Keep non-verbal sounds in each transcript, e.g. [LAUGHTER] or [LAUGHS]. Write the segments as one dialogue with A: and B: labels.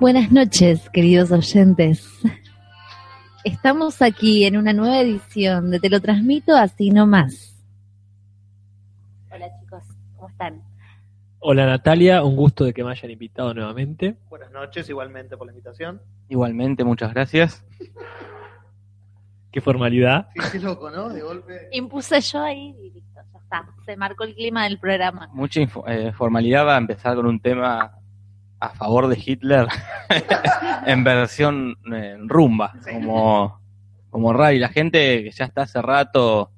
A: Buenas noches, queridos oyentes. Estamos aquí en una nueva edición de Te lo transmito así nomás.
B: Hola chicos, ¿cómo están?
C: Hola Natalia, un gusto de que me hayan invitado nuevamente.
D: Buenas noches, igualmente por la invitación.
E: Igualmente, muchas gracias.
C: Qué formalidad.
D: Sí, qué loco, ¿no? De golpe.
B: Impuse yo ahí y listo, ya está. Se marcó el clima del programa.
E: Mucha info- eh, formalidad va a empezar con un tema a favor de Hitler [LAUGHS] en versión eh, rumba, como, como rally. La gente que ya está hace rato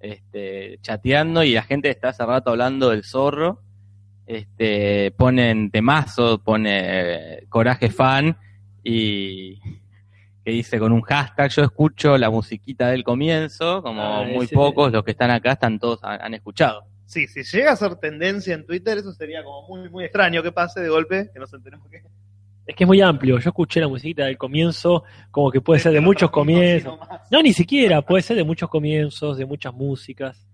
E: este, chateando y la gente que está hace rato hablando del zorro, este, ponen temazo, pone eh, coraje fan y [LAUGHS] que dice con un hashtag, yo escucho la musiquita del comienzo, como
C: Ah,
E: muy
C: ese-
E: pocos los que están acá están todos han- han escuchado.
D: Sí, si llega a ser tendencia en Twitter, eso sería como muy, muy extraño que pase de golpe, que nos enteremos que
C: Es que es muy amplio. Yo escuché la musiquita del comienzo, como que puede ser
D: [LAUGHS]
C: de muchos comienzos.
D: No.
C: No, ni siquiera, puede ser de muchos comienzos, de muchas músicas.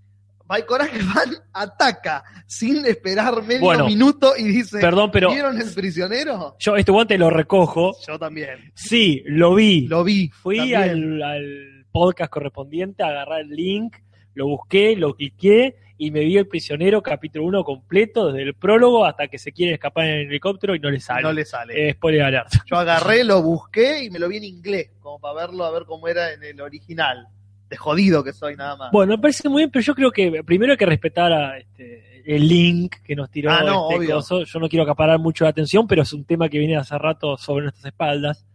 D: By Coraje Van ataca sin esperar medio
C: Bueno.
D: minuto y dice:
C: Perdón, pero
D: ¿Vieron el prisionero?
C: yo este guante lo recojo.
D: Yo también.
C: Sí, lo vi.
D: Lo vi.
C: Fui
D: también.
C: al, al podcast correspondiente a agarrar el link, lo busqué, lo cliqué y me vi el prisionero capítulo 1 completo, desde el prólogo hasta que se quiere escapar en el helicóptero y no le sale.
D: No le sale.
C: Eh, spoiler alert.
D: Yo agarré, lo busqué y me lo vi en inglés, como para verlo, a ver cómo era en el original. De jodido que soy, nada más.
C: Bueno, me parece muy bien, pero yo creo que primero hay que respetar a, este, el link que nos tiró
D: Ah, no,
C: este
D: obvio.
C: coso. Yo no quiero acaparar mucho la atención, pero es un tema que viene hace rato sobre nuestras espaldas,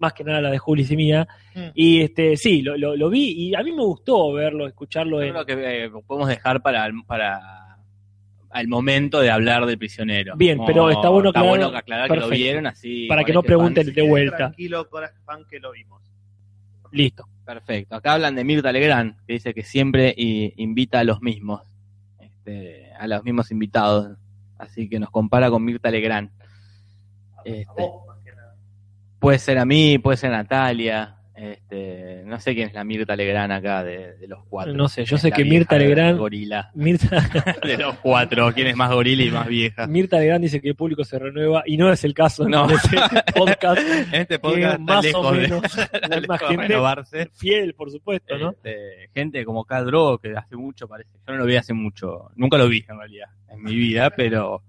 C: más que nada la de Juli y mía.
D: Mm.
C: Y este, sí, lo, lo- lo vi y a mí me gustó verlo, escucharlo.
E: Yo
C: en-
E: creo que eh, podemos dejar para el, para al momento de hablar del prisionero.
C: Bien, pero está bueno
E: está
C: aclarar-
E: que aclarar
C: perfecto.
E: que lo vieron así.
C: Para
E: con
C: que no
E: este pan.
C: pregunten de
D: Quedé
C: vuelta.
D: Tranquilo, Coraje Van, que lo vimos.
C: Listo.
E: Perfecto. Acá hablan de Mirta Legrand, que dice que siempre i- invita a los mismos, este, a los mismos invitados. Así que nos compara con Mirta Legrand.
D: A
E: Este,
D: vos, más que nada.
E: puede ser a mí, puede ser a Natalia. Este, no sé quién es la Mirta Legrand acá de, de los cuatro.
C: No sé, yo
E: Es
C: sé
E: la
C: que
E: vieja
C: Mirta Legrand-
E: Gorila.
C: Mirta, [LAUGHS]
E: [LAUGHS] De los cuatro, ¿quién es más gorila y más vieja?
C: Mirta Legrand dice que el público se renueva y no es el caso
E: No.
C: de
E: [LAUGHS]
C: este podcast.
E: En este
C: [LAUGHS] que
E: podcast está
C: más
E: lejos
C: o
E: de- [LAUGHS]
C: menos la misma gente
E: renovarse.
C: fiel, por supuesto, ¿no?
E: Este, gente como Cadro, que hace mucho parece. Yo no lo vi hace mucho. Nunca lo vi en realidad, en mi
C: [LAUGHS]
E: vida, pero.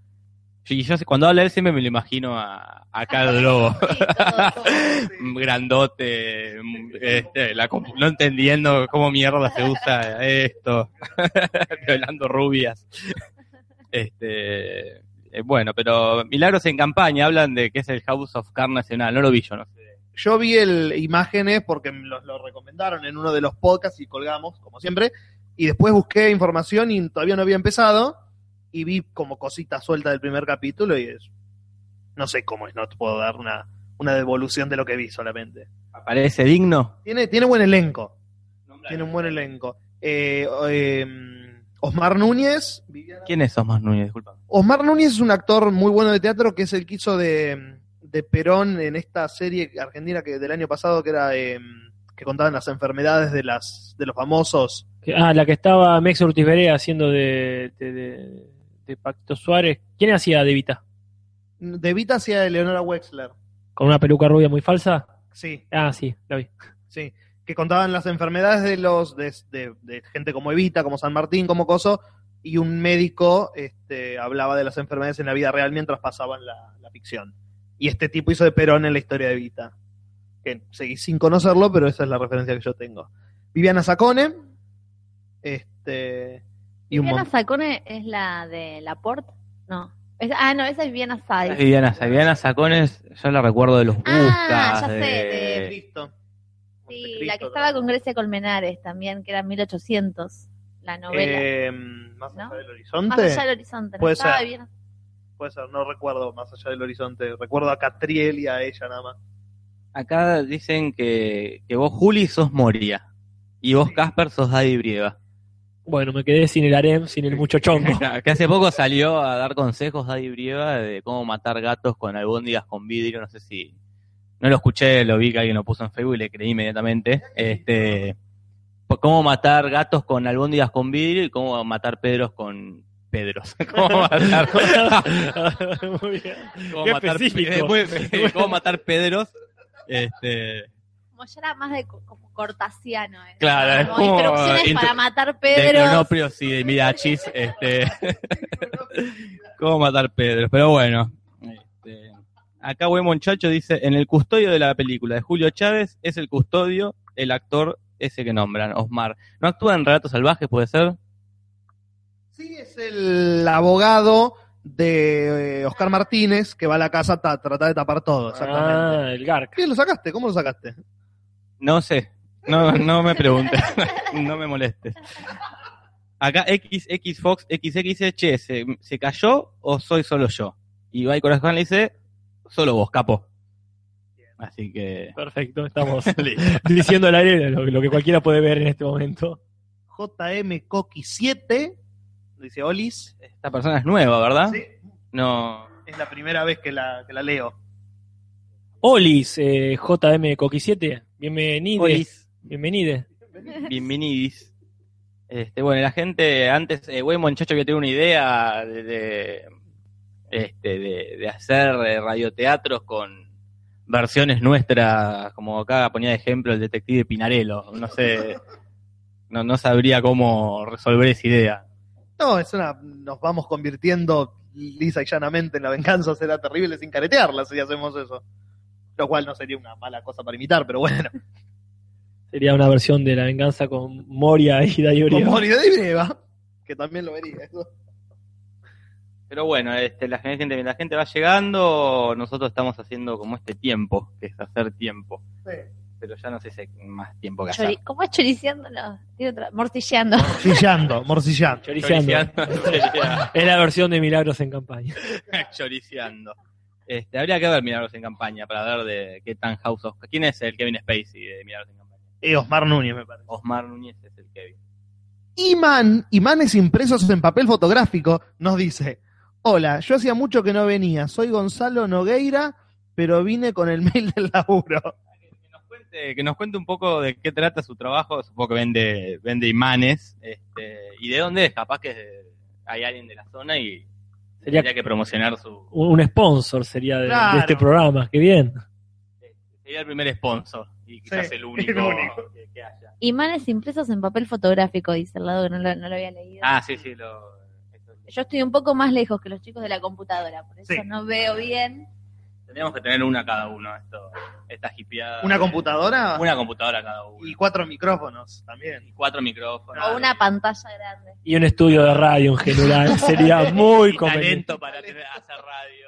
E: Y yo sé- cuando habla él siempre me lo imagino a, a Cadro,
C: [LAUGHS]
B: Sí, todos, todos.
E: [LAUGHS] grandote, este, la compu- no entendiendo cómo mierda se usa esto, [LAUGHS] violando rubias. Este, eh, bueno, pero Milagros en campaña hablan de que es el House of Cards Nacional. No lo vi yo, no sé.
D: [LAUGHS] Yo vi el imágenes porque me los- lo, recomendaron en uno de los podcasts y colgamos, como siempre. Y después busqué información y todavía no había empezado. Y vi como cosita suelta del primer capítulo y es. No sé cómo es, no te puedo dar una, una devolución de lo que vi solamente.
E: ¿Parece digno?
D: Tiene, tiene buen elenco. Tiene un buen elenco. Eh, eh, Osmar Núñez. Viviana-
E: ¿Quién es Osmar Núñez? Disculpa.
D: Osmar Núñez es un actor muy bueno de teatro que es el que hizo de, de Perón en esta serie argentina que del año pasado que era eh, que contaban las enfermedades de las de los famosos.
C: Que- Ah, la que estaba Mex Ortiz Berea haciendo de, de, de- de Pacto Suárez. ¿Quién hacía de Evita?
D: De Vita hacia Eleonora Wexler.
C: ¿Con una peluca rubia muy falsa?
D: Sí,
C: Ah, sí, la vi.
D: sí. Que contaban las enfermedades de los de, de- de gente como Evita, como San Martín, como Coso, y un médico este, hablaba de las enfermedades en la vida real mientras pasaban la, la ficción. Y este tipo hizo de Perón en la historia de Evita. Que seguí sin conocerlo, pero esa es la referencia que yo tengo. Viviana Sacone, este, [LAUGHS] y un
B: Viviana
D: mon-
B: Sacone es la de Laporte, no. Es- ah, no, esa es Viviana Sade.
E: Es Viviana, Sa- Viviana Sacones, yo la recuerdo de los
B: Ah,
E: Buscas.
B: ya sé, de-
E: de...
D: Eh, Cristo.
B: Sí,
D: Montecristo,
B: la que
D: ¿no?
B: estaba con Grecia Colmenares también, que era 1800, la novela.
D: Eh, más allá
B: ¿No?
D: del horizonte.
B: Más allá del horizonte. ¿no?
D: Puede
B: Estaba
D: ser.
B: bien.
D: Puede ser, no recuerdo más allá del horizonte. Recuerdo a Catriel y a ella nada más.
E: Acá dicen que, que vos, Juli, sos Moria. Y vos, Casper, sos
B: [LAUGHS]
E: Daddy Brieva.
C: Bueno, me quedé sin el harem, sin el mucho chongo.
E: que hace poco salió a dar consejos Daddy Brieva de cómo matar gatos con albóndigas con vidrio. No sé si. No lo escuché, lo vi que alguien lo puso en Facebook y le creí inmediatamente. Este, por cómo matar gatos con albóndigas con vidrio y cómo matar pedros con Pedros. [LAUGHS]
B: [LAUGHS]
E: ¿Cómo matar,
C: [LAUGHS] Muy bien.
E: cómo
C: Qué
E: matar-
C: específico.
E: eh, muy- cómo matar Pedros? Este,
B: Como yo era más de co- como cortasiano. ¿eh?
E: Claro, es
B: Como
E: como,
B: instrucciones
E: eh,
B: para
E: instru-
B: matar
E: de
A: [LAUGHS]
B: Pedro.
E: cronopios y de mirachis. Este, [LAUGHS] ¿Cómo matar Pedros? Pero bueno. este, acá buen muchacho dice, en el custodio de la película de Julio Chávez es el custodio, el actor ese que nombran, Osmar. ¿No actúa en Relatos Salvajes, puede ser?
D: Sí, es el abogado de eh, Oscar Martínez que va a la casa a ta- tratar de tapar todo, exactamente.
C: Ah, el Garca.
D: ¿Qué lo sacaste? ¿Cómo lo sacaste?
E: No sé. No, no me preguntes. [LAUGHS] no me molestes. Acá XX Fox XX dice, che, ¿se, se cayó o soy solo yo? Y Ibai Corazón le dice, solo vos, capo. Así que...
C: Perfecto, estamos [LAUGHS] diciendo al aire lo, lo que cualquiera puede ver en este momento.
D: JM Coqui 7, dice Olis.
E: Esta persona es nueva, ¿verdad?
D: Sí,
E: No.
D: es la primera vez que la, que la leo.
C: Olis, eh, JM Coqui 7, bienvenido.
E: Polis.
C: Bienvenide.
E: Bienvenidis. Este, bueno, la gente antes, eh, güey, muchacho que tiene una idea de, de- este, de, de hacer eh, radioteatros con versiones nuestras, como acá ponía de ejemplo el detective Pinarello, no sé, no, no sabría cómo resolver esa idea.
D: No, es una. Nos vamos convirtiendo lisa y llanamente en la venganza, será terrible sin caretearla si hacemos eso. Lo cual no sería una mala cosa para imitar, pero [LAUGHS] bueno.
C: Sería una versión de La Venganza con Moria y Dayori.
D: Como Morir de Breva, que también lo vería. eso.
E: Pero bueno, este, la gente, la gente va llegando, nosotros estamos haciendo como este tiempo, que es hacer tiempo. Pero ya no sé si hay más tiempo que hacer.
B: Chori- ¿Cómo es choriciándolo? Tiene otra- Morcillando.
D: Morcillando, morcillando.
C: Choriciando.
E: [LAUGHS] Choriciando.
C: Es la versión de Milagros en campaña.
E: [LAUGHS] choriciando. Este, habría que ver Milagros en campaña para ver de qué tan House of... ¿Quién es el Kevin Spacey de Milagros en campaña?
D: Eh, Osmar Núñez, me parece.
E: Osmar Núñez es el Kevin.
D: Iman, imanes impresos en papel fotográfico, nos dice: Hola, yo hacía mucho que no venía. Soy Gonzalo Nogueira, pero vine con el [LAUGHS] mail del laburo.
E: Que nos cuente, que nos cuente un poco de qué trata su trabajo. Supongo que vende, vende imanes. Este, ¿Y de dónde es? Capaz que de- hay alguien de la zona y
C: Sería-
E: tendría que promocionar su...
C: Un un sponsor sería de, de
D: Claro.
C: este programa. Qué bien.
E: Sería el primer sponsor y quizás
D: Sí,
E: el único,
D: el único.
E: Que, que haya.
A: [LAUGHS] Imanes impresos en papel fotográfico, dice el lado que no lo, no lo había leído.
E: Ah, sí, sí, lo... eso-
A: Yo estoy un poco más lejos que los chicos de la computadora, por eso
D: Sí.
A: no veo bien.
E: Tendríamos que tener una cada uno, esto, esta hipeada.
D: ¿Una computadora?
E: Una computadora cada uno.
D: Y cuatro micrófonos también.
E: Y cuatro micrófonos.
A: O una pantalla grande.
C: Y un estudio de radio en
E: [LAUGHS]
C: general. Sería muy
E: y
C: conveniente.
E: talento para tener- hacer radio.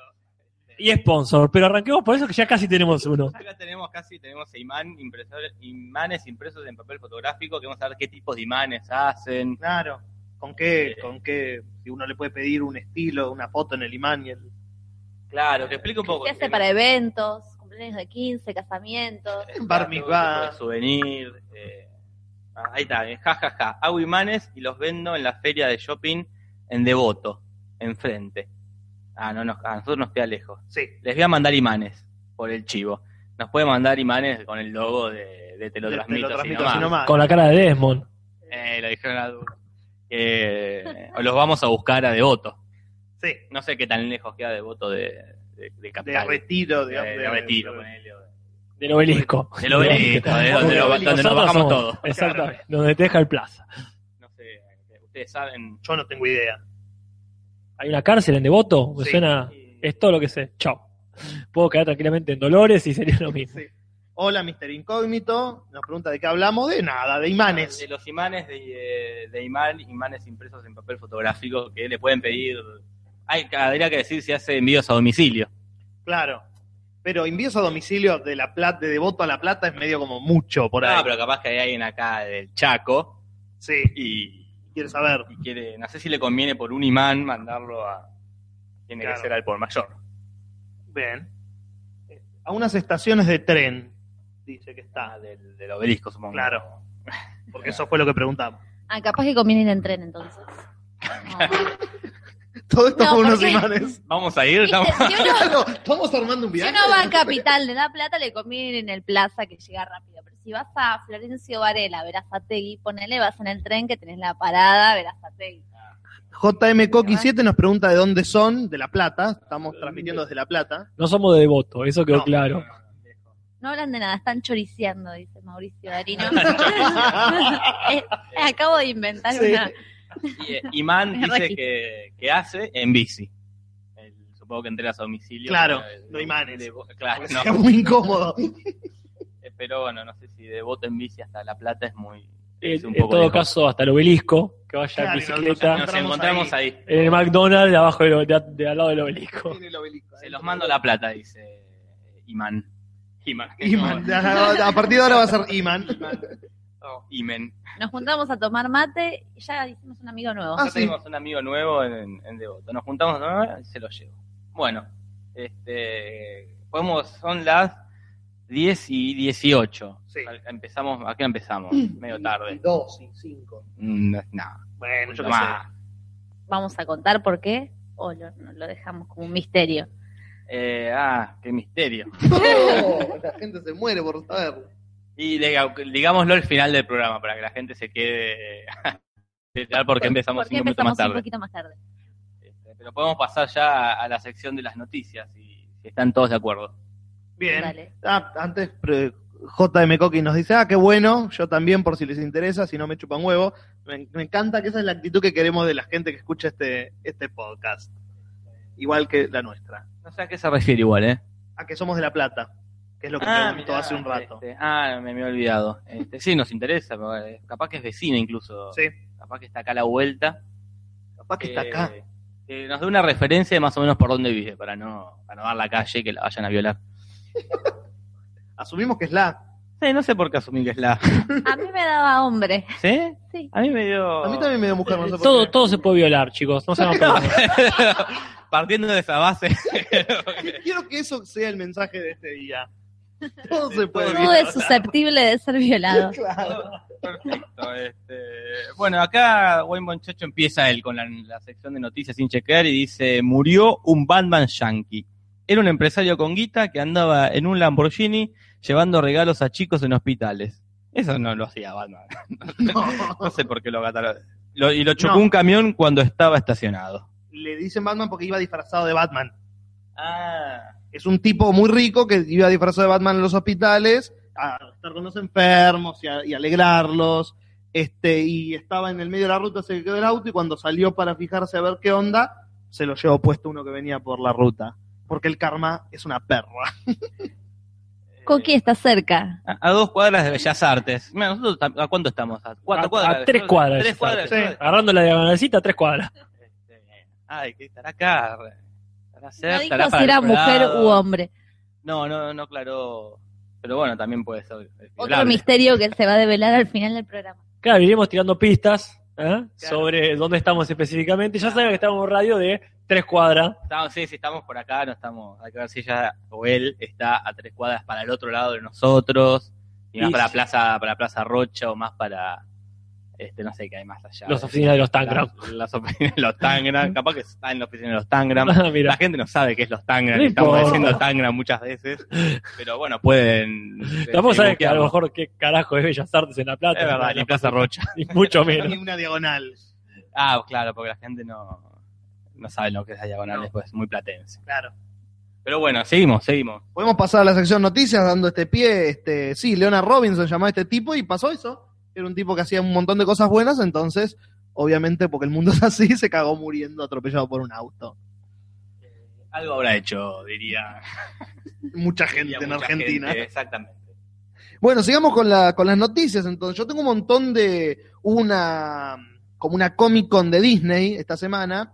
C: Y sponsor. Pero arranquemos por eso que ya casi tenemos uno.
E: Acá tenemos casi tenemos imán, impresores, imanes impresos en papel fotográfico que vamos a ver qué tipos de imanes hacen.
D: Claro. ¿Con qué? ¿Con qué? Si uno le puede pedir un estilo, una foto en el imán y el...
E: Claro, que explique un poco.
A: Se hace para eventos, cumpleaños de 15, casamientos.
E: Claro,
D: Bar
E: todo
D: mitzvah.
E: tipo de souvenir. eh. Ah, ahí está, eh, ja, ja, ja. Hago imanes y los vendo en la feria de shopping en Devoto, enfrente. Ah, no, nos- a nosotros nos queda lejos.
D: Sí.
E: Les voy a mandar imanes por el chivo. Nos puede mandar imanes con el logo de, de Te lo
D: Te- te
E: transmito. así
D: transmito
E: nomás.
D: así nomás.
C: Con la cara de Desmond.
E: Eh, lo dijeron a Du. Eh, o los vamos a buscar a Devoto.
D: Sí.
E: No sé qué tan lejos queda Devoto de, de, de
D: De
E: Capital.
D: retiro,
E: Eh,
D: digamos.
E: de retiro,
D: de-
E: ponele, o de-
C: Del obelisco.
E: Del
C: [LAUGHS]
E: obelisco, de donde, lo- donde nos
C: Nosotros
E: bajamos
C: somos-
E: todos.
C: Exactamente. Donde te deja el plaza.
E: No sé, ustedes saben.
D: Yo no tengo idea.
C: Hay una cárcel en Devoto. Me
D: Sí.
C: suena. Es todo lo que sé. Chao. Puedo quedar tranquilamente en Dolores y sería lo mismo.
D: Sí. Hola, Mister Incógnito. Nos pregunta de qué hablamos. De nada, de imanes.
E: Ah, De los imanes de, eh, de imán, imanes impresos en papel fotográfico que le pueden pedir. Hay, habría que decir si hace envíos a domicilio.
D: Claro. Pero envíos a domicilio de la plata, de Devoto a La Plata es medio como mucho por ahí.
E: No, Ah, pero capaz que hay alguien acá del Chaco
D: Sí,
E: y,
D: quiero saber.
E: y quiere, no sé si le conviene por un imán mandarlo a. Tiene
D: Claro.
E: que ser al por mayor.
D: Bien. Eh, A unas estaciones de tren, dice que está.
E: del, del obelisco, supongo.
D: Claro. Porque eso fue lo que preguntamos.
A: Ah, capaz que conviene ir en tren
E: [LAUGHS]
A: entonces. No.
D: [LAUGHS] Todo esto
A: No,
D: fue unos
A: porque-
D: imanes.
A: [LAUGHS]
D: Ah,
E: Vamos a ir,
D: [LAUGHS]
E: estamos-
A: Viste, Si uno,
D: No, estamos armando un
A: si
D: viaje.
A: uno va a Capital de La Plata, le conviene ir en el Plaza que llega rápido. Pero si vas a Florencio Varela, Verazategui, ponele, vas en el tren que tenés la parada, Verazategui.
D: JM Coqui 7 nos pregunta de dónde son, de La Plata. Estamos transmitiendo desde La Plata.
C: No somos de devoto, eso quedó
D: No.
C: claro.
B: No hablan de nada, están choriceando, dice Mauricio
D: [LAUGHS]
B: Darino. Eh, acabo de inventar
D: Sí.
B: una.
E: Y Imán dice
B: Registro.
E: que, que hace en bici. El- supongo que entregas a domicilio.
D: Claro,
E: Eh,
D: no imanes.
E: de- claro,
D: Es
E: Ah, no.
D: muy
E: [LAUGHS]
D: incómodo.
E: Eh, Pero bueno, no sé si de voto en bici hasta La Plata es muy. es
C: Eh, En,
E: un
C: en
E: poco
C: todo
E: lejos.
C: caso, hasta el obelisco, que vaya
D: Claro,
C: en
D: y nos- nos
C: bicicleta.
E: Nos encontramos ahí.
C: En el McDonald's, abajo de, lo- de- de al lado del obelisco.
D: Tiene el obelisco. ¿eh?
E: Se los mando a La Plata, dice eh, Imán. Imán.
D: Iman. A partir de ahora va a ser Iman. [LAUGHS]
E: Imen.
B: Nos juntamos a tomar mate y ya hicimos un amigo nuevo.
D: Ah,
E: Ya
D: sí.
E: tenemos un amigo nuevo en, en Devoto. Nos juntamos ¿no? y se lo llevo. Bueno, este, podemos, son las 10 y 18.
D: Sí.
E: Al- Empezamos, ¿A
D: [CLEARS THROAT]
E: qué empezamos? Medio tarde.
D: Dos y cinco.
E: Mm, No, no,
D: Bueno,
E: mucho
D: yo qué sé.
E: más.
B: Vamos a contar por qué o lo, lo dejamos como un misterio.
E: Eh, ah, qué misterio.
D: Oh, la gente se muere por saberlo.
E: Y diga- digámoslo al final del programa para que la gente se quede. [LAUGHS] tal porque empezamos
B: ¿Por qué
E: cinco minutos
B: empezamos
E: más
B: un
E: tarde.
B: poquito más tarde?
E: Este, pero podemos pasar ya a, a la sección de las noticias si, si están todos de acuerdo.
D: Bien.
B: Dale.
D: Ah, antes pre- JM Coqui nos dice, ah, qué bueno, yo también por si les interesa, si no me chupan huevo. Me, me encanta que esa es la actitud que queremos de la gente que escucha este, este podcast. Igual que la nuestra.
E: No sé a qué se refiere igual, ¿eh?
D: A que somos de La Plata, que es lo que preguntó hace un rato.
E: Ah, Este, ah, me había olvidado. Este, sí, nos interesa, pero, eh, capaz que es vecina incluso.
D: Sí,
E: Capaz que está acá a la vuelta.
D: capaz que
E: Eh,
D: está acá.
E: que nos dé una referencia de más o menos por dónde vive, para no, para no dar la calle que la vayan a violar.
D: Asumimos que es la.
E: Sí, no sé por qué asumí que es la.
B: A mí me daba hombre.
E: ¿Sí?
B: Sí.
E: A mí me dio.
D: A mí también me dio mujer, no sé por
C: Todo,
D: qué.
C: todo se puede violar, chicos. No se hagan problemas.
E: [LAUGHS] Partiendo de esa base.
D: [LAUGHS] Quiero que eso sea el mensaje de este día. Todo se puede
B: Todo
D: vivir.
B: es susceptible de ser violado.
D: [LAUGHS] Claro.
E: Perfecto. Este, bueno, acá Wayne Bonchacho empieza él con la, la sección de noticias sin chequear y dice: Murió un Batman yankee. Era un empresario con guita que andaba en un Lamborghini llevando regalos a chicos en hospitales. Eso no lo hacía Batman.
D: No.
E: No sé por qué lo catalogaron. Lo- y lo chocó
D: No.
E: un camión cuando estaba estacionado.
D: Le dicen Batman porque iba disfrazado de Batman.
E: Ah.
D: es un tipo muy rico que iba disfrazado de Batman en los hospitales a estar con los enfermos y, a- y alegrarlos. Este, y estaba en el medio de la ruta, se quedó el auto y cuando salió para fijarse a ver qué onda, se lo llevó puesto uno que venía por la ruta. Porque el karma es una perra. [LAUGHS]
B: Coqui está cerca.
E: Eh, A, a dos cuadras de Bellas Artes. Mira, nosotros tam- ¿a cuánto estamos? A cuatro
C: A-
E: cuadras.
C: a tres cuadras.
E: Tres cuadras.
D: Sí.
E: Tres cuadras.
C: Agarrando la diagonalcita, a tres cuadras.
E: Este, ay, que estará acá. Estará cerca,
B: No
E: estará
B: dijo
E: para
B: si
E: el
B: era
E: otro
B: mujer
E: lado.
B: u hombre.
E: No, no, no aclaró. Pero bueno, también puede ser.
B: Otro
E: violable.
B: misterio que se va a develar al final del programa.
C: Claro, iremos tirando pistas ¿eh? sobre dónde estamos específicamente. Ya saben que estamos en radio de tres cuadras.
E: Estamos, sí, sí, estamos por acá, no estamos. Hay que ver si ella o él está a tres cuadras para el otro lado de nosotros. Y más
C: Y-
E: para Plaza, para Plaza Rocha o más para. Este, no sé qué hay más allá.
C: Las oficinas de los Tangram.
E: Las- las oficinas de los Tangram. Capaz que está en la oficina de
C: [LAUGHS]
E: los Tangram.
C: Ah,
E: La
C: Mira,
E: gente no sabe qué es los Tangram,
C: No
E: estamos
C: importa.
E: diciendo Tangram muchas veces, pero bueno, pueden... este,
C: tampoco sabes que a lo
E: googlearlo.
C: mejor qué carajo es Bellas Artes en La Plata.
E: Es verdad,
C: ni-
E: ni Plaza Rocha.
C: ni mucho menos.
E: [LAUGHS]
D: Ni una diagonal.
E: Ah, claro, porque la gente no, no sabe lo que es la diagonal después, muy platense.
D: Claro.
E: Pero bueno, seguimos, seguimos.
D: Podemos pasar a la sección noticias dando este pie. Este, sí, Leona Robinson llamaba a este tipo y pasó eso. Era un tipo que hacía un montón de cosas buenas, entonces, obviamente, porque el mundo es así, [LAUGHS] se cagó muriendo atropellado por un auto.
E: Algo habrá hecho, diría.
D: Mucha gente
E: diría
D: en
E: mucha
D: Argentina.
E: gente, exactamente.
D: Bueno, sigamos con, la, con las noticias. Entonces, yo tengo un montón de hubo una como una Comic Con de Disney esta semana,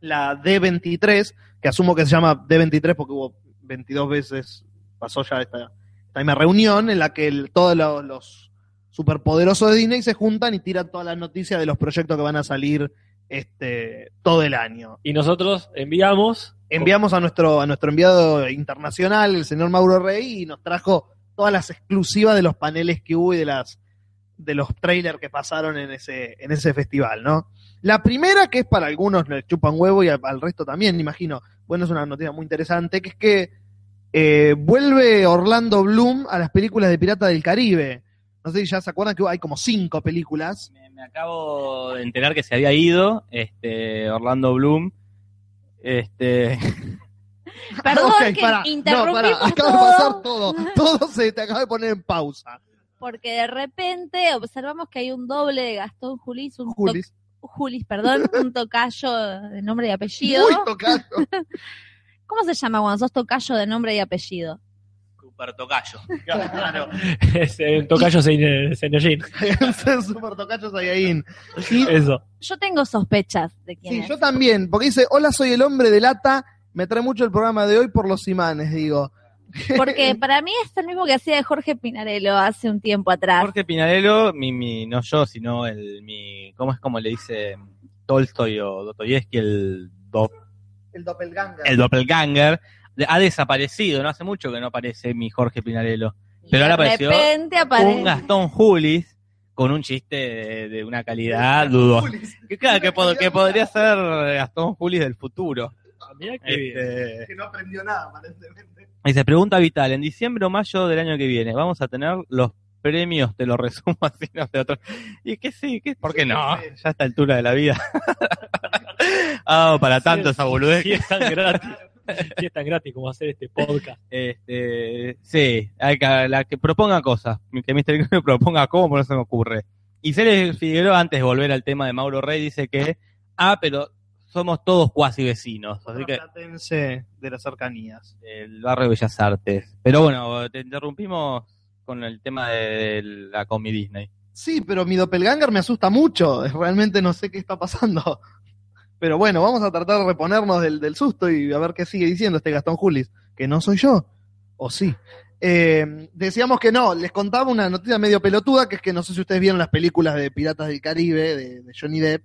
D: la D23, que asumo que se llama D23 porque hubo 22 veces pasó ya esta, esta misma reunión en la que el- todos los, los superpoderosos de Disney se juntan y tiran todas las noticias de los proyectos que van a salir este todo el año.
C: Y nosotros enviamos.
D: Enviamos a nuestro a nuestro enviado internacional, el señor Mauro Rey, y nos trajo todas las exclusivas de los paneles que hubo y de las de los trailers que pasaron en ese en ese festival, ¿no? La primera que es para algunos le chupan huevo y al, al resto también, imagino. Bueno, es una noticia muy interesante que es que eh, vuelve Orlando Bloom a las películas de Pirata del Caribe. No sé si ya se acuerdan que hay como cinco películas. [LAUGHS]
E: Me, me acabo de enterar que se había ido este, Orlando Bloom. Este, [LAUGHS]
B: Perdón
D: [LAUGHS] Ok,
B: que
D: pará. No,
B: interrumpimos
D: pará, acaba
B: todo.
D: de pasar todo. Todo se te acaba de poner en pausa.
B: porque de repente observamos que hay un doble de Gastón Julis, un to-
D: Julis.
B: Julis,
D: [LAUGHS]
B: perdón, un tocayo de nombre y apellido.
D: Muy tocado.
B: ¿Cómo se llama cuando sos tocayo de nombre y apellido?
E: Super Tocayo.
D: Claro.
C: [LAUGHS] Es el tocayo Sein- Senellín.
D: Es Super tocayo Saiyajin. Y-
C: Eso.
B: Yo tengo sospechas de quién
D: Sí,
B: es.
D: yo también, porque dice, hola, soy el hombre de lata, me trae mucho el programa de hoy por los imanes, digo.
B: Porque para mí es el mismo que hacía de Jorge Pinarello hace un tiempo atrás.
E: Jorge Pinarello, mi, mi, no yo, sino el, mi, ¿cómo es como le dice Tolstoy o Dostoyevsky, el, do-
D: El doppelganger.
E: el doppelganger? de- Ha desaparecido, no hace mucho que no aparece mi Jorge Pinarello.
B: Y
E: Pero ahora
B: de
E: apareció
B: repente
E: Un
B: aparece.
E: Gastón Julis con un chiste de, de ah, una calidad dudosa. Que, claro, que, pod- que podría ser Gastón Julis del futuro.
C: Ah, Mirá qué bien.
E: Este,
D: [LAUGHS] Que no aprendió nada, aparentemente.
E: Dice, pregunta vital, en diciembre o mayo del año que viene vamos a tener los premios, te lo resumo [LAUGHS] así, no te otro. Y que sí, que, ¿por qué no? Ya a esta altura de la vida. [LAUGHS] Ah, para tanto esa boludez.
C: Sí, es tan gratis. Sí, es tan gratis como hacer este podcast.
E: Este, sí, hay que, la que proponga cosas, que [LAUGHS] Mr. Green proponga cómo, no se me ocurre. Y Ceres Figueroa, antes de volver al tema de Mauro Rey, dice que, ah, pero somos todos cuasi vecinos, así que
D: de las cercanías.
E: del barrio de Bellas Artes. Pero bueno, te interrumpimos con el tema de la Comi Disney.
D: Sí, pero mi doppelganger me asusta mucho, [LAUGHS] realmente no sé qué está pasando. Pero bueno, vamos a tratar de reponernos del, del susto y a ver qué sigue diciendo este Gastón Julis, que no soy yo, o sí. Eh, decíamos que no, les contaba una noticia medio pelotuda, que es que no sé si ustedes vieron las películas de Piratas del Caribe, de- de Johnny Depp,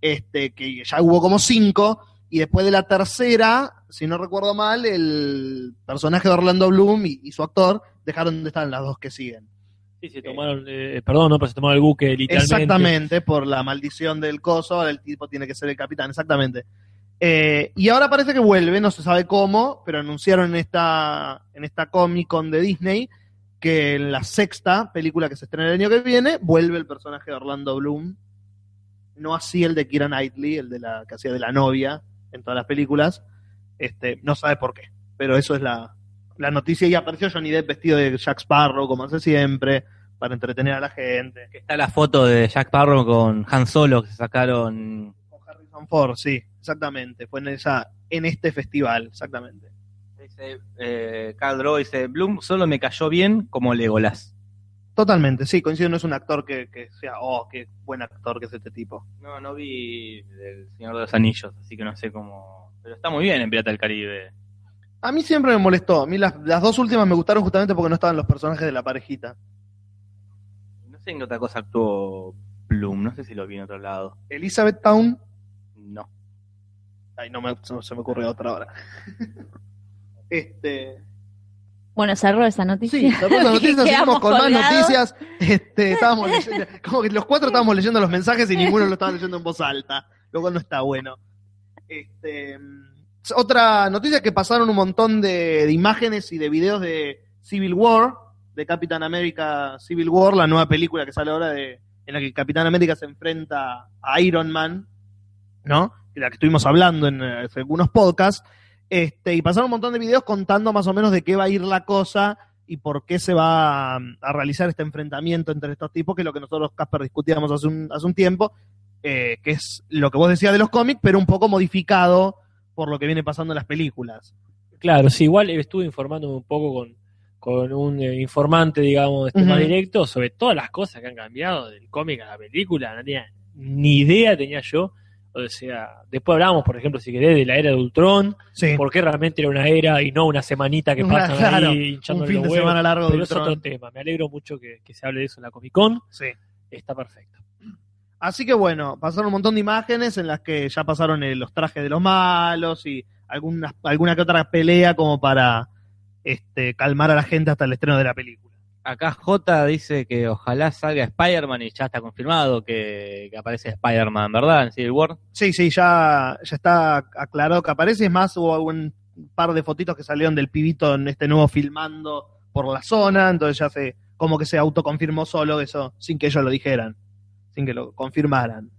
D: este, que ya hubo como cinco, y después de la tercera, si no recuerdo mal, el personaje de Orlando Bloom y, y su actor dejaron de estar en las dos que siguen.
C: Sí, se tomaron, eh, perdón, no, pero se tomaron el buque literalmente.
D: Exactamente, por la maldición del coso, ahora el tipo tiene que ser el capitán, exactamente. Eh, y ahora parece que vuelve, no se sabe cómo, pero anunciaron en esta, en esta Comic Con de Disney que en la sexta película que se estrena el año que viene vuelve el personaje de Orlando Bloom. No así el de Kira Knightley, el de la que hacía de la novia en todas las películas. Este, no sabe por qué, pero eso es la, la noticia. Y apareció Johnny Depp vestido de Jack Sparrow, como hace siempre, para entretener a la gente.
E: Está la foto de Jack Parro con Han Solo que se sacaron.
D: Con Harrison Ford, sí, exactamente. Fue en esa, en este festival, exactamente.
E: Dice, eh, Carl Drogo dice, Bloom solo me cayó bien como Legolas.
D: Totalmente, sí, coincido, no es un actor que, que sea, oh, qué buen actor que es este tipo.
E: No, no vi El Señor de los Anillos, así que no sé cómo... Pero está muy bien en Pirata del Caribe.
D: A mí siempre me molestó, a mí las, las dos últimas me gustaron justamente porque no estaban los personajes de la parejita.
E: No sé en qué otra cosa actuó Bloom, no sé si lo vi en otro lado.
D: Elizabeth Town,
E: No.
D: ay, no, me, no se me ocurre otra ahora. [LAUGHS] este,
B: Bueno, cerró esa noticia.
D: sí, después
B: [LAUGHS]
D: de las noticias
B: Quedamos
D: seguimos con más
B: colgados.
D: noticias.
B: [LAUGHS]
D: Este, estábamos leyendo, como que los cuatro estábamos leyendo los mensajes y ninguno lo estaba leyendo en voz alta, lo cual no está bueno. Este, mm, otra noticia es que pasaron un montón de, de imágenes y de videos de Civil War, de Capitán América Civil War, la nueva película que sale ahora de, en la que el Capitán América se enfrenta a Iron Man, ¿no? De la que estuvimos hablando en eh, algunos podcasts. Este, y pasaron un montón de videos contando más o menos de qué va a ir la cosa y por qué se va a, a realizar este enfrentamiento entre estos tipos, que es lo que nosotros, Casper, discutíamos hace un, hace un tiempo, eh, que es lo que vos decías de los cómics, pero un poco modificado por lo que viene pasando en las películas.
C: Claro, sí, igual estuve informándome un poco con, con un eh, informante, digamos, este,
D: Ujú.
C: más directo sobre todas las cosas que han cambiado del cómic a la película. No tenía ni idea, tenía yo. O sea, después hablábamos, por ejemplo, si querés, de la era de Ultron,
D: Sí,
C: porque realmente era una era y no una semanita
D: [LAUGHS]
C: que pasan
D: Claro,
C: ahí hinchándole
D: un fin
C: los
D: de
C: huevos.
D: semana largo de
C: Pero es
D: Ultron.
C: otro tema. Me alegro mucho que, que se hable de eso en la Comic Con.
D: Sí.
C: Está perfecto.
D: Así que bueno, pasaron un montón de imágenes en las que ya pasaron eh, los trajes de los malos y algunas, alguna que otra pelea como para este, calmar a la gente hasta el estreno de la película.
E: Acá J dice que ojalá salga Spider-Man y ya está confirmado que, que aparece Spider-Man, ¿verdad? En Civil War.
D: Sí, sí, ya, ya está aclarado que aparece. Es más, hubo algún par de fotitos que salieron del pibito en este nuevo filmando por la zona, entonces ya se como que se autoconfirmó solo eso, sin que ellos lo dijeran, sin que lo confirmaran.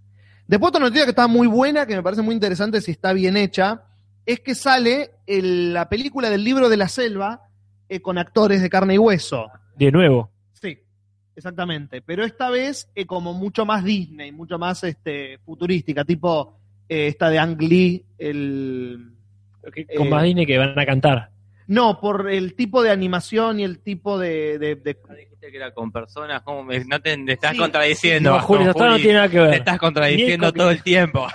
D: Después otra noticia que está muy buena, que me parece muy interesante si está bien hecha, es que sale el- la película del libro de la selva eh, con actores de carne y hueso.
C: De nuevo.
D: Sí, exactamente. Pero esta vez eh, como mucho más Disney, mucho más este, futurística, tipo eh, esta de Ang Lee, el...
C: Con
D: Eh,
C: más Disney que van a cantar.
D: No, por el tipo de animación y el tipo de... de- de-
E: Ah, Dijiste que era con personas, como me, no te, te estás
D: Sí.
E: contradiciendo.
C: No, Julio
E: no,
C: Sastro no
E: Juli,
C: tiene nada que
E: Te
C: ver.
E: estás contradiciendo
C: Ni con-
E: todo el tiempo.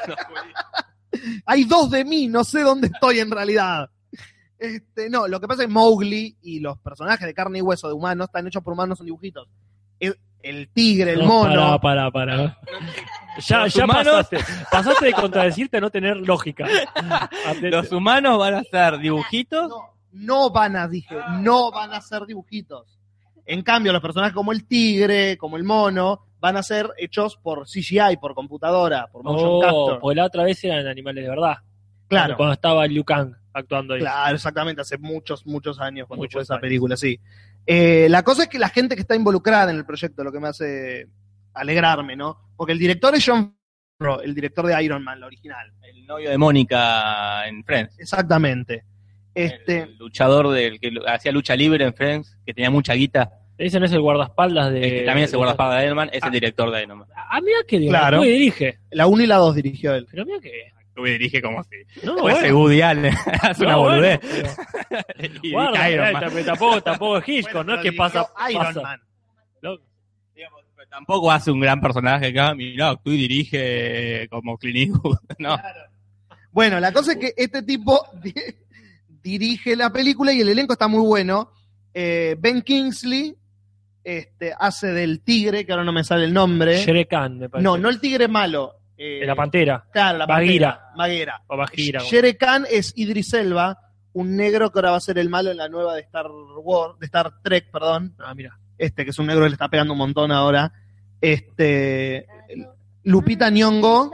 D: Hay dos de mí, no sé dónde estoy en realidad. Este, no, lo que pasa es que Mowgli y los personajes de carne y hueso de humanos están hechos por humanos, son dibujitos. El, el tigre, el
C: No,
D: mono.
C: Pará, pará, pará. Ya,
E: Los
C: ya
E: humanos-
C: pasaste. Pasaste de contradecirte a no tener lógica. Atente.
E: [LAUGHS] Los humanos van a hacer dibujitos.
D: No, no van a, dije, no van a ser dibujitos. En cambio, los personajes como el tigre, como el mono, van a ser hechos por CGI, por computadora, por motion
C: Oh,
D: capture.
C: porque la otra vez eran animales de verdad.
D: claro,
C: Cuando estaba Liu Kang actuando ahí.
D: claro, exactamente. Hace muchos, muchos años cuando
C: Muchos
D: fue esa
C: años.
D: película, sí. Eh, la cosa es que la gente que está involucrada en el proyecto, lo que me hace alegrarme, ¿no? Porque el director es John Favreau, el director de Iron Man, la original.
E: El novio de Mónica en Friends.
D: Exactamente. Este,
E: El luchador del que lu- hacía lucha libre en Friends, que tenía mucha guita.
C: Ese no es el guardaespaldas de.
E: el que también se
C: de-
E: guarda para Iron Man, es el director de Iron Man.
C: Ah, mira que dirige.
D: Claro.
C: Uy, dirige.
D: la 1 y la 2 dirigió él.
C: Pero mira que.
E: Tú dirige como si
C: No,
E: fuese Woody Allen. [LAUGHS] Hace pues, una
C: No, bueno,
E: boludez.
C: pero-
E: Y
C: Guarda,
E: Iron Man.
C: eh, pero tampoco, tampoco es Hitchcock,
D: Bueno,
C: no es
D: pero
C: que pasa.
D: dirigió Iron
C: pasa.
D: Man.
C: No,
E: Digamos, pero Tampoco hace un gran personaje acá. Mirá, tú dirige eh, como Clint Eastwood. [LAUGHS] No.
D: Bueno, la cosa es que este tipo [LAUGHS] di- dirige la película y el elenco está muy bueno. Eh, ben Kingsley este, hace del tigre, que ahora no me sale el nombre.
C: Shere Khan, me parece.
D: ¿eh? No, no el tigre malo. eh,
C: De la pantera.
D: Claro, la
C: Bagheera.
D: pantera, Bagheera.
C: O Bajira.
D: Shere Khan es Idris Elba, un negro que ahora va a ser el malo en la nueva de Star Wars, de Star Trek, perdón.
C: Ah, mira.
D: Este, que es un negro que le está pegando un montón ahora. Este, Lupita Nyong'o,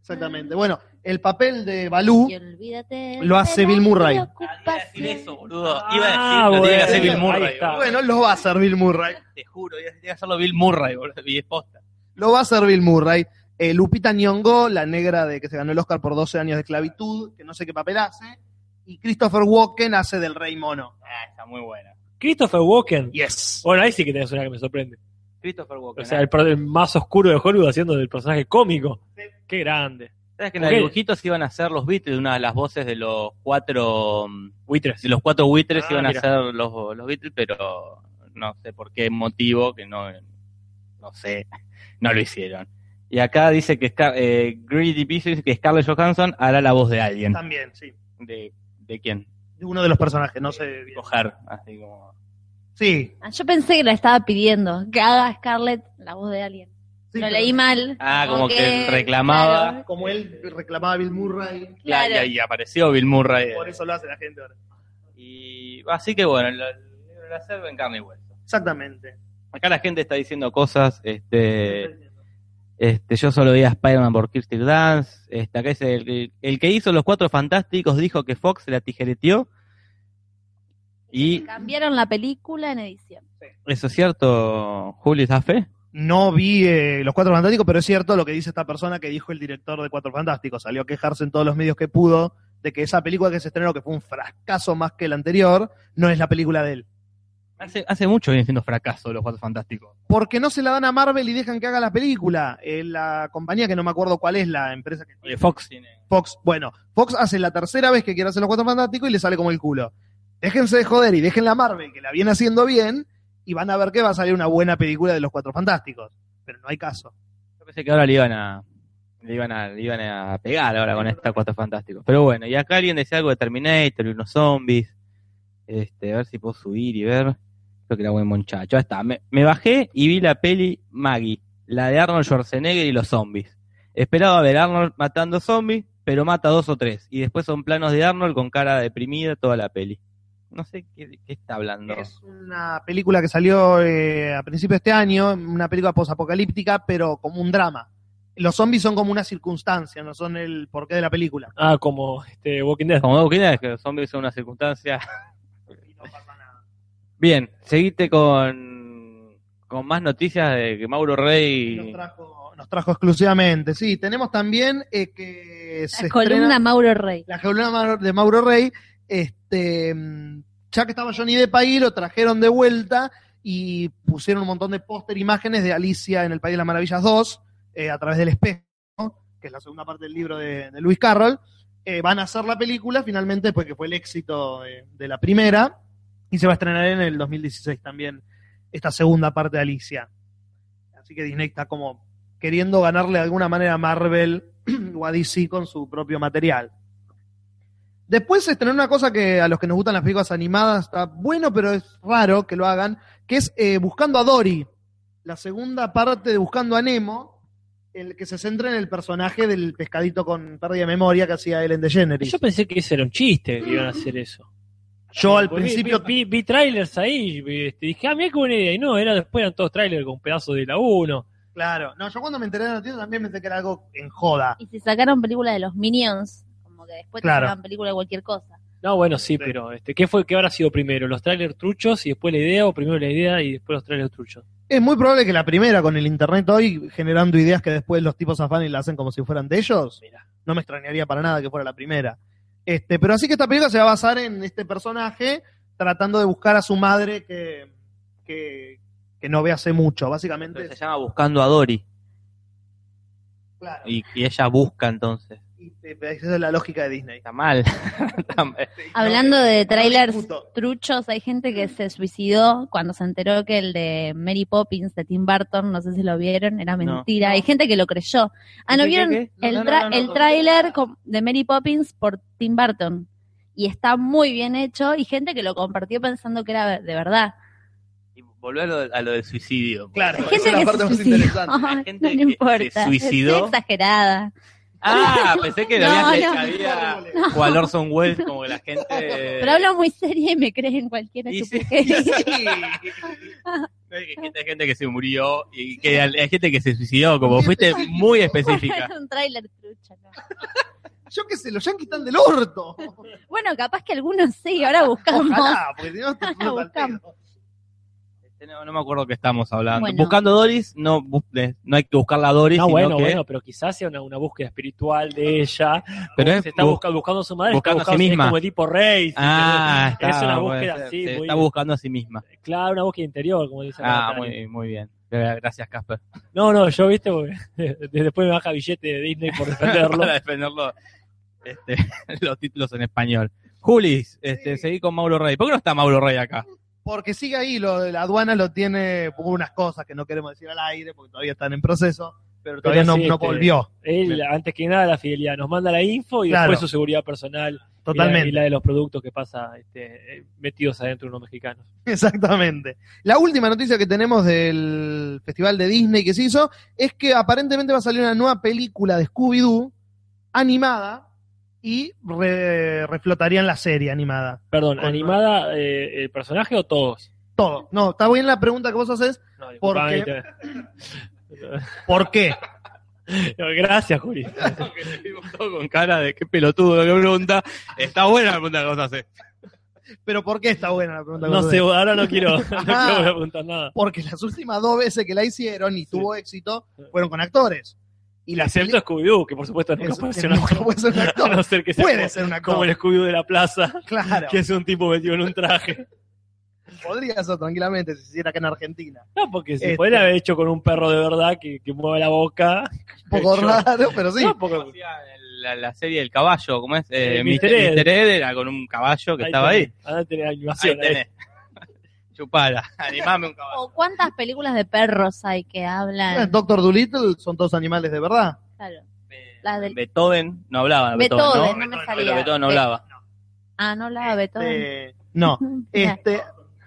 D: exactamente. Bueno, el papel de Balú.
B: Y olvídate.
D: Lo hace
B: de
D: Bill
B: la
D: Murray.
B: preocupación.
E: boludo.
C: Iba a decir, Ah, lo
D: tiene que hacer Bill
C: Murray, ahí está.
D: Bueno, lo va a hacer Bill Murray.
E: Te juro, iba a hacerlo Bill Murray, boludo. Y es posta.
D: Lo va a hacer Bill Murray. Eh, Lupita Nyong'o, la negra de que se ganó el Oscar por 12 años de esclavitud, que no sé qué papel hace. Y Christopher Walken hace del Rey Mono.
E: Ah, está muy buena.
C: Christopher Walken.
D: Yes.
C: Bueno, ahí sí que tenés una que me sorprende.
E: Christopher Walken.
C: O sea, el, per- el más oscuro de Hollywood haciendo del personaje cómico. Qué grande.
E: ¿Sabes que en los
C: Ok.
E: dibujitos iban a ser los Beatles? Una de las voces de los cuatro mm,
C: Buitres.
E: de los cuatro buitres
C: Ah,
E: iban
C: mira.
E: a ser los, los Beatles, pero no sé por qué motivo, que no, no sé, [LAUGHS] no lo hicieron. Y acá dice que Scar- eh, Greedy Beast dice que Scarlett Johansson hará la voz de alguien.
D: También, sí.
E: ¿De, de quién?
D: Uno de los personajes, no sé. bien.
E: Coger, así como...
D: Sí.
B: Ah, Yo pensé que la estaba pidiendo, que haga Scarlett la voz de alguien.
D: sí,
B: Lo
D: pero-
B: leí mal.
E: Ah, como que reclamaba.
B: claro,
D: Como él reclamaba a Bill Murray.
E: Claro.
B: Claro.
E: Y, y apareció Bill Murray. eh.
D: Por eso lo hace la gente ahora.
E: Y, así que bueno, lo- lo- la selva en carne y hueso.
D: Exactamente.
E: Acá la gente está diciendo cosas, este... Este, yo solo vi a Spider-Man por Kirsty Dance. Este, acá dice, el, el- el que hizo Los Cuatro Fantásticos dijo que Fox se la tijereteó. Y
B: Cambiaron la película en edición.
E: eso es cierto, Julio, ¿estás fe?
D: No vi eh, Los Cuatro Fantásticos, pero es cierto lo que dice esta persona que dijo el director de Cuatro Fantásticos. Salió a quejarse en todos los medios que pudo de que esa película que se estrenó, que fue un fracaso más que la anterior, no es la película de él.
E: Hace, hace mucho viene siendo fracaso Los Cuatro Fantásticos.
D: Porque no se la dan a Marvel y dejan que haga la película. Eh, la compañía, que no me acuerdo cuál es la empresa que
E: Eh, Fox tiene...
D: Fox, bueno, Fox hace la tercera vez que quiere hacer los cuatro fantásticos y le sale como el culo. Déjense de joder y dejen la Marvel, que la viene haciendo bien, y van a ver que va a salir una buena película de los cuatro fantásticos. Pero no hay caso.
E: Yo pensé que ahora le iban a... Le iban, a, le iban a pegar ahora con esta Cuatro Fantásticos. Pero bueno, y acá alguien decía algo de Terminator y unos zombies. Este, a ver si puedo subir y ver. Creo que era buen muchacho. Ahí está. Me, me bajé y vi la peli Maggie, la de Arnold Schwarzenegger y los zombies. Esperaba ver a Arnold matando zombies, pero mata dos o tres. Y después son planos de Arnold con cara deprimida toda la peli. No sé qué, qué está hablando.
D: Es una película que salió eh, a principios de este año, una película posapocalíptica, pero como un drama. Los zombies son como una circunstancia, no son el porqué de la película.
C: Ah, como este Walking Dead.
E: Como vos quieras, que los zombies son una circunstancia Bien, seguite con con más noticias de que Mauro Rey.
D: Nos trajo, nos trajo exclusivamente. Sí, tenemos también eh, que se
B: La columna
D: estrena-
B: Mauro Rey.
D: la columna Mau- de Mauro Rey. Este, mm, ya que estaba Johnny de Paí, lo trajeron de vuelta y pusieron un montón de póster imágenes de Alicia en el País de las Maravillas 2 eh, a través del espejo, que es la segunda parte del libro de, de Luis Carroll. Eh, van a hacer la película finalmente, pues que fue el éxito de, de la primera, y se va a estrenar en el 2016 también esta segunda parte de Alicia. Así que Disney está como queriendo ganarle de alguna manera a Marvel [CLEARS THROAT] o a DC con su propio material. Después se estrenó una cosa que a los que nos gustan las películas animadas está bueno, pero es raro que lo hagan, que es eh, Buscando a Dory, la segunda parte de Buscando a Nemo, el que se centra en el personaje del pescadito con pérdida de memoria que hacía Ellen DeGeneres.
C: Yo pensé que ese era un chiste, que iban a hacer eso.
D: Yo al
C: Porque vi-
D: principio
C: vi, vi, trailers ahí, vi, este, dije, ah, mira qué buena idea. Y no, era, después eran todos trailers con pedazos de la 1.
D: Claro, no, yo cuando me enteré de la noticia también pensé que era algo en joda.
B: Y si sacaron película de los Minions, como que después
D: Claro.
B: te sacan película de cualquier cosa.
C: No, bueno, sí, pero este, ¿qué fue que habrá sido primero? ¿Los trailers truchos y después la idea? ¿O primero la idea y después los trailers truchos?
D: Es muy probable que la primera con el internet hoy generando ideas que después los tipos afán y la hacen como si fueran de ellos.
C: Mira.
D: No me extrañaría para nada que fuera la primera. Este, pero así que esta película se va a basar en este personaje tratando de buscar a su madre que, que, que no ve hace mucho, básicamente.
E: Se llama Buscando a Dory.
D: Claro,
E: Y, y ella busca entonces.
D: y, eh, esa es la lógica de Disney. Este,
E: Está mal. [LAUGHS] Está mal.
B: Hablando
D: eh,
B: de trailers
D: discuto.
B: truchos, hay gente que se suicidó cuando se enteró que el de Mary Poppins de Tim Burton, no sé si lo vieron, era mentira. Hay gente que lo creyó. Ah, ¿no
E: ¿Qué, qué,
B: vieron
E: qué?
D: No,
B: el,
D: no, no,
B: tra-
D: no, no,
B: el
D: no.
B: trailer de Mary Poppins por Tim Burton? Y está muy bien hecho y gente que lo compartió pensando que era de verdad.
E: Y volver a lo, del- a lo del suicidio.
D: Claro,
B: Hay gente
D: esa es la
B: que
D: parte
B: se
D: más
B: suicidó.
D: interesante.
B: [LAUGHS]
E: Hay
B: Ay,
E: gente
B: No le
E: que se
B: importa.
E: suicidó.
B: Estoy exagerada.
E: Ah, pensé que
B: No,
E: había,
B: no.
E: había o al Orson Welles como que la gente.
B: Pero hablo muy seria y me creen cualquiera.
E: Y sí.
B: [LAUGHS]
E: [LAUGHS]
B: estupidez.
E: No, hay gente, hay gente que se murió y que al- hay gente que se suicidó, como fuiste
B: [LAUGHS]
E: muy específica.
B: Es un tráiler trucho. ¿no?
D: Yo qué sé, los yankees están del orto.
B: Bueno, capaz que algunos sí, ahora buscamos.
D: Ojalá, porque si
B: [LAUGHS]
D: no, esto es un
B: Buscamos.
D: salteo.
E: No, no me acuerdo qué estamos hablando.
B: Bueno.
E: Buscando Doris, no, bu- eh, no hay que buscar la Doris,
C: No,
E: sino
C: bueno,
E: que-
C: bueno, pero quizás sea una, una búsqueda espiritual de ella.
E: Pero
C: Como
E: es
C: se está
E: bu-
C: busca- buscando a su madre,
E: ¿Eh? buscando a
C: está
E: sí
C: buscando-
E: misma.
C: Es como tipo rey. ¿sí?
E: Ah,
C: [LAUGHS]
E: está,
C: es una
E: puede
C: búsqueda
E: ser,
C: así,
E: se
C: muy,
E: está buscando a sí misma.
C: claro, una búsqueda interior, como dicen.
E: Ah,
C: acá.
E: muy, muy bien. Gracias, Casper. [LAUGHS]
C: No, no, yo, viste, porque [LAUGHS] después me baja billete de Disney por defenderlo.
E: [LAUGHS] Para defenderlo este, [LAUGHS] los títulos en español. Julis, este,
D: Sí.
E: seguí con Mauro Rey. ¿Por qué no está Mauro Rey acá? [LAUGHS]
D: Porque sigue ahí, lo de la aduana lo tiene por unas cosas que no queremos decir al aire, porque todavía están en proceso, pero todavía
C: Pero
D: no,
C: sí,
D: no
C: este,
D: volvió.
C: Él, antes que nada, la fidelidad. Nos manda la info y
D: Claro.
C: después su seguridad personal. y la-
D: Totalmente.
C: Y la, de los productos que pasa este, eh, metidos adentro de unos mexicanos.
D: [LAUGHS] Exactamente. La última noticia que tenemos del festival de Disney que se hizo es que aparentemente va a salir una nueva película de Scooby-Doo animada y re- reflotarían la serie animada.
C: Perdón,
D: Con-
C: ¿animada eh, el personaje o todos?
D: Todo. No, está bien la pregunta que vos haces.
C: No,
D: ¿Por
C: disculpame,
D: qué?
C: te-
D: ¿Por qué?
C: [LAUGHS]
D: [LAUGHS]
C: No, Gracias, Juli.
E: que le vimos todo con cara de qué pelotudo lo que pregunta. Está buena la pregunta que vos haces.
D: Pero ¿por qué está buena la pregunta que
C: No
D: vos
C: sé,
D: haces?
C: ahora no quiero, [LAUGHS] no
D: Ah.
C: quiero preguntar nada.
D: Porque las últimas dos veces que la hicieron y tuvo éxito fueron con actores. Y la
C: Excepto Scooby-Doo, que por supuesto nunca
D: Eso,
C: puede
D: que
C: ser un [LAUGHS]
D: nunca
C: actor.
D: puede ser un
E: [LAUGHS]
D: actor.
C: A no ser que sea
D: [LAUGHS] Puede
C: como-
D: ser un actor.
C: como el Scooby-Doo de la plaza,
D: Claro,
C: que es un tipo metido en un traje.
D: podría ser tranquilamente si se hiciera acá en
C: [LAUGHS]
D: Argentina.
C: No, porque se
D: Este.
C: podría haber hecho con un perro de verdad que, que mueve la boca.
D: Un poco
C: Yo-
D: raro, pero
C: [LAUGHS]
D: sí.
C: No,
E: Como
C: porque...
E: hacía la, la serie del caballo, ¿cómo es? Eh,
C: Eh,
E: Mister,
C: Mr. Ed.
E: Mister Ed era con un caballo que estaba ahí.
C: tenés, Ahora tenés
E: Ahí
C: animación. ahí.
E: tenés. [LAUGHS] Chupala, [LAUGHS] animame un caballo.
B: ¿O cuántas películas de perros hay que hablan?
D: Eh, Doctor Dolittle son todos animales de verdad.
B: Claro. La del-
E: Ah, Beethoven no hablaba.
B: Beethoven, Eh,
E: Beethoven,
B: no, me
E: ¿no?
B: salía.
E: Pero Beethoven no hablaba.
B: Ah, no la Beethoven.
D: Eh,
B: [LAUGHS]
D: no, este,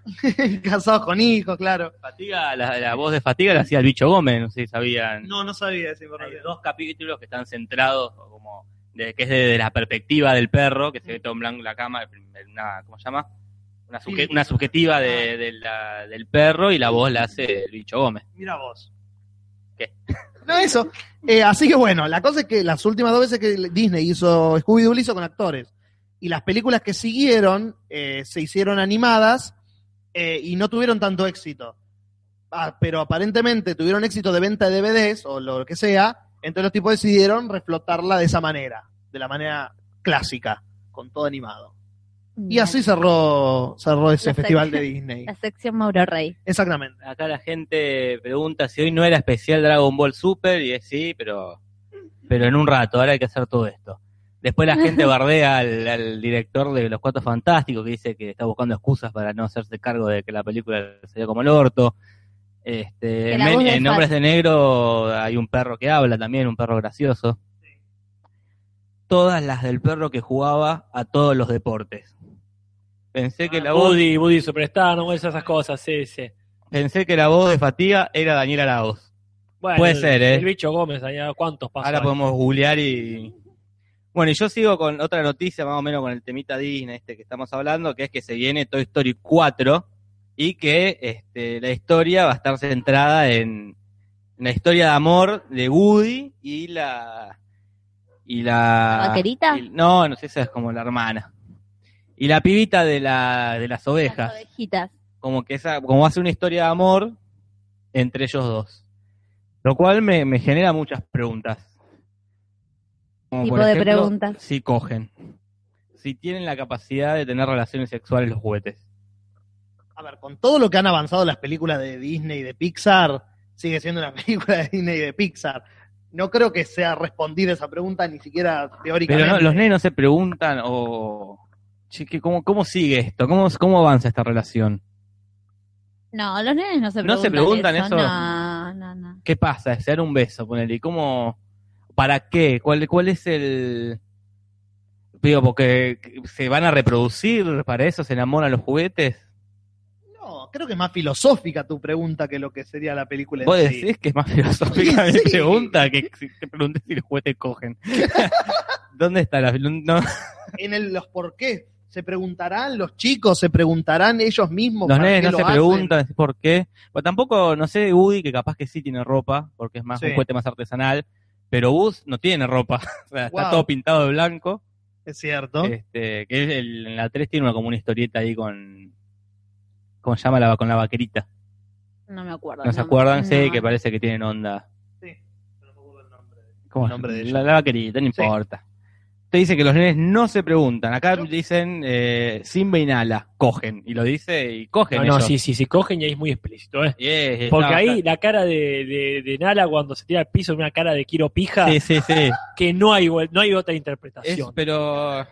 D: [LAUGHS] casados con hijos, claro.
E: Fatiga, la, la voz de Fatiga la hacía el bicho Gómez, no sé si sabían.
D: No, no sabía esa
E: Hay
D: información.
E: dos capítulos que están centrados o como de, que es desde la perspectiva del perro, que se ve todo en blanco la cama, una, ¿cómo se llama? Una, subje-
D: Mm. Sí. Ah.
E: una subjetiva de, de la- del perro y la voz la hace el bicho Gómez.
D: Mira vos.
E: ¿Qué?
D: [LAUGHS] No, eso. Eh, así que bueno, la cosa es que las últimas dos veces que Disney hizo Scooby-Doo lo hizo con actores. Y las películas que siguieron eh, se hicieron animadas eh, y no tuvieron tanto éxito. ah, pero aparentemente tuvieron éxito de venta de DVDs o lo que sea, entonces los tipos decidieron reflotarla de esa manera, de la manera clásica, con todo animado. Y
B: Bien.
D: así cerró, cerró ese
B: La
D: festival de
B: serie. [LAUGHS]
D: Disney.
B: La sección Mauro Rey.
D: Exactamente.
E: Acá la gente pregunta si hoy no era especial Dragon Ball Super y es sí, pero, pero en un rato, ahora hay que hacer todo esto. Después la gente bardea al, al director de Los Cuatro Fantásticos que dice que está buscando excusas para no hacerse cargo de que la película salió como el orto. Este,
B: Que la
E: en-
B: voz de
E: en
B: Fal-
E: Hombres de Negro hay un perro que habla también, un perro gracioso. Todas las del perro que jugaba a todos los deportes. Pensé
C: Ah,
E: que la voz
C: Woody, Woody Superstar, no esas esas cosas, sí, sí.
E: Pensé que la voz de Fatiga era Daniel Araoz.
C: Bueno,
E: Puede
C: el-
E: ser, ¿eh?
C: El bicho Gómez, allá, ¿cuántos pasos?
E: Ahora
C: hay?
E: podemos googlear y... Bueno, y yo sigo con otra noticia, más o menos con el temita Disney este que estamos hablando, que es que se viene Toy Story 4 y que este, la historia va a estar centrada en la historia de amor de Woody y la... Y la...
B: ¿La vaquerita?
E: y- no, no sé, esa es como la hermana. Y la pibita de, la, de las
B: Las
E: ovejas.
B: ovejitas.
E: como que esa, como hace una historia de amor entre ellos dos. Lo cual me, me genera muchas preguntas. Como
B: Tipo
E: por
B: de
E: ejemplo,
B: preguntas.
E: Si cogen. Si tienen la capacidad de tener relaciones sexuales los juguetes.
D: A ver, con todo lo que han avanzado las películas de Disney y de Pixar, sigue siendo una [LAUGHS] película de Disney y de Pixar. No creo que sea respondida esa pregunta ni siquiera teóricamente.
E: Pero no, los nenes no se preguntan o... Che, que ¿cómo, ¿Cómo sigue esto? ¿Cómo, ¿Cómo avanza esta relación?
B: No, los nenes no se preguntan.
E: No se preguntan eso.
B: No, no, no.
E: ¿Qué pasa? ¿Se dan un beso? Ponele. ¿Y cómo? ¿Para qué? ¿Cuál, ¿Cuál es el...? Digo, porque se van a reproducir, para eso se enamoran los juguetes.
D: No, creo que es más filosófica tu pregunta que lo que sería la película
E: Vos
D: en [LAUGHS] sí.
E: decís que es más filosófica
D: Sí,
E: mi
D: sí.
E: pregunta que si te pregunté si los juguetes
D: [LAUGHS]
E: cogen. ¿Dónde está la fil- no,
D: En el, los por qué. Se preguntarán los chicos, se preguntarán ellos mismos.
E: Los
D: para
E: nenes
D: qué
E: no
D: lo
E: se
D: hacen.
E: preguntan por qué. Pero tampoco, no sé, Woody, que capaz que sí tiene ropa, porque es más
D: Sí.
E: un juguete más artesanal. Pero Buzz no tiene ropa. [LAUGHS] O sea, está
D: Wow.
E: todo pintado de blanco.
D: Es cierto.
E: Este, que es el- en la 3 tiene una, como una historieta ahí con. ¿Cómo se llama? La, con la vaquerita.
B: No me acuerdo.
D: Ah,
E: ¿No, se acuerdan?
B: sé
E: Sí, que parece que tienen onda. ¿Cómo
D: El
E: es?
D: nombre de
E: la, la vaquerita, no
D: Sí.
E: importa. Te dice que los nenes no se preguntan. Acá
D: No.
E: dicen eh, Simba inhala, cogen. Y lo dice y cogen.
C: No, no,
E: ellos.
C: sí, sí, sí, cogen y ahí es muy explícito, ¿eh?
E: Y es- es-
C: Porque
E: no,
C: ahí la cara de, de, de Nala cuando se tira al piso es una cara de Kiro Pija,
E: está- Sí, sí, sí.
C: que no hay, vuel- no hay otra
E: Es-
C: interpretación.
E: pero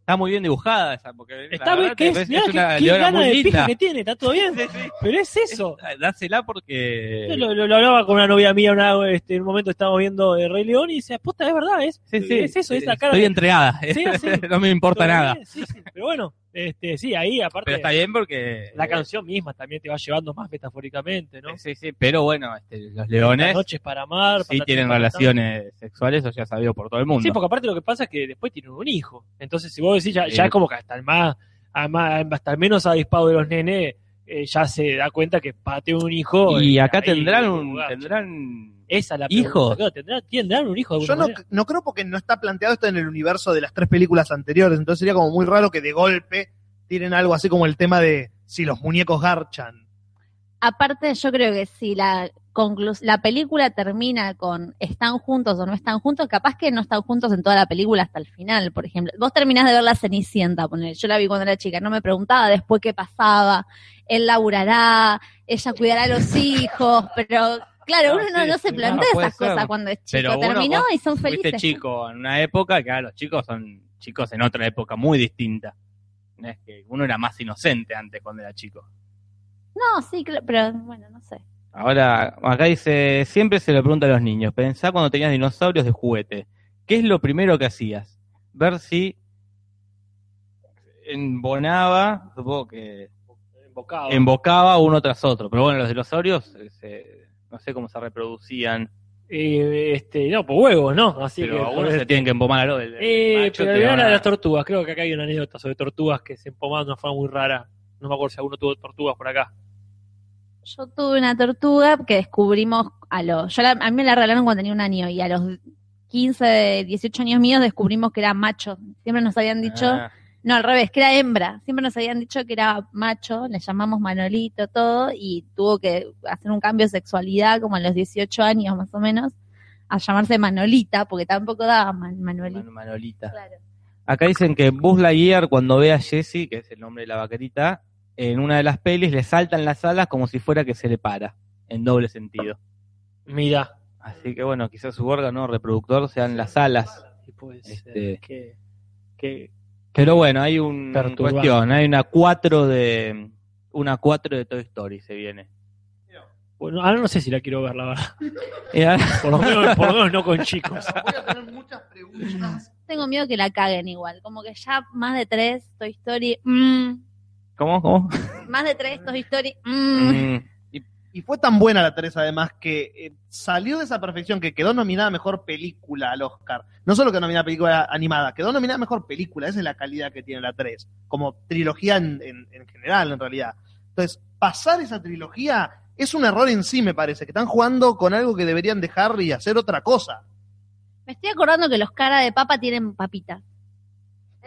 E: está muy bien dibujada esa. Porque la
C: Está bien,
E: verdad
C: que
E: te
C: es,
E: ves-
C: mirá,
E: es
C: que-
E: una
C: qué
E: leona
C: gana
E: muy
C: de pija
E: linda.
C: que tiene, está todo bien.
E: [LAUGHS] Sí, sí, sí.
C: Pero es eso.
E: Dásela porque.
C: Yo lo, lo- lo hablaba con una novia mía una, este, en un momento estábamos viendo eh, Rey León y decía, puta, es verdad, es,
E: Sí, sí.
C: es eso, es la cara
E: Estoy
C: de-
E: entregada.
C: Sí, sí.
E: [LAUGHS] no me importa nada.
C: Sí, sí, pero bueno, este, sí, ahí aparte
E: Pero está bien porque.
C: la canción misma también te va llevando más metafóricamente, ¿no?
E: Sí, sí. Pero bueno, este, los
C: Las
E: leones.
C: noches para amar.
E: Sí,
C: patatín,
E: tienen
C: patatán.
E: relaciones sexuales, eso ya sabido por todo el mundo.
C: Sí, porque aparte lo que pasa es que después tienen un hijo. Entonces, si vos decís, ya,
E: Sí.
C: ya es como que hasta el más, a más- hasta el menos avispado de los nenes, eh, ya se da cuenta que pateó un hijo.
E: Y
C: eh,
E: acá
C: ahí,
E: tendrán
C: en
E: un,
C: lugar. Eh,
E: tendrán
C: Esa es la
E: hijos.
C: pregunta, claro, ¿Tendrán, tendrán un hijo de
D: Yo
C: alguna
D: no,
C: manera.
D: no creo porque no está planteado esto en el universo de las tres películas anteriores, entonces sería como muy raro que de golpe tienen algo así como el tema de si los muñecos garchan.
B: Aparte, yo creo que si la conclu- la película termina con están juntos o no están juntos, capaz que no están juntos en toda la película hasta el final, por ejemplo. Vos terminás de ver La Cenicienta, ponele. yo la vi cuando era chica, no me preguntaba después qué pasaba, él laburará, ella cuidará a los hijos, pero claro,
E: Ah,
B: uno no,
E: sí,
B: no se
E: sí,
B: plantea
E: claro, puede
B: esas cosas
E: ser.
B: cuando es
E: Pero
B: chico,
E: uno,
B: terminó
E: vos
B: y son
E: fuiste
B: felices.
E: este chico en una época que ahora los chicos son chicos en otra época muy distinta. No Es que uno era más inocente antes cuando era chico.
B: No, sí, claro, pero bueno, no sé.
E: Ahora, acá dice, siempre se lo pregunta a los niños, pensá cuando tenías dinosaurios de juguete, ¿qué es lo primero que hacías? Ver si embonaba, supongo que
C: Embocado.
E: embocaba uno tras otro, pero bueno, los dinosaurios, eh, se- no sé cómo se reproducían.
C: Eh, este, no, por huevos, ¿no? Así
E: pero
C: que.
E: a uno se tienen que empomar a lo del, del
C: Eh,
E: macho,
C: pero
E: te
C: le dan
E: van
C: a
E: a-
C: las tortugas. Creo que acá hay una anécdota sobre tortugas que se empomaban de una forma muy rara. No me acuerdo si alguno tuvo tortugas por acá.
B: Yo tuve una tortuga que descubrimos a los. Yo la- a mí me la regalaron cuando tenía un año y a los 15, 18 años míos descubrimos que era macho. Siempre nos habían dicho
E: Ah,
B: No, al revés, que era hembra. Siempre nos habían dicho que era macho, le llamamos Manolito, todo, y tuvo que hacer un cambio de sexualidad como a los 18 años más o menos, a llamarse Manolita, porque tampoco daba Man- Manolita.
E: Man- Manolita.
B: Claro.
E: Acá dicen que Buzz Lightyear cuando ve a Jessie, que es el nombre de la vaquerita, en una de las pelis le saltan las alas como si fuera que se le para, en doble sentido.
C: Mira.
E: Así que bueno, quizás su órgano reproductor sean las alas.
C: Y puede ser
E: Este.
C: que- que-
E: Pero bueno, hay una
C: Perturbado.
E: cuestión, hay una 4 de una 4 de Toy Story se viene.
C: bueno, ahora no sé si la quiero ver, la verdad. [LAUGHS]
E: Y ahora-
C: Por lo menos, por lo menos no con chicos.
D: Voy a tener muchas preguntas.
B: Tengo miedo que la caguen igual, como que ya más de tres Toy Story, mm,
E: ¿Cómo? ¿Cómo?
B: más de tres Toy Story, mm.
E: Mm.
D: Y fue tan buena la 3 además que eh, salió de esa perfección que quedó nominada a mejor película al Oscar. No solo quedó nominada a película animada, quedó nominada a mejor película. Esa es la calidad que tiene la 3, como trilogía en, en- en general, en realidad. Entonces, pasar esa trilogía es un error en sí, me parece, que están jugando con algo que deberían dejar y hacer otra cosa.
B: Me estoy acordando que los cara de papa tienen papitas.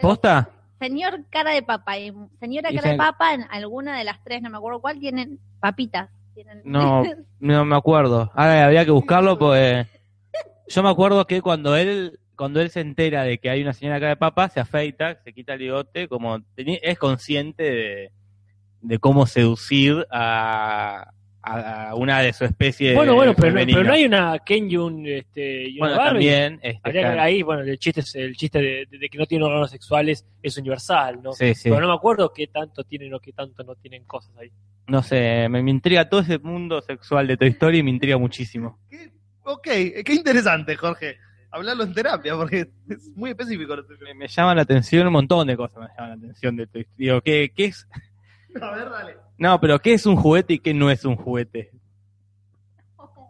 E: ¿Posta?
B: Señor cara de papa y señora
E: Y
B: cara de
E: señor-
B: papa en alguna de las tres, no me acuerdo cuál, tienen papitas. Tienen- [LAUGHS]
E: No, no me acuerdo. Ahora había que buscarlo pues yo me acuerdo que cuando él cuando él se entera de que hay una señora acá de papa, se afeita, se quita el bigote, como teni- es consciente de, de cómo seducir a, a- a una de su especie
C: Bueno, bueno, pero, no-
E: Eh, femenina.
C: pero no hay una Ken y un, este, y una
E: bueno,
C: Barbie.
E: también este,
C: Habría que ver
E: claro.
C: ahí, bueno, el chiste, es- el chiste de, de que no tienen órganos sexuales es universal, ¿no?
E: Sí, sí.
C: Pero no me acuerdo qué tanto tienen o qué tanto no tienen cosas ahí.
E: No sé, me, me intriga todo ese mundo sexual de Toy Story, me intriga muchísimo.
D: ¿Qué? Ok, qué interesante, Jorge. Hablarlo en terapia, porque es muy específico lo tuyo.
E: Me, me llama la atención un montón de cosas, me llaman la atención de Toy Story. Digo, ¿qué, qué es?
D: A ver, dale.
E: No, pero ¿qué es un juguete y qué no es un juguete?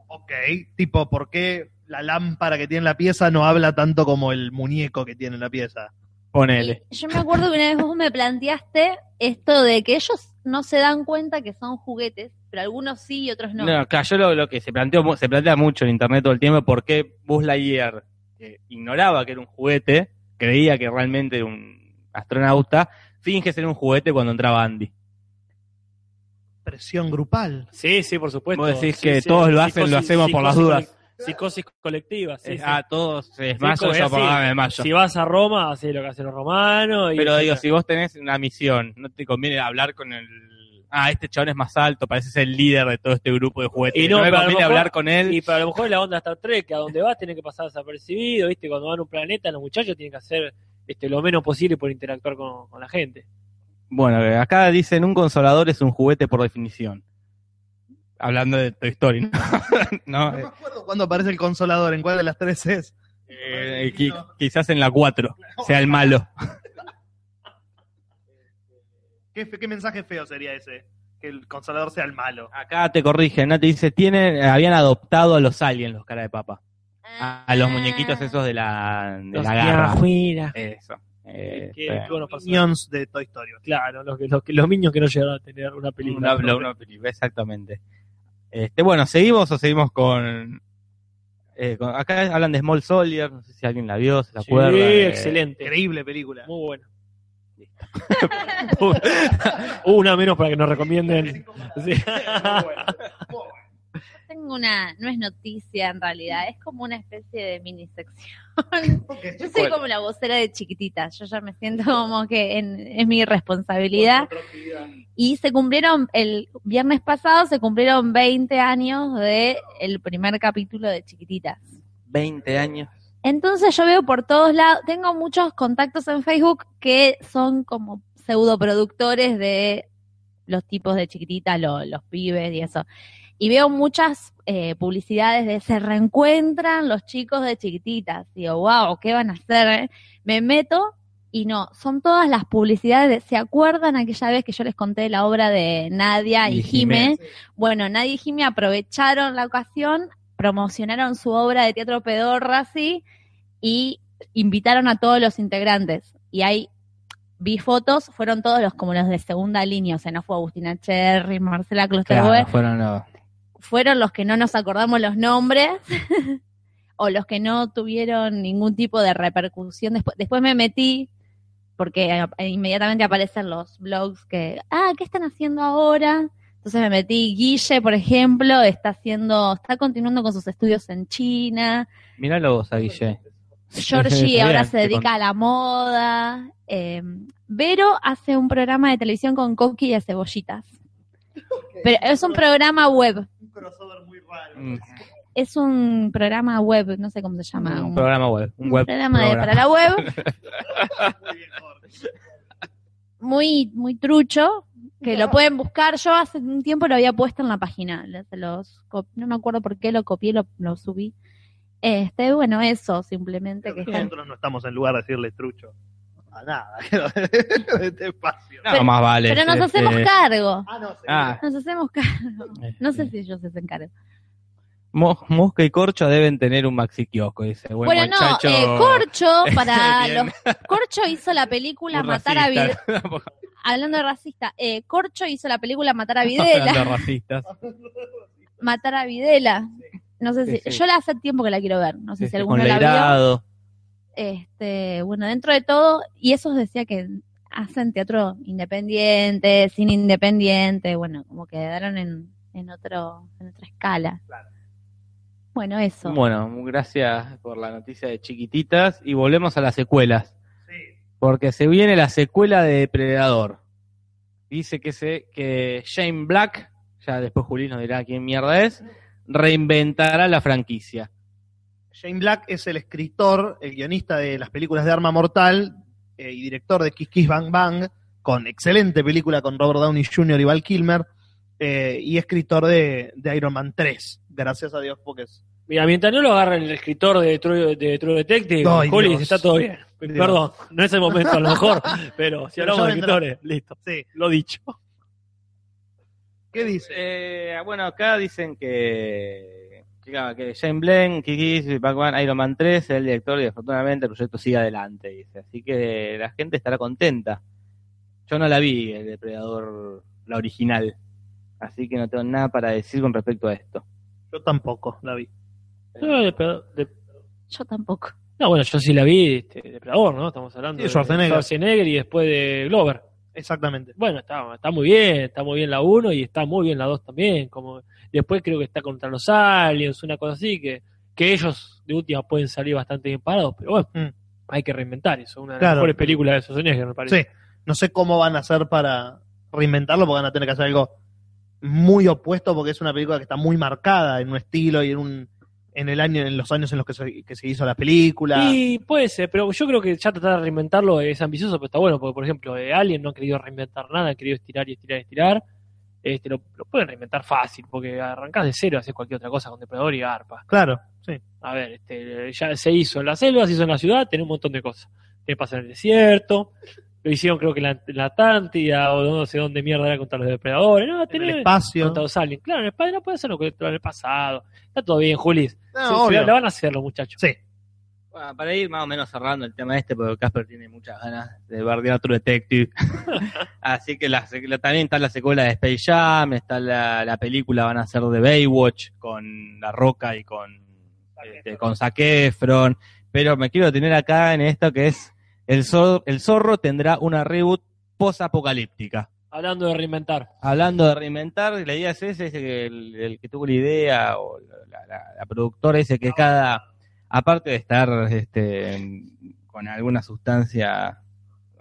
D: Ok, tipo, ¿por qué la lámpara que tiene en la pieza no habla tanto como el muñeco que tiene en la pieza?
C: Eh,
E: Ponele.
B: Y Yo me acuerdo que una vez vos me planteaste esto de que ellos no se dan cuenta que son juguetes, pero algunos sí y otros no.
E: No, claro, yo lo, lo que se planteó, mu- se plantea mucho en internet todo el tiempo por qué Buzz Lightyear que ignoraba que era un juguete, creía que realmente era un astronauta, finge ser un juguete cuando entraba Andy.
D: Presión grupal.
C: Sí, sí, por supuesto.
E: Vos decís
C: Sí,
E: que
C: sí,
E: todos lo hacen, lo
C: psicosis-
E: hacemos por las
C: psicosis
E: dudas.
C: cole- Psicosis colectiva, sí,
E: Eh,
C: sí.
E: Ah, todos se
C: Sí,
E: desmayan,
C: como
E: yo
C: es
E: por-
C: así.
E: ah, me desmayo.
C: Si vas a Roma, haces lo que hacen los romanos. y-
E: Pero digo, si vos tenés una misión, no te conviene hablar con el... Ah, este chabón es más alto, parece ser el líder de todo este grupo de juguetes.
C: Y
E: no,
C: no,
E: me
C: pero a lo
E: conviene
C: mejor-
E: hablar con él.
C: Y para lo mejor la onda Star Trek, que a donde vas tienen que pasar desapercibido, ¿viste? Cuando van a un planeta, los muchachos tienen que hacer este, lo menos posible por interactuar con, con la gente.
E: Bueno, eh, acá dicen un consolador es un juguete por definición. Hablando de Toy Story, [LAUGHS] ¿no?
D: No
E: No,
D: me
E: eh,
D: acuerdo cuándo aparece el consolador, en cuál de las tres es.
E: eh, qui- quizás en la 4 sea el malo.
D: ¿Qué, fe- qué mensaje feo sería ese? Que el consolador sea el malo.
E: Acá te corrigen, ¿no? Te dice, tienen, habían adoptado a los aliens, los cara de papa. A,
B: Ah,
E: a los muñequitos esos de la, Ah. de la garra. Eso. Eh,
C: Qué-
E: está
C: qué buenos personajes.
D: Minions de Toy Story.
C: Claro, los, que- los, que- los niños que no llegaron a tener una
E: bien.
C: película.
E: Una- la- una película, exactamente. Este, bueno, ¿seguimos o seguimos con, eh, con- Acá hablan de Small Soldier, no sé si alguien la vio, se la
C: Sí,
E: acuerda. eh,
C: excelente.
D: Increíble película.
C: Muy buena. una menos para que nos recomienden. Sí.
B: Tengo una, no es noticia en realidad, es como una especie de mini sección. Yo soy
E: ¿Cuál?
B: como la vocera de chiquitita, yo ya me siento como que en- es mi responsabilidad. Y se cumplieron, el viernes pasado se cumplieron 20 años de el primer capítulo de Chiquititas.
E: 20 años.
B: Entonces yo veo por todos lados, tengo muchos contactos en Facebook que son como pseudoproductores de los tipos de chiquititas, lo- los pibes y eso. Y veo muchas eh, publicidades de se reencuentran los chicos de chiquititas. Digo, wow, ¿qué van a hacer? eh?". Me meto y no, son todas las publicidades de, ¿se acuerdan aquella vez que yo les conté la obra de Nadia y,
E: Y
B: Jime?
E: Jimé.
B: Bueno, Nadia y Jimé aprovecharon la ocasión, promocionaron su obra de teatro pedorra así y invitaron a todos los integrantes. Y ahí vi fotos, fueron todos los como los de segunda línea, o sea, no fue Agustina Cherry, Marcela Klosterboer,
E: Claro, fueron los-
B: fueron los que no nos acordamos los nombres [LAUGHS] o los que no tuvieron ningún tipo de repercusión. Después, después me metí porque eh, inmediatamente aparecen los blogs que, ah, ¿qué están haciendo ahora? Entonces me metí, Guille, por ejemplo, está haciendo, está continuando con sus estudios en China,
E: Míralo vos a Guille. [LAUGHS]
B: Georgie
E: Bien,
B: ahora se
E: te
B: dedica a la moda, eh, Vero hace un programa de televisión con Coqui y a cebollitas. Pero es un programa web,
D: Un crossover muy raro.
E: Mm,
B: es un programa web, no sé cómo se llama.
E: Un
B: un-
E: programa web. Un web.
B: programa de-
E: programa.
B: para la web.
D: Muy bien, Jorge.
B: muy, muy trucho, que lo pueden buscar. Yo hace un tiempo lo había puesto en la página, le- se los co- no me acuerdo por qué lo copié, lo, lo subí. Este, bueno, eso simplemente
D: Creo
B: que
D: que
B: están-
D: Nosotros no estamos en lugar de decirle trucho a nada [LAUGHS] de este espacio.
E: No, más vale.
B: Pero nos
E: este,
B: hacemos cargo.
D: Ah, no,
E: Ah.
B: Nos hacemos cargo. No sé si ellos se encargan.
E: Mo- Mosca y Corcho deben tener un maxi kiosco, dice. Buen
B: Bueno, no,
E: muchacho.
B: eh, Corcho,
E: [LAUGHS]
B: para
E: Bien.
B: los, Corcho hizo la película
E: Un
B: Matar a Videla.
E: racista.
B: Hablando de racista, eh, Corcho hizo la película
E: [LAUGHS]
B: Matar a
E: Hablando
B: Videla.
E: de racistas.
B: Matar a Videla. No sé
E: Sí,
B: si,
E: sí.
B: yo la hace tiempo que la quiero ver. No sé si
E: Este,
B: alguno
E: con
B: la vio.
E: Leirado.
B: este, bueno, dentro de todo, y eso os decía que hacen teatro independiente, cine independiente, bueno, como que quedaron en, en otro, en otra escala.
D: Claro.
B: Bueno, eso.
E: Bueno, gracias por la noticia de chiquititas y volvemos a las secuelas,
D: Sí.
E: porque se viene la secuela de Depredador. Dice que se que Shane Black, ya después Juli nos dirá quién mierda es, reinventará la franquicia.
D: Shane Black es el escritor, el guionista de las películas de Arma Mortal eh, y director de Kiss Kiss Bang Bang, con excelente película con Robert Downey Jr. y Val Kilmer, eh, y escritor de, de Iron Man 3. Gracias a Dios, porque es-
C: Mira, mientras no lo agarren el escritor de True, de True Detective,
D: Ay,
C: Collins,
D: Dios.
C: está todo bien.
D: Dios.
C: Perdón, no es el momento a lo mejor, pero si
D: Pero
C: hablamos de
D: ya vendrá.
C: escritores, listo,
D: Sí.
C: lo dicho.
D: ¿Qué dice?
E: Eh, bueno, acá dicen que, que, que Shane Blaine, Kiki, Pac-Man, Iron Man 3, el director y afortunadamente el proyecto sigue adelante, dice. Así que la gente estará contenta. Yo no la vi, el Depredador, la original. Así que no tengo nada para decir con respecto a esto.
D: Yo tampoco la vi.
C: No, de- de-
B: Yo tampoco.
C: no, bueno, yo sí la vi, este, Depredador, ¿no? Estamos hablando
D: Sí, Schwarzenegger.
C: de Schwarzenegger y después de Glover.
D: Exactamente.
C: Bueno, está, está muy bien, está muy bien la 1 y está muy bien la 2 también. Como, después creo que está contra los aliens, una cosa así, que, que ellos de última pueden salir bastante bien parados, pero bueno,
D: Mm.
C: hay que reinventar eso. Una de
D: Claro.
C: las mejores películas de Schwarzenegger, me parece.
D: Sí. No sé cómo van a hacer para reinventarlo, porque van a tener que hacer algo muy opuesto, porque es una película que está muy marcada en un estilo y en un en el año, en los años en los que se, que se hizo la película.
C: Y puede ser, pero yo creo que ya tratar de reinventarlo es ambicioso, pero está bueno, porque por ejemplo, eh, Alien no han querido reinventar nada, han querido estirar y estirar y estirar. Este, lo, lo pueden reinventar fácil, porque arrancás de cero, haces cualquier otra cosa con depredador y garpa.
D: Claro, sí.
C: A ver, este, ya se hizo en la selva, se hizo en la ciudad, tenés un montón de cosas. Te pasa en el desierto, lo hicieron creo que en la, en la Atlántida, o no sé dónde mierda era contra los depredadores. No,
D: En el
C: tenés
D: espacio.
C: contra los aliens. Claro, en el espacio no puede hacer lo que en el pasado. Está todo bien, Julis.
D: No,
C: Se- se
D: obvio.
C: la van a hacer los muchachos.
D: Sí.
E: Bueno, para ir más o menos cerrando el tema este, porque Casper tiene muchas ganas de bardear a True Detective. Así que la, sec- la- también está la secuela de Space Jam, está la, la película van a ser de Baywatch con La Roca y con, este, con Zac Efron. Pero me quiero detener acá en esto que es El Zorro, el zorro tendrá una reboot posapocalíptica.
C: Hablando de reinventar.
E: Hablando de reinventar, la idea es ese, ese que el, el que tuvo la idea o la, la- la productora ese que cada, aparte de estar este, con alguna sustancia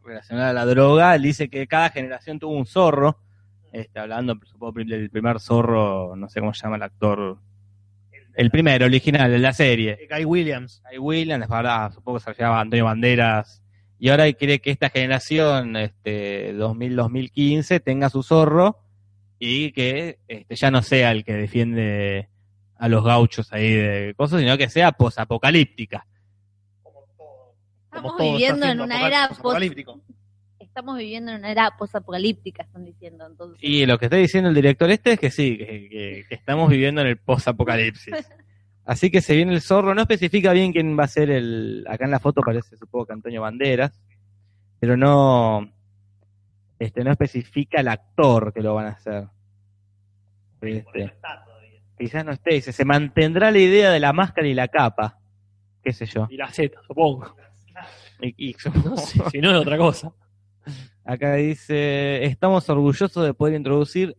E: relacionada a la droga, él dice que cada generación tuvo un zorro, este, hablando supongo, prim- del primer zorro, no sé cómo se llama el actor, el primero, original, de la serie.
D: Eh, Guy Williams.
E: Hay William, les hablaba, supongo que se llamaba Antonio Banderas. Y ahora quiere que esta generación, este, 2000-2015, tenga su zorro y que este, ya no sea el que defiende a los gauchos ahí de cosas, sino que sea posapocalíptica.
D: como
B: Estamos
D: todo está
B: viviendo en
D: siendo
B: una era
D: apocal-
B: post,
D: apocalíptico.
B: estamos viviendo en una era posapocalíptica, están diciendo entonces.
E: Y lo que está diciendo el director este es que sí, que, que- que estamos viviendo en
C: [LAUGHS]
E: el posapocalipsis. Así que se viene el zorro, no especifica bien quién va a ser el... Acá en la foto parece, supongo que Antonio Banderas, pero no... Este, no especifica el actor que lo van a hacer. Este, quizás no esté, dice, se mantendrá la idea de la máscara y la capa, qué sé yo.
C: Y la Z, supongo.
E: Y- y-
C: [LAUGHS] No sé, si no es otra cosa.
E: acá dice, estamos orgullosos de poder introducir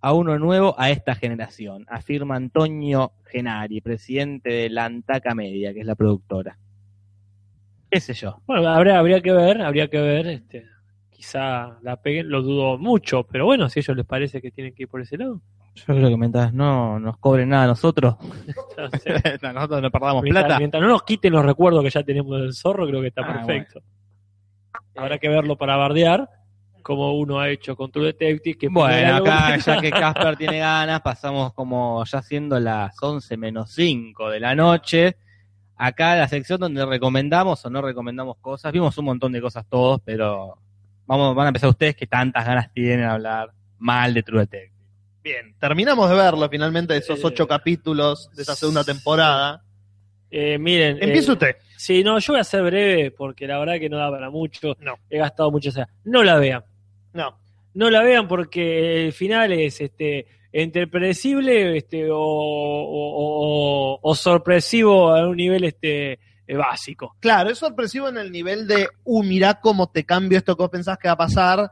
E: a uno nuevo a esta generación, afirma Antonio Genari, presidente de la Antaca Media, que es la productora. ¿Qué sé yo?
C: Bueno, habría, habría que ver, habría que ver, este, quizá la peguen, lo dudo mucho, pero bueno, si a ellos les parece que tienen que ir por ese lado.
E: Yo creo que mientras no nos cobren nada a nosotros,
C: No sé.
E: nosotros [LAUGHS] no perdamos
C: Mientras,
E: plata.
C: mientras no nos quiten los recuerdos que ya tenemos del zorro, creo que está
E: Ah,
C: perfecto. Habrá que verlo para bardear, como uno ha hecho con True Detective. Que
E: Bueno,
C: primero-
E: acá [LAUGHS] ya que Casper tiene ganas, pasamos como ya siendo las 11 menos 5 de la noche. Acá la sección donde recomendamos o no recomendamos cosas. Vimos un montón de cosas todos, pero vamos, van a empezar ustedes que tantas ganas tienen a hablar mal de True Detective.
D: Bien, terminamos de verlo finalmente, esos
C: Eh,
D: ocho capítulos de esa segunda temporada.
C: [LAUGHS] Eh, miren, eh,
D: Empieza usted.
C: Sí, no, yo voy a ser breve porque la verdad que no da para mucho.
D: No.
C: He gastado mucho. O sea, no la vean.
D: No.
C: No la vean porque el final es este entre predecible este, o, o- o- o sorpresivo a un nivel este eh, básico.
D: Claro, es sorpresivo en el nivel de, uh, mirá cómo te cambio esto que vos pensás que va a pasar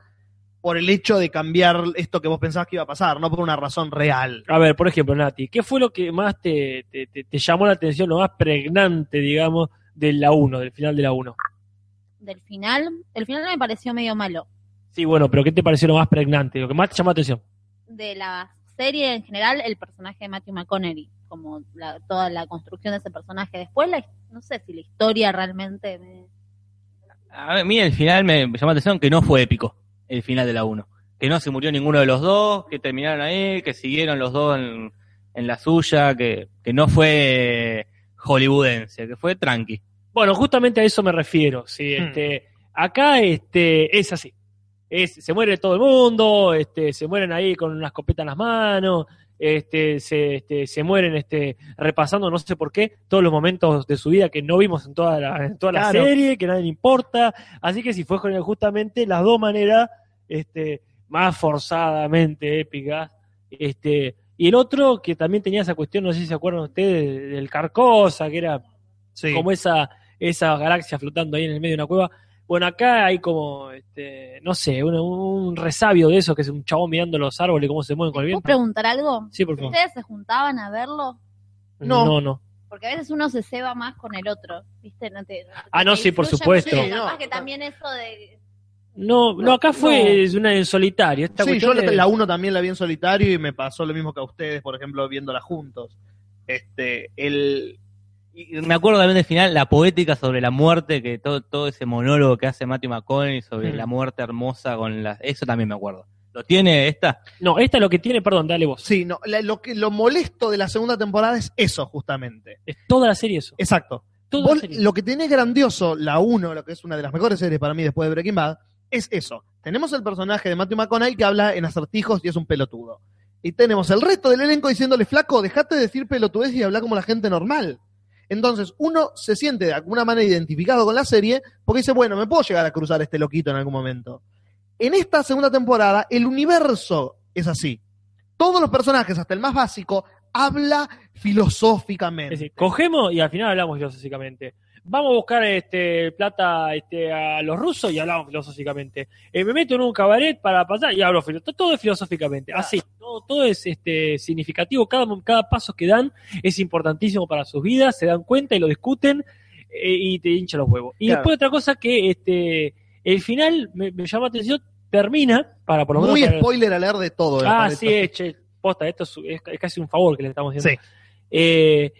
D: por el hecho de cambiar esto que vos pensás que iba a pasar, no por una razón real.
C: A ver, por ejemplo, Nati, ¿qué fue lo que más te, te- te- te llamó la atención, lo más pregnante, digamos, de la 1, del final de la 1?
B: Del final, el final me pareció medio malo.
C: Sí, bueno, pero ¿qué te pareció lo más pregnante, lo que más te llamó la atención?
B: De la serie en general, el personaje de Matthew McConaughey, como la- toda la construcción de ese personaje. Después, la, no sé si la historia realmente me-
E: A ver, mira, el final me llamó la atención que no fue épico, el final de la 1. Que no se murió ninguno de los dos, que terminaron ahí, que siguieron los dos en, en la suya, que, que no fue hollywoodense, que fue tranqui.
C: Bueno, justamente a eso me refiero. Sí,
D: Hmm.
C: este, acá este, es así. Es, se muere todo el mundo, este, se mueren ahí con una escopeta en las manos, este, se, este, se mueren este, repasando no sé por qué todos los momentos de su vida que no vimos en toda la, en toda la
D: Claro.
C: serie, que nadie le importa. Así que si fue con- justamente las dos maneras este, más forzadamente épicas. Este, y el otro que también tenía esa cuestión, no sé si se acuerdan ustedes, del Carcosa, que era
D: Sí.
C: como esa, esa galaxia flotando ahí en el medio de una cueva. Bueno, acá hay como, este, no sé, un, un resabio de eso, que es un chabón mirando los árboles, cómo se mueven con el
B: ¿Puedo
C: viento.
B: preguntar algo?
C: Sí, por favor.
B: ¿Ustedes se juntaban a verlo?
D: No.
C: no, no.
B: Porque a veces uno se ceba más con el otro, ¿viste? No te-
C: Ah, no,
B: te
C: sí, por
B: influye
C: supuesto.
B: mucho,
D: Sí,
B: capaz
D: no.
B: que también eso de...
C: No, no, acá fue es una en solitario. Esta
D: Sí, yo
C: cuestión
D: la
C: de-
D: la uno también la vi en solitario y me pasó lo mismo que a ustedes, por ejemplo, viéndola juntos. Este, el,
E: Y me acuerdo también del final, la poética sobre la muerte, que todo, todo ese monólogo que hace Matthew McConaughey sobre
C: Mm.
E: la muerte hermosa con las... Eso también me acuerdo. ¿Lo tiene esta?
C: No, esta lo que tiene, perdón, dale vos.
D: sí, no, la- lo que lo molesto de la segunda temporada es eso justamente.
C: Es toda la serie eso.
D: Exacto.
C: Toda
D: Vos-
C: la serie.
D: lo que tiene grandioso la 1, lo que es una de las mejores series para mí después de Breaking Bad, es eso. Tenemos el personaje de Matthew McConaughey que habla en acertijos y es un pelotudo. Y tenemos el resto del elenco diciéndole, flaco, dejate de decir pelotudez y habla como la gente normal. Entonces, uno se siente de alguna manera identificado con la serie porque dice, bueno, me puedo llegar a cruzar a este loquito en algún momento. En esta segunda temporada, el universo es así. Todos los personajes, hasta el más básico, habla
C: Es
D: filosóficamente.
C: decir, cogemos y al final hablamos filosóficamente. Vamos a buscar este plata este, a los rusos y hablamos filosóficamente. Eh, me meto en un cabaret para pasar y hablo filosóficamente. Todo es filosóficamente. Así, todo, todo es este, significativo. Cada, cada paso que dan es importantísimo para sus vidas. Se dan cuenta y lo discuten eh, y te hincha los huevos. Y
D: Claro.
C: después otra cosa que este, el final me, me llama la atención. Termina, para por lo menos
D: Muy
C: para-
D: spoiler alert de todo.
C: Ah,
D: de
C: sí,
D: todo.
C: eh, che, posta, esto es, es- es casi un favor que le estamos haciendo.
D: Sí.
C: Eh,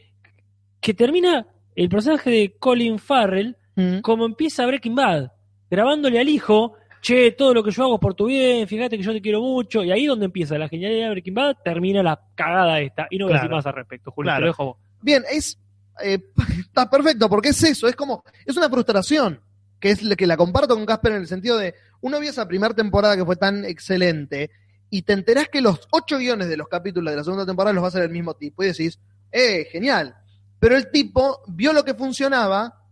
C: que termina el personaje de Colin Farrell como empieza Breaking Bad, grabándole al hijo, che, todo lo que yo hago es por tu bien, fíjate que yo te quiero mucho, y ahí donde empieza la genialidad de Breaking Bad, termina la cagada esta, y no voy a decir
D: Claro.
C: más al respecto, Julio,
D: Claro.
C: te lo dejo a vos.
D: Bien, es eh, [LAUGHS] está perfecto porque es eso, es como es una frustración que es la que la comparto con Casper en el sentido de uno vio esa primera temporada que fue tan excelente y te enterás que los ocho guiones de los capítulos de la segunda temporada los va a hacer el mismo tipo y decís, eh, genial. Pero el tipo vio lo que funcionaba,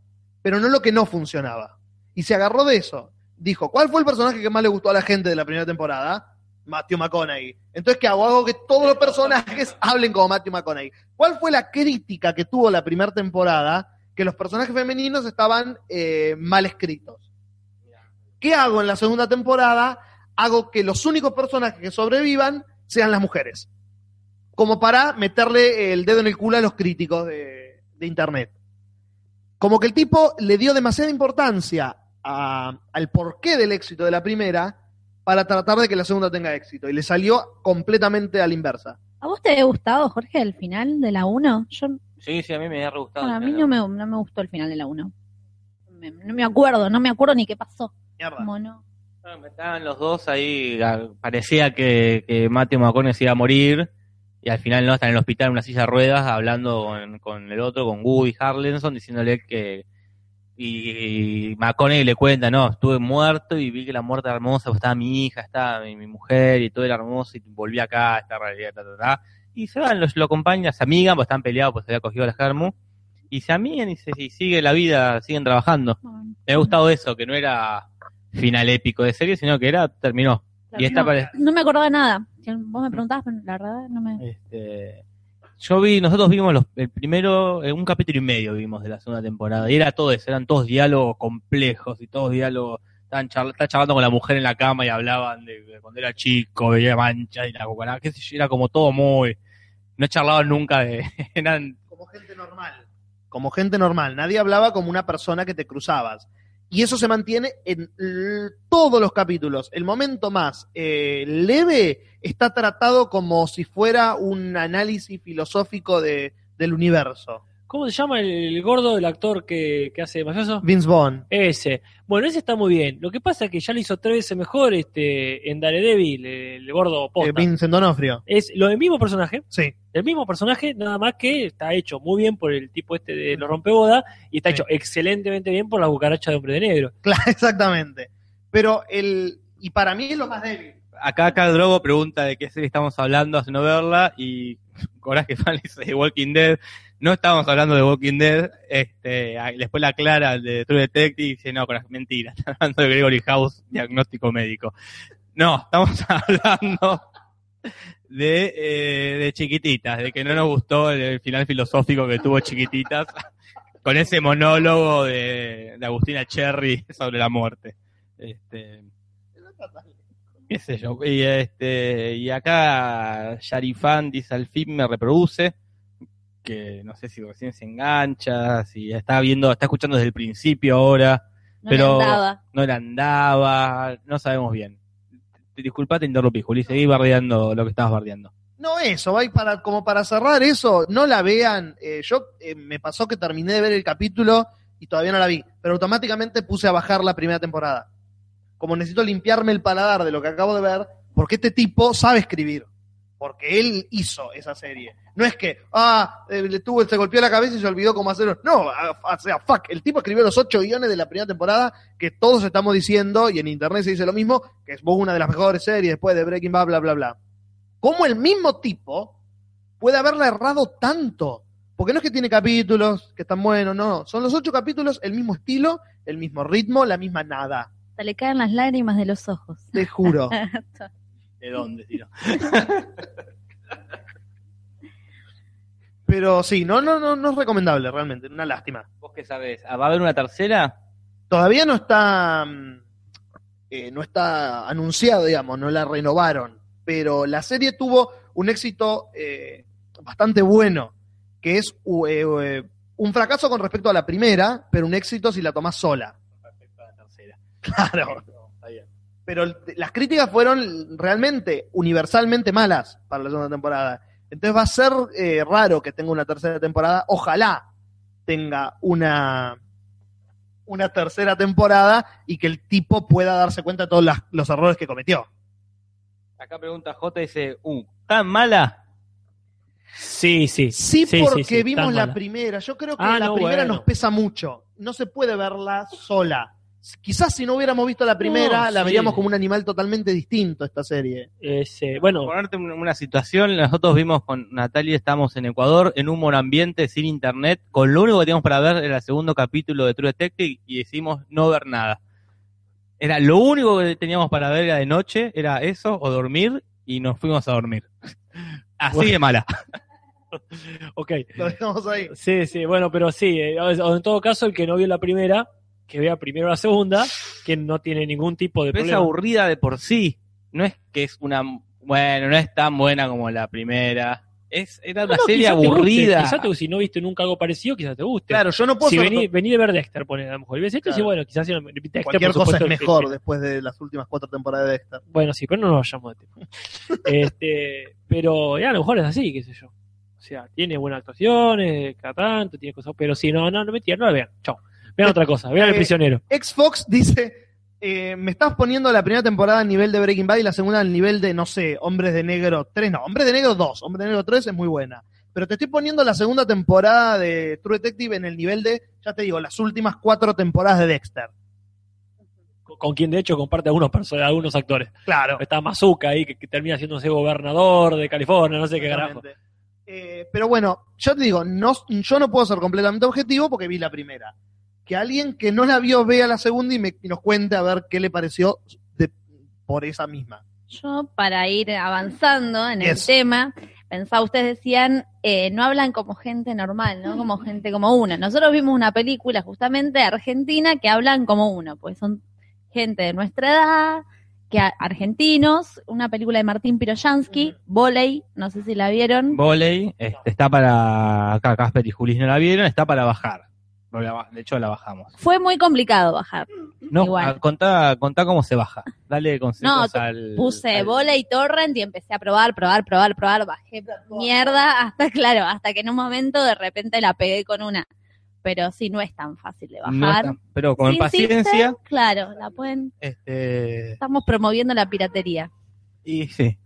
D: pero no lo que no funcionaba. Y se agarró de eso. Dijo, ¿cuál fue el personaje que más le gustó a la gente de la primera temporada? Matthew McConaughey. Entonces, ¿qué hago? Hago que todos los personajes hablen como Matthew McConaughey. ¿Cuál fue la crítica que tuvo la primera temporada? que los personajes femeninos estaban eh, mal escritos. ¿Qué hago en la segunda temporada? Hago que los únicos personajes que sobrevivan sean las mujeres. Como para meterle el dedo en el culo a los críticos de, de Internet. Como que el tipo le dio demasiada importancia a- al porqué del éxito de la primera para tratar de que la segunda tenga éxito. Y le salió completamente a la inversa.
B: ¿A vos te había gustado, Jorge, el final de la 1? Yo,
E: Sí, sí, a mí me ha re gustado.
B: bueno, a mí no me, no me gustó el final de la 1. Me- no me acuerdo, no me acuerdo ni qué pasó.
D: Mierda.
B: Como no.
E: Ah, Estaban los dos ahí, a- parecía que, que Mateo McConaughey se iba a morir y al final no, están en el hospital en una silla de ruedas hablando con, con el otro, con Woody Harlenson, diciéndole que... Y, y McConaughey le cuenta, no, estuve muerto y vi que la muerte era hermosa, pues estaba mi hija, estaba mi, mi mujer y todo era hermoso y volví acá a esta realidad, ta, ta, ta. Y se van, los, lo acompañan, se amigan, pues están peleados, pues se había cogido la Germu. Y se amigan y, se, y sigue la vida, siguen trabajando.
B: Bueno,
E: Me ha gustado eso, que no era final épico de serie, sino que era, terminó. Y esta
B: no,
E: pare-
B: no me acordaba de nada. Si vos me preguntabas, pero la verdad no me.
E: Este, yo vi, nosotros vimos los, el primero, eh, un capítulo y medio vimos de la segunda temporada, y era todo eso, eran todos diálogos complejos y todos diálogos. Estaban charla- estaba charlando con la mujer en la cama y hablaban de, de cuando era chico, veía mancha y la cucaracha, qué sé yo, era como todo muy. No charlaban nunca de. [LAUGHS] eran
D: como gente normal. Como gente normal. Nadie hablaba como una persona que te cruzabas. Y eso se mantiene en l- todos los capítulos. El momento más eh, leve está tratado como si fuera un análisis filosófico de, del universo.
C: ¿Cómo se llama el, el gordo, el actor que, que hace de mafioso?
D: Vince Vaughn. eh,
C: Ese. Bueno, ese está muy bien. Lo que pasa es que ya lo hizo tres veces mejor este, en Daredevil, el, el gordo
D: eh,
C: posta.
D: Vincent Donofrio.
C: es lo, el mismo personaje,
D: [LAUGHS] Sí.
C: el mismo personaje, nada más que está hecho muy bien por el tipo este de los rompebodas y está
D: Sí.
C: hecho excelentemente bien por la cucaracha de hombre de negro.
D: Claro, exactamente. Pero el. Y para mí es lo más débil.
E: Acá, acá Drogo pregunta de qué serie estamos hablando hace no verla y [LAUGHS] Coraje Fan dice de Walking Dead. No estábamos hablando de Walking Dead. Este, a- después la aclara de True Detective y dice, no, Coraje, mentira, [LAUGHS] está hablando de Gregory House, diagnóstico médico. No, estamos [LAUGHS] hablando de, eh, de Chiquititas, de que no nos gustó el, el final filosófico que tuvo Chiquititas [LAUGHS] con ese monólogo de, de Agustina Cherry [LAUGHS] sobre la muerte. Este, qué sé yo. Y, este, y acá Yarifán dice al fin me reproduce, que no sé si recién se engancha, si está viendo, está escuchando desde el principio ahora,
B: No
E: Pero-
B: me andaba.
E: no la andaba, no sabemos bien. Te- Disculpa, te interrumpí, Juli, seguí bardeando lo que estabas bardeando.
D: No, eso, va y para, como para cerrar eso, no la vean. Eh, yo eh, me pasó que terminé de ver el capítulo y todavía no la vi, pero automáticamente puse a bajar la primera temporada. Como necesito limpiarme el paladar de lo que acabo de ver, porque este tipo sabe escribir, porque él hizo esa serie. No es que, ah, eh, le tuvo, se golpeó la cabeza y se olvidó cómo hacerlo. No, a- o sea, fuck, el tipo escribió los ocho guiones de la primera temporada que todos estamos diciendo, y en internet se dice lo mismo, que es una de las mejores series después de Breaking Bad, bla, bla, bla cómo el mismo tipo puede haberla errado tanto. Porque no es que tiene capítulos que están buenos, no. Son los ocho capítulos, el mismo estilo, el mismo ritmo, la misma nada.
B: Hasta le caen las lágrimas de los ojos.
D: Te juro.
E: ¿De dónde, tío?
D: Pero sí, no, no, no, no es recomendable realmente. Una lástima.
E: ¿Vos qué sabés? ¿Ah, ¿Va a haber una tercera?
D: Todavía no está. mm, eh, no está anunciado, digamos, no la renovaron. Pero la serie tuvo un éxito eh, bastante bueno, que es u- eh, eh, un fracaso con respecto a la primera, pero un éxito si la tomás sola.
E: Respecto a la tercera.
D: Claro.
E: Está bien.
D: pero el- las críticas fueron realmente universalmente malas para la segunda temporada. Entonces va a ser eh, raro que tenga una tercera temporada. Ojalá tenga una, una tercera temporada y que el tipo pueda darse cuenta de todos las- los errores que cometió.
E: Acá pregunta J, dice, uh, ¿tan mala?
C: Sí, sí.
D: Sí, porque vimos
C: tan
D: la
C: mala.
D: primera. Yo creo que
C: Ah,
D: la
C: no,
D: primera
C: bueno.
D: nos pesa mucho. No se puede verla sola. Quizás si no hubiéramos visto la primera,
C: No,
D: la
C: sí.
D: veríamos como un animal totalmente distinto esta serie.
C: Ese, bueno,
E: ponerte en una situación, nosotros vimos con Natalia, estamos en Ecuador, en un ambiente sin internet, con lo único que teníamos para ver era el segundo capítulo de True Detective y decidimos no ver nada. Era lo único que teníamos para ver era de [LAUGHS] noche, era eso, o dormir, y nos fuimos a dormir. Así de mala.
C: ok.
D: Lo dejamos ahí.
C: Sí, sí, bueno, pero sí. eh, o en todo caso, el que no vio la primera, que vea primero la segunda, que no tiene ningún tipo de
E: Pero es
C: problema.
E: aburrida de por sí. No es que es una. Bueno, no es tan buena como la primera. Es, era
C: No,
E: una
C: no,
E: serie
C: quizás te guste,
E: aburrida.
C: quizás te- si no viste nunca algo parecido, quizás te guste.
D: Claro, yo no puedo
C: si
D: ser-
C: vení, vení de ver Dexter, poner a lo mejor. Y ves esto y
D: Claro.
C: decís, bueno, quizás si no- Dexter,
D: Cualquier
C: por
D: cosa es
C: supuesto,
D: mejor
C: eh, eh,
D: después de las últimas cuatro temporadas de esta.
C: bueno, sí, pero no nos vayamos de
D: [LAUGHS]
C: tema. este, pero ya, a lo mejor es así, qué sé yo. O sea, tiene buenas actuaciones, cada tanto, tiene cosas. Pero si no, no, no me tiran, no la vean. Chao. Vean otra cosa, vean
D: Eh,
C: el prisionero.
D: Xbox dice, eh, me estás poniendo la primera temporada al nivel de Breaking Bad y la segunda al nivel de, no sé, Hombres de Negro 3, no, Hombres de Negro 2, Hombres de Negro 3 es muy buena. Pero te estoy poniendo la segunda temporada de True Detective en el nivel de, ya te digo, las últimas cuatro temporadas de Dexter.
C: Con, con quien de hecho comparte algunos perso- algunos actores.
D: Claro.
C: Está Mazuka ahí, que, que termina siéndose gobernador de California, no sé qué carajo.
D: Exactamente. Eh, pero bueno, yo te digo, no, yo no puedo ser completamente objetivo porque vi la primera. Que alguien que no la vio vea la segunda y, me, y nos cuente a ver qué le pareció de- por esa misma.
B: Yo, para ir avanzando en
D: Yes.
B: el tema, pensaba, ustedes decían, eh, no hablan como gente normal, ¿no? Como gente como una. Nosotros vimos una película justamente argentina que hablan como uno, pues son gente de nuestra edad, que a- argentinos, una película de Martín Piroyansky, Voley, no sé si la vieron.
E: Voley este, está para. Acá Casper y Julis no la vieron, está para bajar. No la ba- De hecho, la bajamos.
B: Fue muy complicado bajar.
E: No,
B: Igual.
E: a- contá, contá cómo se baja. Dale consejos
B: tú-
E: al.
B: Puse
E: al-
B: bola y torrent y empecé a probar, probar, probar, probar, bajé mierda, hasta [LAUGHS] claro, hasta que en un momento de repente la pegué con una. Pero sí, no es tan fácil de
E: No
B: bajar.
E: está- pero con
B: Si
E: paciencia.
B: insisten, Claro, la pueden,
E: Este,
B: estamos promoviendo la piratería.
E: Y sí,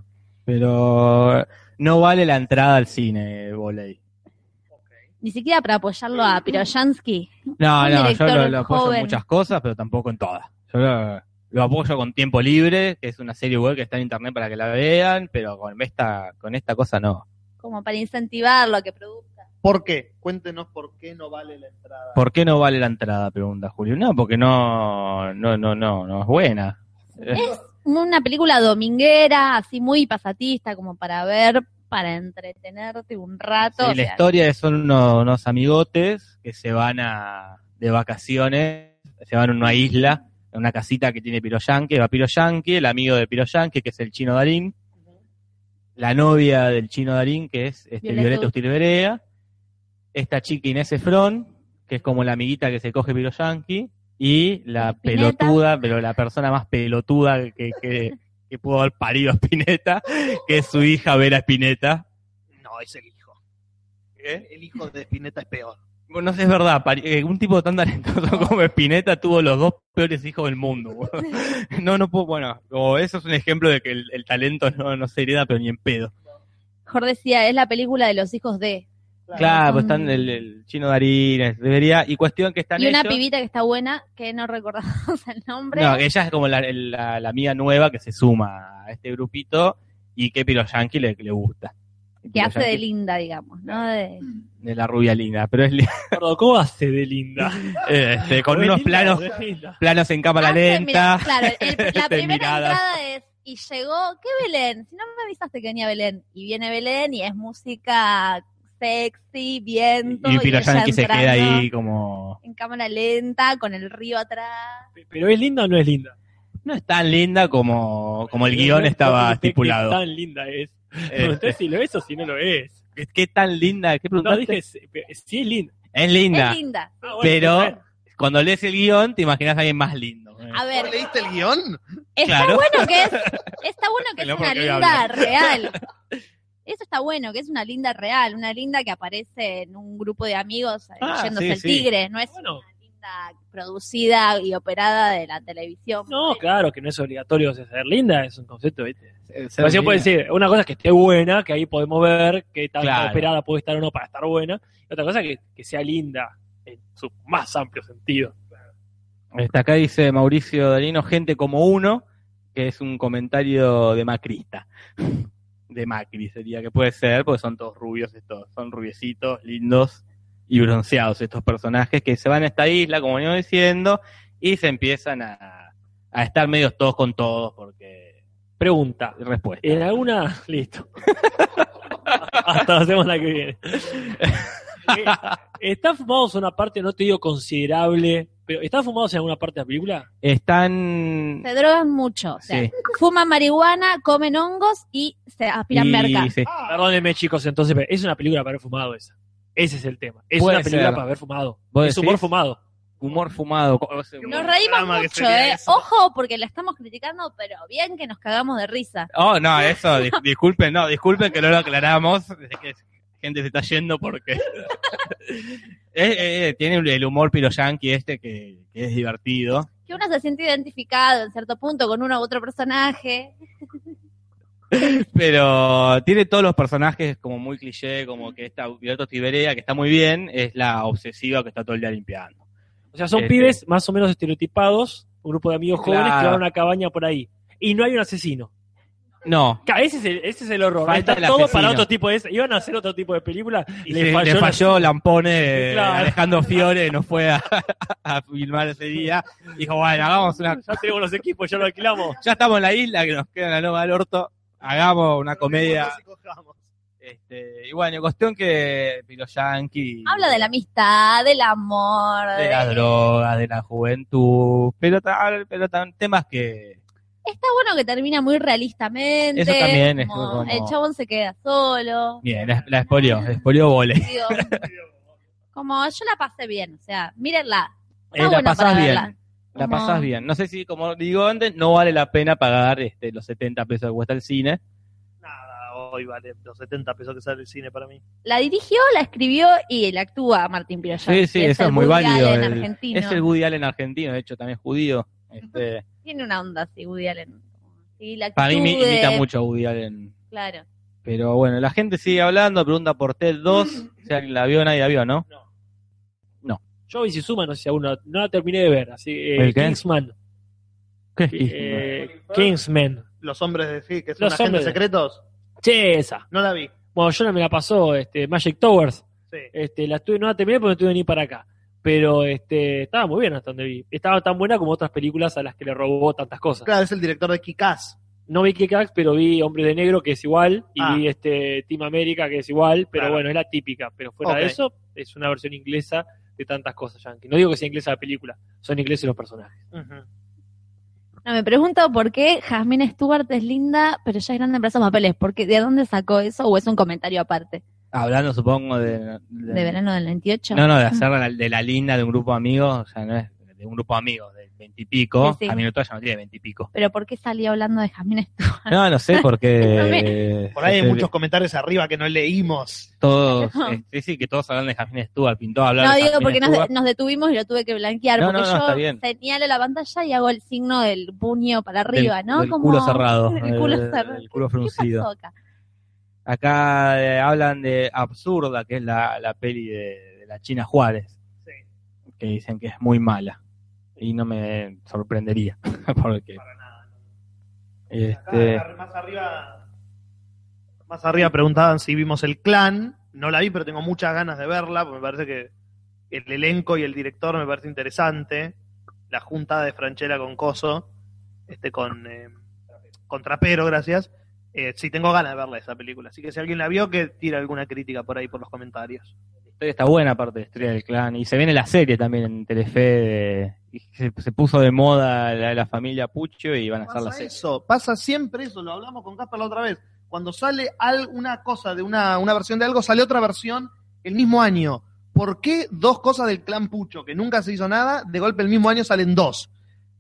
E: pero no vale la entrada al cine, voley.
B: Ni siquiera para apoyarlo a Piroyansky.
E: No,
B: Un
E: no, yo
B: director
E: lo, lo apoyo
B: joven.
E: en muchas cosas, pero tampoco en todas. Yo lo, lo apoyo con Tiempo Libre, que es una serie web que está en internet para que la vean, pero con esta, con esta cosa no.
B: como para incentivarlo a que produzca.
D: ¿Por qué? Cuéntenos por qué no vale la entrada.
E: ¿Por qué no vale la entrada? Pregunta Julio. No, porque no, no, no, no, no es buena.
B: Es una película dominguera, así muy pasatista, como para ver, para entretenerte un rato.
E: Sí,
B: o
E: la
B: sea,
E: historia es son uno- unos amigotes que se van a de vacaciones, se van a una isla, a una casita que tiene Piroyanque, va Piroyanque, el amigo de Piroyanque, que es el chino Darín, la novia del chino Darín, que es este,
B: Violeta
E: Violeta Ustilberea, esta chica Inés Efron, que es como la amiguita que se coge Piroyanque, y la
B: Spinetta.
E: pelotuda, pero la persona más pelotuda que,
B: [LAUGHS]
E: que, que pudo haber parido a Spinetta, que es su hija Vera Spinetta. ¿eh?
D: No, es el hijo. El hijo de Spinetta es peor.
E: Bueno, no sé, es verdad, pari- eh, un tipo tan talentoso [LAUGHS] como Spinetta tuvo los dos peores hijos del mundo. [LAUGHS] boludo. No, no puedo, bueno, o eso es un ejemplo de que el, el talento no, no se hereda, pero ni en pedo.
B: Jorge decía, es la película de los hijos de.
E: Claro, pues están el, el chino Darín, es- debería, y cuestión que están
B: Mm. Y una
E: ellos-
B: pibita que está buena, que no recordamos [LAUGHS] el nombre.
E: No, ella es como la, el- la, la amiga nueva que se suma a este grupito y que Piro Yankee le, le gusta.
B: que hace de
E: Piroyanqui-
B: linda, digamos, ¿no? De-
E: de la rubia linda, pero es li- [LAUGHS]
C: Perdón, ¿cómo hace de
D: [LAUGHS]
C: linda?
E: este, con
C: Re
E: unos
C: linda,
E: planos
C: re linda.
E: planos en cámara
B: Hace,
E: lenta.
B: Ah, mira, claro,
E: [LAUGHS]
B: el- la
E: de
B: primera
E: miradas.
B: entrada es, y llegó, ¿qué Belén? Si no me avisaste que venía Belén. Y viene Belén y es música sexy, viento.
E: Y
B: ella
E: Piro Yankee se queda
B: entrando
E: ahí como...
B: En cámara lenta, con el río atrás.
C: ¿Pero es linda o no es linda?
E: No es tan linda como, como el
C: Pero
E: guión
C: no- no
E: estaba
C: sé qué
E: estipulado.
C: tan linda es. Preguntá
E: Este,
C: si lo es o si no lo es.
E: ¿Qué, tan linda? ¿Qué
C: No,
E: preguntaste?
C: dije, si si es linda.
E: es linda.
B: Es linda.
C: Ah, bueno,
E: Pero cuando lees el guión te imaginas a alguien más lindo.
B: A
D: ¿Vos
B: ver,
D: leíste el guión?
B: está
E: claro.
B: bueno que es, está bueno
E: [LAUGHS]
B: que
E: Te lo
B: es una
E: porque voy a
B: linda
E: hablar.
B: real. Eso está bueno, que es una linda real, una linda que aparece en un grupo de amigos eh,
E: Ah,
B: yéndose
E: sí,
B: el
E: sí.
B: tigre, no es
C: Bueno.
B: una linda producida y operada de la televisión.
C: No, claro, que no es obligatorio o sea, ser linda, es un concepto, ¿viste?
E: Eh, ser
C: Pero sí
E: linda.
C: puede decir, una cosa es que esté buena, que ahí podemos ver qué tan
E: Claro.
C: operada puede estar o no para estar buena, y otra cosa es que, que sea linda en su más amplio sentido.
E: Está Este, acá dice Mauricio Darino, gente como uno, que es un comentario de Macrista. [LAUGHS] De Macri sería que puede ser, porque son todos rubios estos, son rubiecitos, lindos y bronceados estos personajes que se van a esta isla, como venimos diciendo, y se empiezan a, a estar medios todos con todos, porque
C: Pregunta, [LAUGHS]
E: respuesta.
C: en alguna, listo. Hasta la semana que viene. [LAUGHS] Eh, ¿Están fumados en una parte, no te digo considerable, pero ¿están fumados en alguna parte de la película?
E: Están.
B: Se drogan mucho. O sea,
E: Sí,
B: Fuman marihuana, comen hongos y se aspiran merca.
E: y, sí.
D: Ah.
C: Perdónenme, chicos, entonces, pero es una película para haber fumado esa. Ese es el tema. Es
E: Puede
C: una película
E: ser.
C: para haber fumado.
E: ¿Vos
C: Es humor
E: decís?
C: fumado.
E: Humor fumado. co- o sea,
B: Nos reímos
D: Drama que
B: mucho,
D: sería
B: ¿eh?
D: eso.
B: Ojo, porque la estamos criticando, pero bien que nos cagamos de risa.
E: Oh, no, eso, dis- disculpen, no, disculpen que no lo aclaramos. es que gente se está yendo porque. [LAUGHS] Eh, eh, tiene el humor piro yankee este que, que es divertido.
B: Que uno se siente identificado en cierto punto con uno u otro personaje.
E: Pero tiene todos los personajes como muy cliché, como que esta piloto Tiberea, que está muy bien, es la obsesiva que está todo el día limpiando.
C: O sea, son
E: Este.
C: pibes más o menos estereotipados, un grupo de amigos jóvenes que
E: Claro.
C: van a una cabaña por ahí. Y no hay un asesino.
E: No.
C: Ca- Ese es el, ese es el horror. Está
E: Falta el
C: todo
E: asesino.
C: para otro tipo de... Iban a hacer otro tipo de película.
E: Y le, falló, Lampone, eh,
C: Claro.
E: Alejandro Fiore no fue a, [LAUGHS] a filmar ese día. Dijo, bueno, hagamos una.
C: Ya tenemos los equipos, ya lo alquilamos.
E: Ya estamos en la isla, que nos queda la nova del orto. Hagamos una comedia.
D: Si cojamos.
E: Este, y bueno, cuestión que Piro Yankee.
B: Habla de la amistad, del amor.
E: de las
B: de-
E: drogas, de la juventud, pero, ta- pero ta- temas que
B: Está bueno que termina muy realistamente.
E: Eso también es
B: como
E: como-
B: El chabón se queda solo.
E: [LAUGHS] Bien, la, la espolió, la espolió vole.
B: Digo, como yo la pasé bien, o sea, mírenla. Está
E: Eh, la
B: buena
E: pasás
B: para
E: bien,
B: verla.
E: la
B: Como-
E: pasás bien. No sé si, como digo antes, no vale la pena pagar este, los 70 pesos que cuesta el cine.
D: Nada, hoy vale los 70 pesos que sale el cine para mí.
B: La dirigió, la escribió y la actúa Martín Piroyan.
E: Sí, sí,
B: que
E: eso es
B: el
E: muy
B: Woody
E: válido.
B: Allen
E: el-
B: argentino.
E: es el Woody Allen argentino, de hecho, también es judío.
B: [LAUGHS]
E: Este,
B: Tiene una onda así, Woody Allen. Sí, la
E: para mí me
B: actitud de-
E: imita mucho a Woody Allen.
B: Claro.
E: Pero bueno, la gente sigue hablando, pregunta por TED
B: [LAUGHS]
E: 2. O sea, la vio, nadie la
D: [LAUGHS]
E: vio, ¿no?
C: Yo, y si suma, no sé si aún no, no la terminé de ver. Así, eh,
E: ¿El qué? [LAUGHS]
C: Kingsman.
E: ¿Qué
C: Eh, Kingsman.
D: Los hombres de sí, que son
C: Los
D: agentes
C: hombres.
D: secretos,
C: Che, esa.
D: no la vi.
C: Bueno, yo no me la pasó este, Magic Towers.
D: Sí.
C: Este, la tuve, no la terminé porque no tuve que venir para acá. Pero este, estaba muy bien hasta donde vi. Estaba tan buena como otras películas a las que le robó tantas cosas.
D: Claro, es el director de Kikaz.
C: No vi Kick pero vi Hombre de Negro, que es igual, y
D: Ah.
C: vi este Team América, que es igual, pero
D: Claro.
C: bueno, es la típica. Pero fuera de
D: Ok.
C: eso, es una versión inglesa de tantas cosas, Yankee. No digo que sea inglesa la película, son ingleses los personajes.
B: No, me pregunto por qué Jasmine Stewart es linda, pero ya es grande en brazos papeles. Porque, ¿De dónde sacó eso? ¿O es un comentario aparte?
E: Hablando, supongo, de,
B: ¿De verano del 98?
E: No, no,
B: [LAUGHS]
E: de hacer la- de la linda de un grupo de amigos, o sea, no es de un grupo de amigos de veintipico,
B: Sí, sí.
E: a mi ya no tiene veintipico.
B: [LAUGHS] Pero ¿por qué salió hablando de Jasmine Stewart?
E: No, no sé,
B: [LAUGHS]
E: porque...
D: Por ahí hay
E: este,
D: muchos comentarios arriba que no leímos.
B: [LAUGHS]
E: Todos, eh, sí, sí, que todos hablan de Jasmine Stewart, pintó hablar
B: No,
E: de
B: digo
E: Jasmine
B: porque nos,
E: Stewart.
B: nos detuvimos y lo tuve que blanquear.
E: No,
B: porque
E: no, no, está
B: yo
E: bien.
B: señalo la pantalla y hago el signo del puño para arriba,
E: Del-
B: ¿no?
E: del
B: Como
E: culo cerrado.
B: El culo
E: del-
B: cerrado.
E: del culo
B: ¿Qué
E: fruncido.
B: pasó acá?
E: Acá eh, hablan de Absurda, que es la, la peli de, de la China Juárez, que dicen que es muy mala. Y no me sorprendería, [LAUGHS] porque... Este,
D: más arriba. Más arriba preguntaban si vimos el clan. No la vi, pero tengo muchas ganas de verla, porque me parece que el elenco y el director me parece interesante. La junta de Franchella con Coso, este con, eh, con Trapero, gracias. Eh, sí, tengo ganas de verla esa película. Así que si alguien la vio, que tira alguna crítica por ahí por los comentarios.
E: historia está buena, aparte de Estrella del Clan. Y se viene la serie también en Telefe. de- y se, se puso de moda la, la familia Puccio y van a hacer la
D: Pasa
E: serie.
D: eso, pasa siempre eso, lo hablamos con Casper la otra vez. Cuando sale alguna cosa de una, una versión de algo, sale otra versión el mismo año. ¿Por qué dos cosas del clan Pucho, que nunca se hizo nada, de golpe el mismo año salen dos?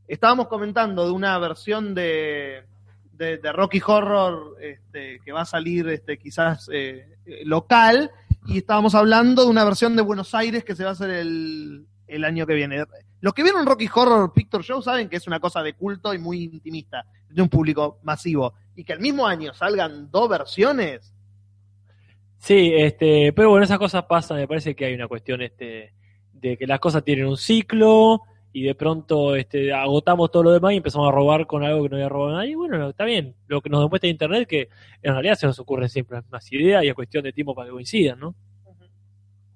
D: Estábamos comentando de una versión de, de, de Rocky Horror este, que va a salir este, quizás eh, eh, local, y estábamos hablando de una versión de Buenos Aires que se va a hacer el, el año que viene. Los que vieron Rocky Horror Picture Show saben que es una cosa de culto y muy intimista, de un público masivo. Y que al mismo año salgan dos versiones.
C: Sí, este, pero bueno, esas cosas pasan, me parece que hay una cuestión este, de que las cosas tienen un ciclo y de pronto este, agotamos todo lo demás y empezamos a robar con algo que no había robado nadie. Y bueno, está bien, lo que nos demuestra Internet que en realidad se nos ocurren siempre las mismas ideas y es cuestión de tiempo para que coincidan, ¿no?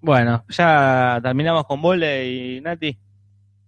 E: Bueno, ya terminamos con Vole y Nati.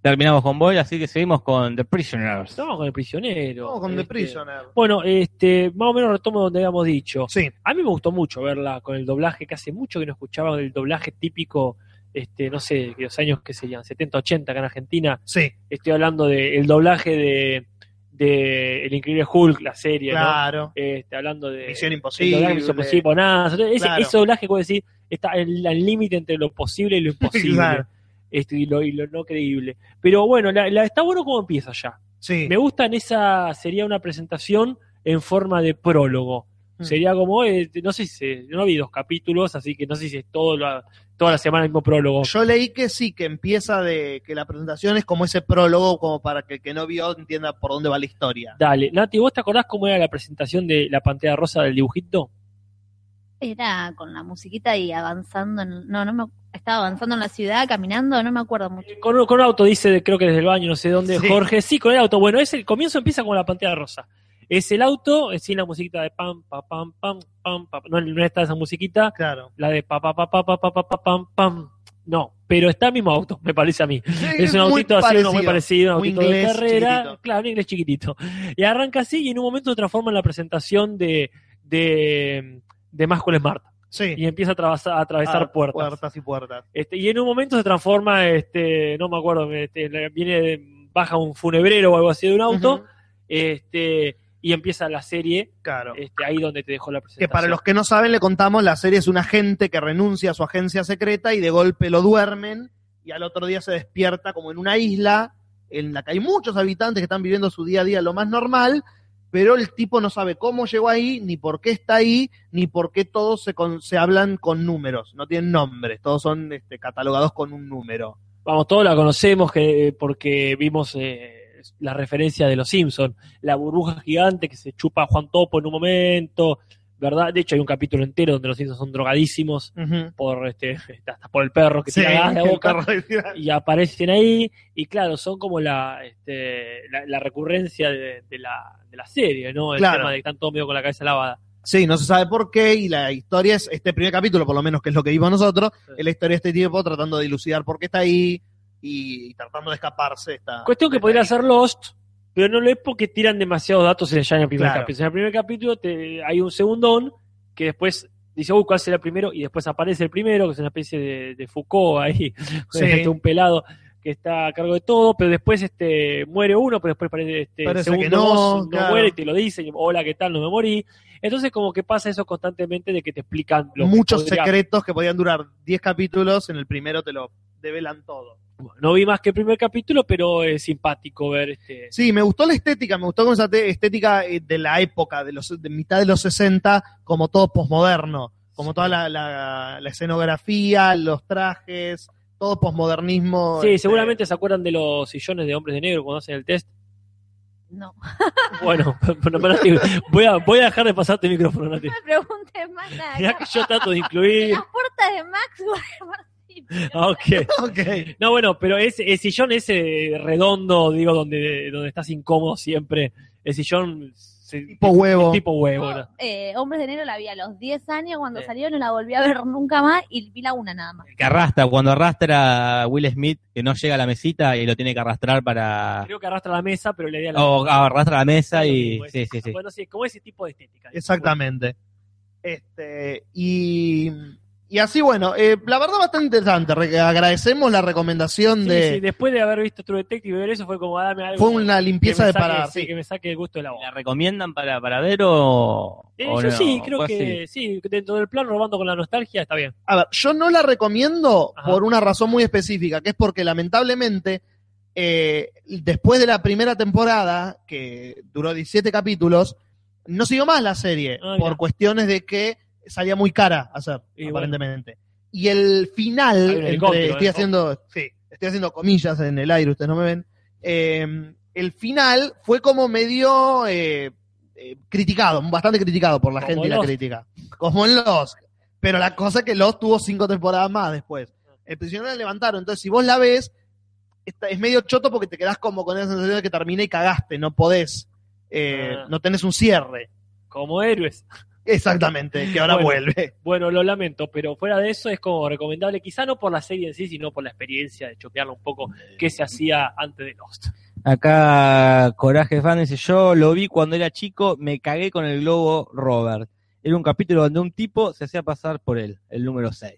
E: terminamos con Boyle, así que seguimos con The Prisoners.
C: Estamos con el prisionero.
D: No, con The
C: Este,
D: Prisoner.
C: Bueno, este, más o menos retomo donde habíamos dicho.
D: Sí,
C: A mí me gustó mucho verla con el doblaje, que hace mucho que no escuchaba del doblaje típico, este, no sé, de los años que serían, 70, 80 acá en Argentina.
D: sí,
C: Estoy hablando del doblaje de, de El Increíble Hulk, la serie, ¿no?
D: claro.
C: Este, hablando de
D: Misión
C: el
D: Imposible.
C: doblaje Misión Imposible, nada. Ese,
D: Claro.
C: ese doblaje, como decir, está en la- el límite entre lo posible
D: [LAUGHS]
C: y lo imposible.
D: Claro.
C: Este, y, lo, y lo no creíble. Pero bueno, la, la- está bueno cómo empieza ya.
D: Sí,
C: Me gusta en esa, sería una presentación en forma de prólogo.
D: Mm.
C: Sería como, eh, no sé si, se- no vi dos capítulos, así que no sé si es todo la- toda la semana el mismo prólogo.
D: yo leí que sí, que empieza de que la presentación es como ese prólogo, como para que el que no vio entienda por dónde va la historia.
C: Dale, Nati, ¿vos te acordás cómo era la presentación de la pantera rosa del dibujito?
B: Era con la musiquita y avanzando. En, no, no me, estaba avanzando en la ciudad, caminando, no me acuerdo mucho.
C: Con, un- con un auto, dice, de- creo que desde el baño, no sé dónde,
D: Sí.
C: Jorge, sí, con el auto. Bueno, es el comienzo empieza con la pantera rosa. Es el auto, es sin la musiquita de pam, pa, pam, pam, pam, pa, no, no está esa musiquita,
D: Claro.
C: la de pa, pa, pa, pa, pa, pa, pa, pa, pam, pam. No, pero está el mismo auto, me parece a mí. [LAUGHS] es un
D: muy
C: autito así, uno muy parecido, un
D: Muy
C: autito de
D: inglés
C: carrera,
D: chiquitito.
C: claro, un inglés chiquitito. Y arranca así y en un momento se transforma en la presentación de, de, de Máscara Smart
D: Sí.
C: y empieza a, travasa- a atravesar
D: Ah,
C: puertas.
D: Puertas y puertas.
C: Este, y en un momento se transforma, este, no me acuerdo, este, la- viene, de- baja un funebrero o algo así de un auto,
D: Ujú,
C: este, y empieza la serie,
D: Claro.
C: este, ahí donde te dejó la
D: Que
C: presentación.
D: para los que no saben, le contamos, la serie es un agente que renuncia a su agencia secreta y de golpe lo duermen y al otro día se despierta como en una isla en la que hay muchos habitantes que están viviendo su día a día lo más normal, pero el tipo no sabe cómo llegó ahí, ni por qué está ahí, ni por qué todos se, con- se hablan con números, no tienen nombres, todos son este, catalogados con un número.
C: Vamos, todos la conocemos que, eh, porque vimos eh, la referencia de los Simpsons, la burbuja gigante que se chupa a Juan Topo en un momento, ¿verdad? De hecho, hay un capítulo entero donde los Simpsons son drogadísimos por este [LAUGHS] hasta por el perro que
D: Sí,
C: tira gas de la
D: el
C: boca
D: perro [LAUGHS] de tira-
C: y aparecen ahí y claro son como la este, la, la recurrencia de, de la, de la serie no el
D: Claro.
C: tema de que están todos medio con la cabeza lavada
D: Sí, no se sabe por qué, y la historia es, este primer capítulo, por lo menos que es lo que vimos nosotros,
C: Sí.
D: es la historia de este tipo tratando de dilucidar por qué está ahí y, tratando de escaparse. de Esta,
C: cuestión
D: de
C: que
D: esta
C: podría
D: isla.
C: ser Lost pero no lo es porque tiran demasiados datos en el, ya en el primer
D: Claro.
C: capítulo en el primer capítulo te- hay un segundón que después dice uy cuál será el primero y después aparece el primero que es una especie de, de Foucault ahí [LAUGHS]
D: Sí.
C: este, un pelado que está a cargo de todo, pero después este muere uno, pero después parece, este,
D: Parece
C: segundo
D: que no,
C: dos, no
D: claro.
C: muere y te lo dice, y, hola, ¿qué tal? No me morí. Entonces como que pasa eso constantemente de que te explican lo que
D: Muchos
C: podría-
D: secretos que podían durar 10 capítulos, en el primero te lo develan todo.
C: No vi más que el primer capítulo, pero es simpático ver este
D: Sí, me gustó la estética, me gustó como esa te- estética eh, de la época, de, los, de mitad de los 60, como todo posmoderno, como
C: Sí.
D: toda la, la- la escenografía, los trajes, todo posmodernismo.
C: Sí,
D: este,
C: seguramente se acuerdan de los sillones de hombres de negro cuando hacen el test.
B: No. [LAUGHS]
C: Bueno, [LAUGHS] bueno, pero Nati, voy a, voy a dejar de pasarte el micrófono, Nati.
B: No me preguntes más nada.
C: Mirá que yo trato de incluir.
B: Las puertas de [LAUGHS] Max.
C: Ah, Ok.
D: [LAUGHS] Ok.
C: No, bueno, pero es el sillón ese redondo, digo, donde, donde estás incómodo siempre. El sillón se-
D: Tipo huevo.
C: tipo huevo, ¿no?
B: Eh, Hombres de Negro la vi a los 10 años cuando
C: Sí.
B: salió, no la volví a ver nunca más y vi la una nada más.
E: El que arrastra, cuando arrastra a Will Smith, que no llega a la mesita y lo tiene que arrastrar para...
C: Creo que arrastra la mesa, pero le idea es
D: Oh,
C: la
E: O arrastra la mesa y...
C: Lo mismo, es-
E: Sí, sí, sí.
C: Bueno, sí, como ese tipo de estética.
D: Exactamente. Este, y, y así, bueno, eh, la verdad bastante interesante. Re- agradecemos la recomendación
C: Sí,
D: de...
C: sí, después de haber visto True Detective y ver eso fue como ah, dame algo.
D: Fue
C: que-
D: una
C: que
D: limpieza
C: me
D: de
C: saque-
D: parar.
C: sí,
D: sí.
C: que me saque el gusto de la boca.
E: ¿La recomiendan para, para ver o.?
C: Eh,
E: o
C: yo
E: no?
C: sí, creo
E: Pues
C: que sí, dentro del plan, robando con la nostalgia, está bien.
D: A ver, yo no la recomiendo
C: Ajá.
D: por una razón muy específica, que es porque lamentablemente, eh, después de la primera temporada, que duró 17 capítulos, no siguió más la serie,
C: Ah,
D: por
C: mira.
D: cuestiones de que salía muy cara hacer,
C: Y bueno.
D: aparentemente. Y el
C: Hay
D: final,
C: un
D: entre-
C: helicóptero,
D: estoy
C: ¿eh?
D: haciendo, sí, estoy haciendo comillas en el aire, ustedes no me ven. Eh, el final fue como medio eh, eh, criticado, bastante criticado por la
C: Como
D: gente y la
C: Lost.
D: crítica. Como en Lost. Pero la cosa es que Lost tuvo cinco temporadas más después. El prisionero la levantaron. Entonces, si vos la ves, está- es medio choto porque te quedás como con esa sensación de que terminé y cagaste. No podés. eh,
C: Ah.
D: No tenés un cierre.
C: Como héroes. [LAUGHS]
D: Exactamente, que ahora
C: Bueno.
D: vuelve.
C: Bueno, lo lamento, pero fuera de eso es como recomendable, quizá no por la serie en sí, sino por la experiencia de chopearla un poco
D: Mm.
C: que se hacía antes de Lost.
E: Acá Coraje Fan dice, yo lo vi cuando era chico, me cagué con el globo Robert. Era un capítulo donde un tipo se hacía pasar por él, el número 6.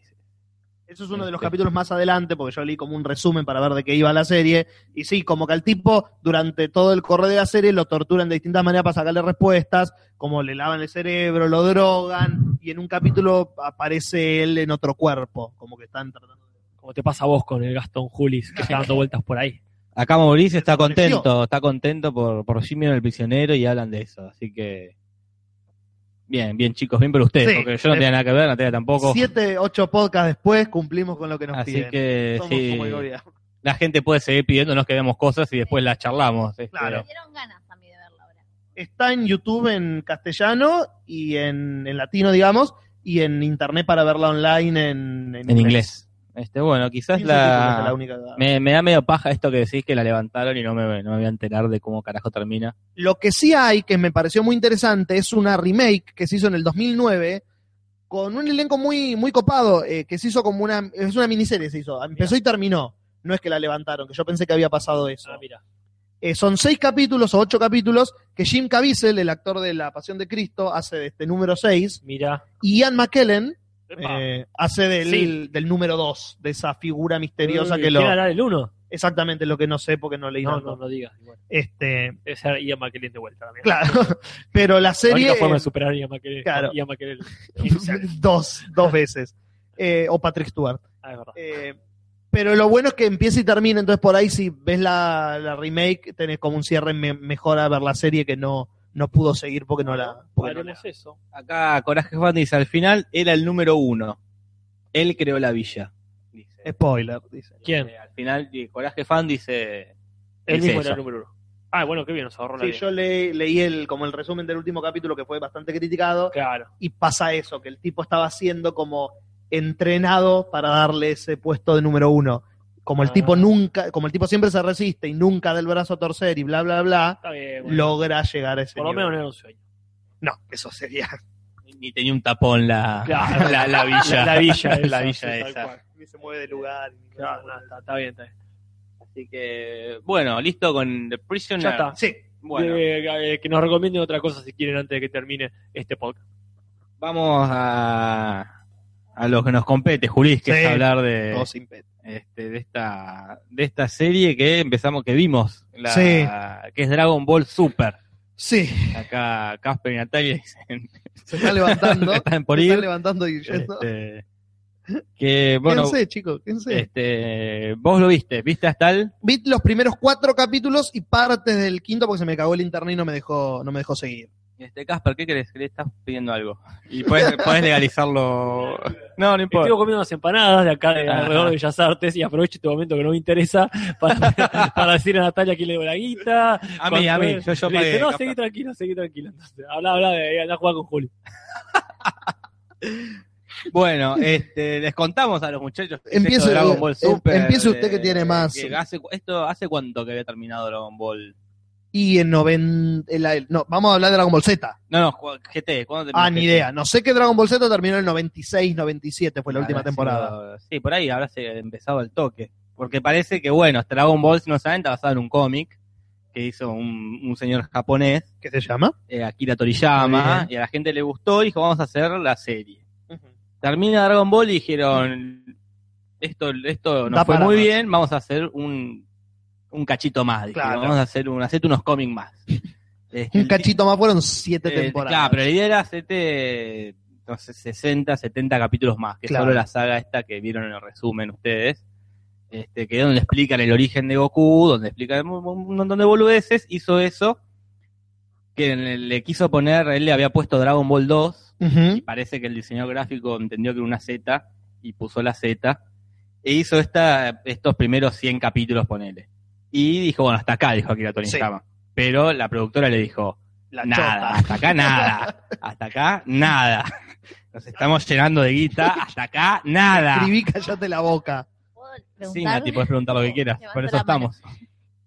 D: Eso es uno de los
E: Este.
D: capítulos más adelante, porque yo leí como un resumen para ver de qué iba la serie. Y sí, como que al tipo, durante todo el correo de la serie, lo torturan de distintas maneras para sacarle respuestas, como le lavan el cerebro, lo drogan, y en un capítulo aparece él en otro cuerpo, como que están tratando de...
C: Como te pasa a vos con el Gastón Julis, que está
D: [LAUGHS]
C: dando vueltas por ahí.
E: Acá Mauricio está
D: Desapareció.
E: contento, está contento por, por Jimmy en el prisionero y hablan de eso. Así que, bien, bien chicos, bien por ustedes,
D: Sí.
E: porque yo no tenía nada que ver, no tenía tampoco.
D: Siete, ocho podcasts después cumplimos con lo que nos
E: Así
D: piden.
E: que,
D: Somos
E: sí,
D: como el gobierno.
E: la gente puede seguir pidiéndonos que vemos cosas y después las charlamos. este.
D: Claro.
B: Me dieron ganas a mí de verla ahora.
D: Está en YouTube en castellano y en, en latino, digamos, y en internet para verla online en,
E: En inglés. Este, bueno, quizás
D: Sin subtítulos es
E: la,
D: la única.
E: Me, me da medio paja esto que decís que la levantaron y no me, no me voy a enterar de cómo carajo termina.
D: Lo que sí hay, que me pareció muy interesante, es una remake que se hizo en el 2009 con un elenco muy, muy copado, eh, que se hizo como una... Es una miniserie, se hizo. Empezó y terminó. No es que la levantaron, que yo pensé que había pasado eso.
C: Ah, mira.
D: Eh, son seis capítulos o ocho capítulos que Jim Caviezel, el actor de La Pasión de Cristo, hace de este número seis,
C: Mira.
D: y Ian McKellen
C: Epa.
D: eh, hace del,
C: Sí.
D: del número dos, de esa figura misteriosa
C: Uy,
D: que lo...
C: ¿Quién hará el uno?
D: Exactamente lo que no sé porque no leí
C: No,
D: tanto.
C: no, no digas. Igual.
D: Este, [LAUGHS]
C: Debe ser Ian McKellen de vuelta también.
D: claro, pero la
C: La
D: serie...
C: única forma
D: eh,
C: de superar a Ian McKellen.
D: Claro.
C: Ian McKellen.
D: [LAUGHS] dos, dos veces. Eh, o Patrick Stewart.
C: Ah, es verdad.
D: Eh, pero lo bueno es que empieza y termina, entonces por ahí si ves la, la remake, tenés como un cierre me- mejor a ver la serie que no, no pudo seguir porque no la... porque no la-
C: Haremos eso.
E: Acá Coraje Fan dice, al final era el número uno. Él creó la villa. Dice.
D: Spoiler, dice.
C: ¿Quién?
E: Eh, al final y Coraje Fan dice...
C: Él
E: dice
C: mismo
E: eso.
C: era el número uno. Ah, bueno, qué bien, nos ahorró la
D: Sí,
C: vida.
D: yo le- leí el, como el resumen del último capítulo que fue bastante criticado
C: Claro.
D: y pasa eso, que el tipo estaba siendo como entrenado para darle ese puesto de número uno. Como el
C: Ah.
D: tipo nunca, como el tipo siempre se resiste y nunca da el brazo a torcer y bla bla bla,
C: Está bien. bueno.
D: logra llegar a ese
C: Por lo
D: nivel.
C: menos no era un sueño.
D: No, eso [LAUGHS] sería.
E: Ni tenía un tapón la,
C: Claro.
E: [LAUGHS] [LAUGHS] la, la villa.
C: La villa esa,
E: [LAUGHS] La
C: sí,
E: villa
C: tal
E: esa.
C: cual.
D: Ni se mueve de lugar.
C: Claro, no, está, está bien, está bien.
E: Así que, bueno, listo con The Prisoner.
C: Ya está.
D: Sí,
E: Bueno,
C: Eh, eh, que nos recomienden otra cosa si quieren antes de que termine este podcast.
E: vamos a, a lo que nos compete, Julis, que
D: Sí.
E: es hablar de...
D: todo sin pet.
E: este, de esta de esta serie que empezamos que vimos la-
D: Sí.
E: que es Dragon Ball Super
D: Sí,
E: acá Casper y Natalia dicen
D: se está levantando.
E: [LAUGHS] que
D: se
E: están por
D: está
E: ir
D: levantando y yendo.
E: Este, que bueno
D: quédense, chicos, quédense.
E: este, vos lo viste viste hasta el
D: Vi los primeros cuatro capítulos y partes del quinto porque se me cagó el internet y no me dejó, no me dejó seguir.
E: este Casper qué crees que le estás pidiendo algo y puedes puedes legalizarlo no no
C: Estoy
E: importa
C: comiendo unas empanadas de acá de
E: Ajá.
C: alrededor de Bellas Artes y aprovecho este momento que no me interesa para, [LAUGHS] para decir a Natalia que le doy la guita.
E: a mí a mí yo yo
C: Le dice,
E: pagué
C: no,
E: Casper.
C: seguí tranquilo, seguí tranquilo. Entonces, habla, habla de andá a jugar con Julio.
E: Bueno, este, les contamos a los muchachos. que es
D: Empiece-
E: esto de Dragon Ball
D: em-
E: Super.
D: empiece usted
E: de-
D: que tiene más.
E: que hace, esto, ¿Hace cuánto que había terminado Dragon Ball?
D: Y en noven... en la- no, vamos a hablar de Dragon Ball Z.
E: No, no, ju- GT. ¿cuándo terminó
D: Ah, ni
E: GT?
D: idea. No sé que Dragon Ball Z terminó en el 96, 97, fue la
E: Habrá
D: última
E: sido-
D: temporada.
E: Ah, Sí, por ahí habrá se- empezado el toque. Porque parece que, bueno, Dragon Ball, si no saben, está basado en un cómic que hizo un, un señor japonés,
D: ¿Qué se llama?
E: eh, Akira
D: Muy
E: Toriyama,
D: bien.
E: y a la gente le gustó y dijo, vamos a hacer la serie. termina Dragon Ball y dijeron esto esto
D: Da
E: nos fue
D: para
E: muy
D: más.
E: bien vamos a hacer un un cachito más dijeron,
D: Claro.
E: vamos a hacer un hacete unos cómics más Este,
D: [LAUGHS] Un
E: el
D: cachito más fueron
E: ti-
D: siete
E: eh,
D: temporadas.
E: claro pero la idea era hacerte no sé 60 70 capítulos más que
D: Claro.
E: solo la saga esta que vieron en el resumen ustedes este que es donde explican el origen de Goku donde explican un un montón de boludeces hizo eso que le quiso poner él le había puesto Dragon Ball 2 y
D: Ujú.
E: parece que el diseñador gráfico entendió que era una Z y puso la Z e hizo esta, estos primeros 100 capítulos, ponele. Y dijo, bueno, hasta acá, dijo Akira Toriyama. Pero la productora le dijo,
D: La
E: nada,
D: chota.
E: hasta
D: [LAUGHS]
E: acá nada, hasta acá nada. Nos estamos llenando de guita, hasta acá nada.
D: Escribí, callate la boca.
B: ¿Puedo
E: Sí,
B: preguntar? [LAUGHS]
E: Nati, puedes preguntar lo que quieras,
B: Levanto
E: por eso
B: la mano.
E: estamos.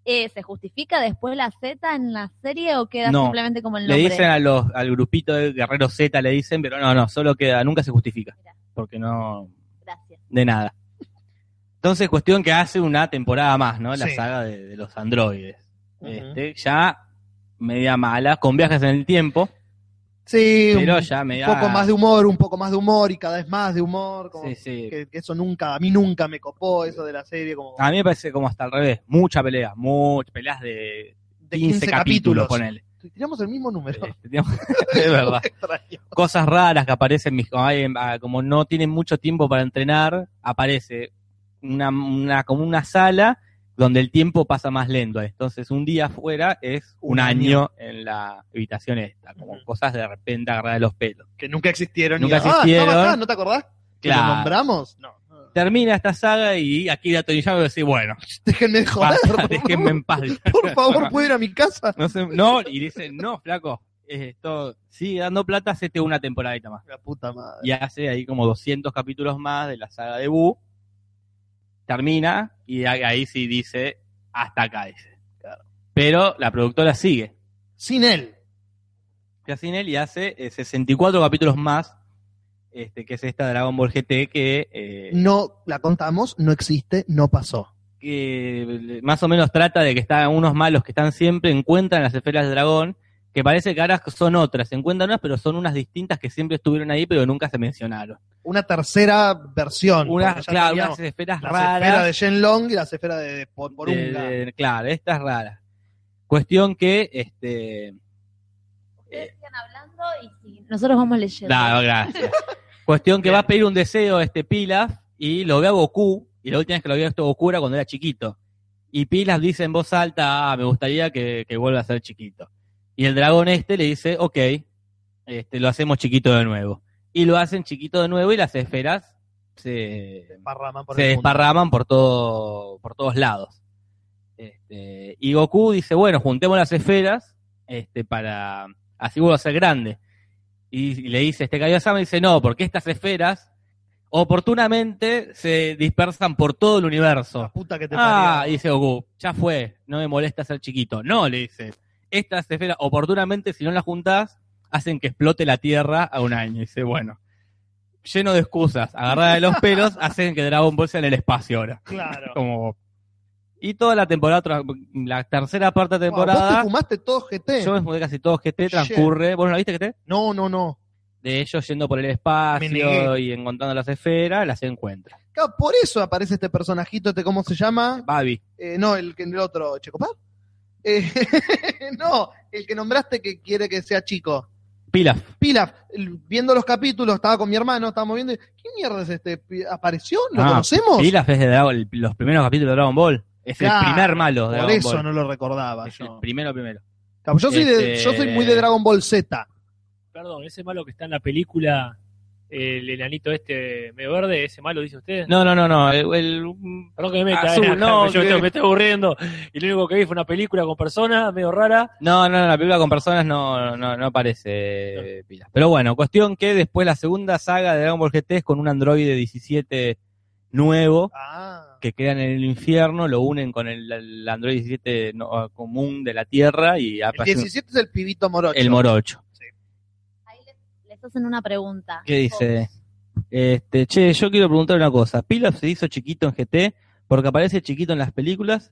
B: E, ¿se justifica después la Z en la serie o queda
E: No.
B: simplemente como el
E: Le
B: nombre?
E: dicen a los, al grupito de Guerrero Z, le dicen, pero no, no, solo queda, nunca se justifica. Porque no,
B: Gracias.
E: de nada. Entonces, cuestión que hace una temporada más, ¿no? La
D: Sí.
E: saga de, de los androides.
D: Ujú.
E: este, ya media mala, con viajes en el tiempo,
D: Sí,
E: pero
D: un
E: ya media...
D: poco más de humor, un poco más de humor y cada vez más de humor. como
E: Sí, sí.
D: que- que eso nunca, a mí nunca me copó eso de la serie. Como
E: A mí me parece como hasta al revés, mucha pelea, muchas peleas de
D: de
E: 15, capítulos,
D: con
E: ponele.
D: Tiramos el mismo número.
E: Este, digamos, [LAUGHS]
D: [LAUGHS]
E: es verdad.
D: Extraño.
E: Cosas raras que aparecen, mis- como hay- ah, como no tienen mucho tiempo para entrenar, aparece una, una- como una sala donde el tiempo pasa más lento. Entonces, un día afuera es un,
D: Un
E: año. en la habitación esta, como
D: Ujú.
E: cosas de repente agarradas de los pelos.
D: Que nunca existieron.
E: Nunca
D: y, ah, estaba
E: existieron.
D: acá, ¿No te acordás? ¿Que lo
E: Claro.
D: nombramos? No.
E: [LAUGHS] Termina esta saga y Akira Toriyama dice,
D: [LAUGHS]
E: bueno,
D: Déjenme de joder.
E: basta, Ah, déjenme [LAUGHS] en paz.
D: Por favor, ¿puedo ir a mi casa?
E: No, se- no, y dice, no, flaco, esto sigue dando plata, hacete una temporadita más.
D: La puta madre.
E: Y hace ahí como 200 capítulos más de la saga de Boo. Termina y a- ahí sí dice, hasta acá dice. Pero la productora sigue.
D: Sin él.
E: Casinel y hace eh, 64 capítulos más, este, que es esta Dragon Ball GT que, eh,
D: No, la contamos, no existe, no pasó.
E: que más o menos trata de que están unos malos que están siempre, encuentran las esferas de dragón, que parece que ahora son otras, encuentran unas, pero son unas distintas que siempre estuvieron ahí, pero nunca se mencionaron.
D: Una tercera versión.
E: Unas,
D: porque ya
E: claro,
D: teníamos
E: unas esferas
D: la esfera
E: raras.
D: de Shenlong y la esfera de Por- Porunga.
E: de- de- claro, estas raras. Cuestión que, este,
B: Ustedes sigan hablando y si- nosotros vamos leyendo.
E: da, gracias. Cuestión que va a pedir un deseo este Pilaf y lo ve a Goku, y la última vez que lo vio esto Goku era cuando era chiquito. Y Pilaf dice en voz alta, ah, me gustaría que, que vuelva a ser chiquito. Y el dragón este le dice, ok, este, lo hacemos chiquito de nuevo. Y lo hacen chiquito de nuevo y las esferas se,
D: Parraman por
E: se
D: el mundo.
E: desparraman por todo por todos lados. Este, y Goku dice, bueno, juntemos las esferas este, para así vuelvo a ser grande. Y, y le dice, este Kaiosama dice, no, porque estas esferas oportunamente se dispersan por todo el universo.
D: La puta que te
E: Ah,
D: parió.
E: dice Goku, ya fue, no me molesta ser chiquito. No, le dice, estas esferas oportunamente, si no las juntás, hacen que explote la Tierra a un año. Dice, bueno, lleno de excusas, agarrada
D: [LAUGHS]
E: de los pelos, hacen que Dragon Ball sea en el espacio ahora.
D: Claro.
E: [LAUGHS] Como... Y toda la temporada, tra- la tercera parte de la
D: Wow, ¿Vos te
E: temporada,
D: fumaste todo GT?
E: yo me fumé casi todo GT, transcurre, ¿vos no la viste GT?
D: No, no, no.
E: De ellos yendo por el
D: Me negué.
E: espacio y encontrando las esferas, las encuentra.
D: Claro, por eso aparece este personajito, este, ¿cómo se llama?
E: Babi,
D: Eh, no, el, que- el otro, ¿Checopar? Eh, [LAUGHS] no, el que nombraste que quiere que sea chico.
E: Pilaf.
D: Pilaf, el- viendo los capítulos, estaba con mi hermano, estábamos viendo. y, ¿Qué mierda es este? Pi- ¿Apareció? ¿Lo
E: Ah,
D: conocemos?
E: Pilaf es de Dragon- los primeros capítulos de Dragon Ball. Es
D: Claro,
E: el primer malo de
D: Por
E: Dragon
D: eso
E: Ball.
D: no lo recordaba.
E: es
D: Yo,
E: el primero primero.
D: Claro, yo soy de-
E: Este-
D: yo soy muy de Dragon Ball Z.
C: Perdón, ese malo que está en la película, el enanito este medio verde, ese malo, dice usted.
E: No, no, no, no. El, el-
C: Perdón que me meta,
E: Azul,
C: eh, [LAUGHS] acá,
E: no,
C: yo
E: que-
C: estoy- me estoy aburriendo. Y lo único que vi fue una película con personas medio rara.
E: no, no, no, la película con personas no, no, no aparece eh, Pilaf. Pero bueno, cuestión que después la segunda saga de Dragon Ball GT es con un androide 17 nuevo
D: Ah,
E: que queda en el infierno, lo unen con el, el androide 17 no- común de la Tierra y
D: el
E: aparece un-
D: 17 es el pibito morocho.
E: el morocho.
B: Ahí les, les hacen una pregunta.
E: ¿Qué dice? Este, che, yo quiero preguntar una cosa. Pilaf se hizo chiquito en GT porque aparece chiquito en las películas.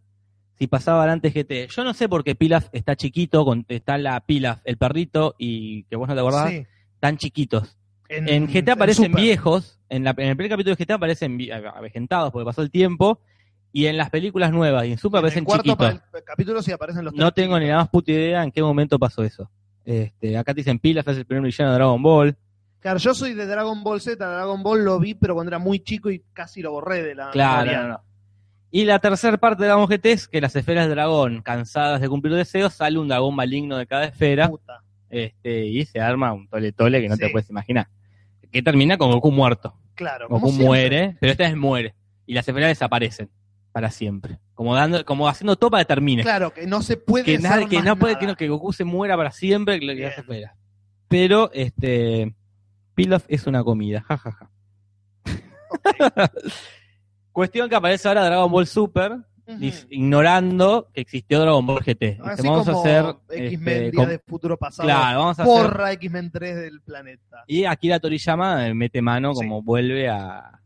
E: Si pasaba antes GT. Yo no sé por qué Pilaf está chiquito, con, está la Pilaf, el perrito y que vos no te acordás,
D: Sí, Mm,
E: tan chiquitos. En GT aparecen
D: Super.
E: viejos, en, la- en el primer capítulo de GT aparecen vi- avejentados porque pasó el tiempo y en las películas nuevas y en Super
D: En el
E: aparecen
D: cuarto
E: chiquitos.
D: pa- capítulo sí aparecen los
E: No
D: tres
E: tengo ni la más puta idea en qué momento pasó eso. Este, acá te dicen Pilaf es el primer villano de Dragon Ball.
D: Claro, yo soy de Dragon Ball Z, Dragon Ball lo vi, pero cuando era muy chico y casi lo borré de la
E: Claro,
D: memoria.
E: no, no. Y la tercera parte de Dragon GT es que las esferas de dragón, cansadas de cumplir deseos, sale un dragón maligno de cada esfera
D: Puta.
E: este, y se arma un tole tole que no te
D: Sí.
E: puedes imaginar. Que termina con Goku muerto.
D: Claro. como
E: Goku
D: siempre.
E: muere, pero esta vez muere. Y las esferas desaparecen para siempre. Como dando, como haciendo topa de termine.
D: Claro, que no se puede
E: que nadie,
D: hacer
E: que
D: más
E: no puede,
D: nada.
E: que, no- que Goku se muera para siempre, que lo que
D: Bien.
E: las esferas. Pero este Pilaf es una comida, [LAUGHS] jajaja. Cuestión que aparece ahora Dragon Ball Super, dis- ignorando que existió Dragon Ball GT. Dice,
D: Así
E: vamos a
D: como
E: hacer.
D: X-Men
E: este,
D: Días
E: com-
D: de Futuro Pasado.
E: claro, vamos a hacer
D: Porra X-Men 3 del planeta.
E: Y Akira Toriyama eh, mete mano
D: Sí.
E: como vuelve a...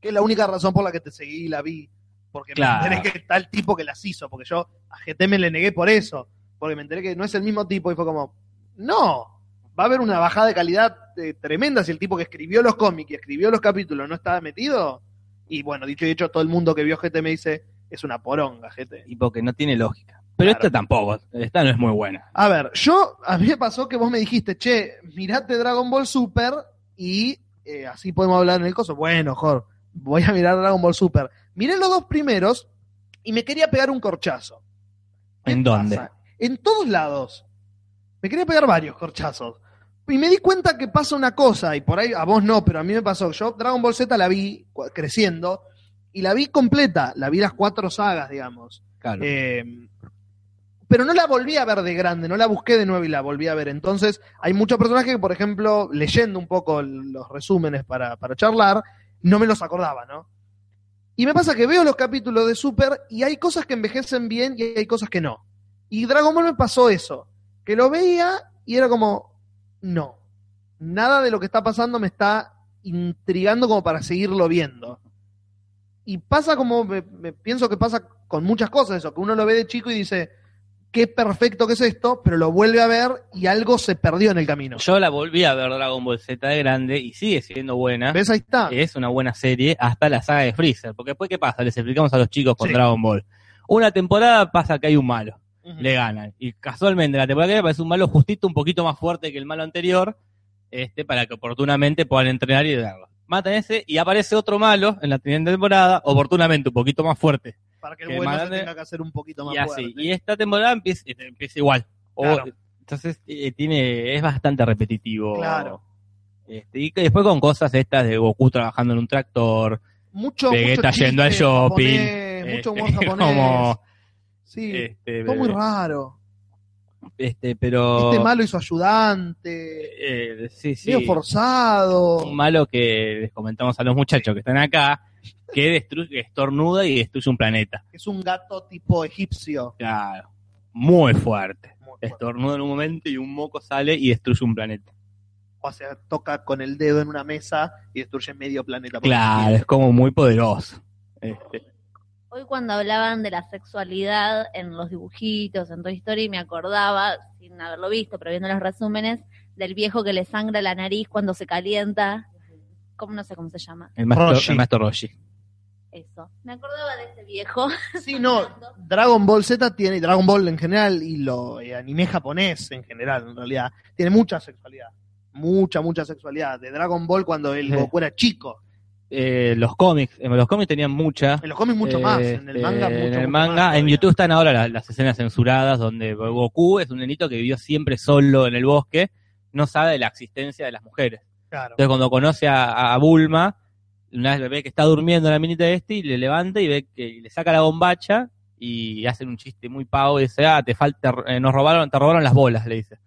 D: Que es la única razón por la que te seguí y la vi. Porque
E: Claro.
D: me enteré que está el tipo que las hizo. Porque yo a GT me le negué por eso. Porque me enteré que no es el mismo tipo. Y fue como, no. Va a haber una bajada de calidad eh, tremenda si el tipo que escribió los cómics y escribió los capítulos no estaba metido. Y bueno, dicho y hecho, todo el mundo que vio GT me dice, es una poronga, GT.
E: Y porque no tiene lógica. Pero
D: Claro.
E: esta tampoco, esta no es muy buena.
D: A ver, yo, a mí me pasó que vos me dijiste, che, mirate Dragon Ball Super y eh, así podemos hablar en el coso. Bueno, Jor, voy a mirar Dragon Ball Super. Miré los dos primeros y me quería pegar un corchazo. ¿Qué
E: ¿En dónde?
D: pasa? En todos lados. Me quería pegar varios corchazos. Y me di cuenta que pasa una cosa, y por ahí a vos no, pero a mí me pasó. Yo Dragon Ball Z la vi cu- creciendo y la vi completa, la vi las cuatro sagas, digamos.
E: Claro.
D: Eh, pero no la volví a ver de grande, no la busqué de nuevo y la volví a ver. Entonces, hay muchos personajes que, por ejemplo, leyendo un poco l- los resúmenes para, para charlar, no me los acordaba, ¿no? Y me pasa que veo los capítulos de Super y hay cosas que envejecen bien y hay cosas que no. Y Dragon Ball me pasó eso, que lo veía y era como, no, nada de lo que está pasando me está intrigando como para seguirlo viendo. Y pasa como, me, me pienso que pasa con muchas cosas eso, que uno lo ve de chico y dice, qué perfecto que es esto, pero lo vuelve a ver y algo se perdió en el camino.
E: Yo la volví a ver Dragon Ball Z de grande y sigue siendo buena.
D: ¿Ves? Ahí está.
E: Es una buena serie hasta la saga de Freezer. Porque después, ¿qué pasa? Les explicamos a los chicos con
D: Sí.
E: Dragon Ball. Una temporada pasa que hay un malo.
D: Ujú.
E: le ganan. Y casualmente, la temporada que viene aparece un malo justito un poquito más fuerte que el malo anterior, este, para que oportunamente puedan entrenar y darlo. Matan ese y aparece otro malo en la siguiente temporada, oportunamente un poquito más fuerte.
D: Para que
E: que
D: el bueno se
E: mande-
D: tenga que hacer un poquito más
E: Y así.
D: fuerte.
E: Y esta temporada empieza, este, empieza igual. O-
D: Claro.
E: Entonces, eh, tiene, es bastante repetitivo.
D: Claro.
E: Este, y que después con cosas estas de Goku trabajando en un tractor,
D: Mucho,
E: Vegeta
D: mucho
E: yendo al
D: chiste
E: shopping,
D: japonés, mucho humor
E: [LAUGHS] este,
D: japonés.
E: como,
D: sí,
E: este,
D: todo muy raro.
E: este, pero,
D: Este malo hizo ayudante,
E: eh, sí, sí.
D: medio forzado.
E: un malo que les comentamos a los muchachos que están acá, que destru- que estornuda y destruye un planeta.
D: Es un gato tipo egipcio.
E: Claro. Muy fuerte.
D: Muy fuerte.
E: Estornuda en un momento y un moco sale y destruye un planeta.
D: O sea, toca con el dedo en una mesa y destruye medio planeta. por
E: Claro, es como muy poderoso. Este,
B: Hoy cuando hablaban de la sexualidad en los dibujitos, en Toy Story, me acordaba, sin haberlo visto, pero viendo los resúmenes, del viejo que le sangra la nariz cuando se calienta. ¿Cómo no sé cómo se llama?
E: el maestro
D: Roshi.
E: Roshi. El maestro Roshi.
B: Eso. Me acordaba de ese viejo.
D: Sí, no, Dragon Ball Z tiene, y Dragon Ball en general, y lo eh, anime japonés en general, en realidad, tiene mucha sexualidad. Mucha, mucha sexualidad. De Dragon Ball cuando el
E: Sí.
D: Goku era chico.
E: Eh, los cómics, eh, los cómics tenían mucha.
D: En los cómics mucho más, en el
E: Este,
D: manga mucho,
E: en el
D: mucho
E: manga,
D: más
E: en
D: todavía.
E: YouTube están ahora las, las escenas censuradas donde Goku es un nenito que vivió siempre solo en el bosque, no sabe de la existencia de las mujeres.
D: Claro.
E: Entonces cuando conoce a, a Bulma, una vez lo ve que está durmiendo la minita este y le levanta y ve que y le saca la bombacha y hacen un chiste muy pavo y dice, ah, te falta, eh, nos robaron, te robaron las bolas, le dice.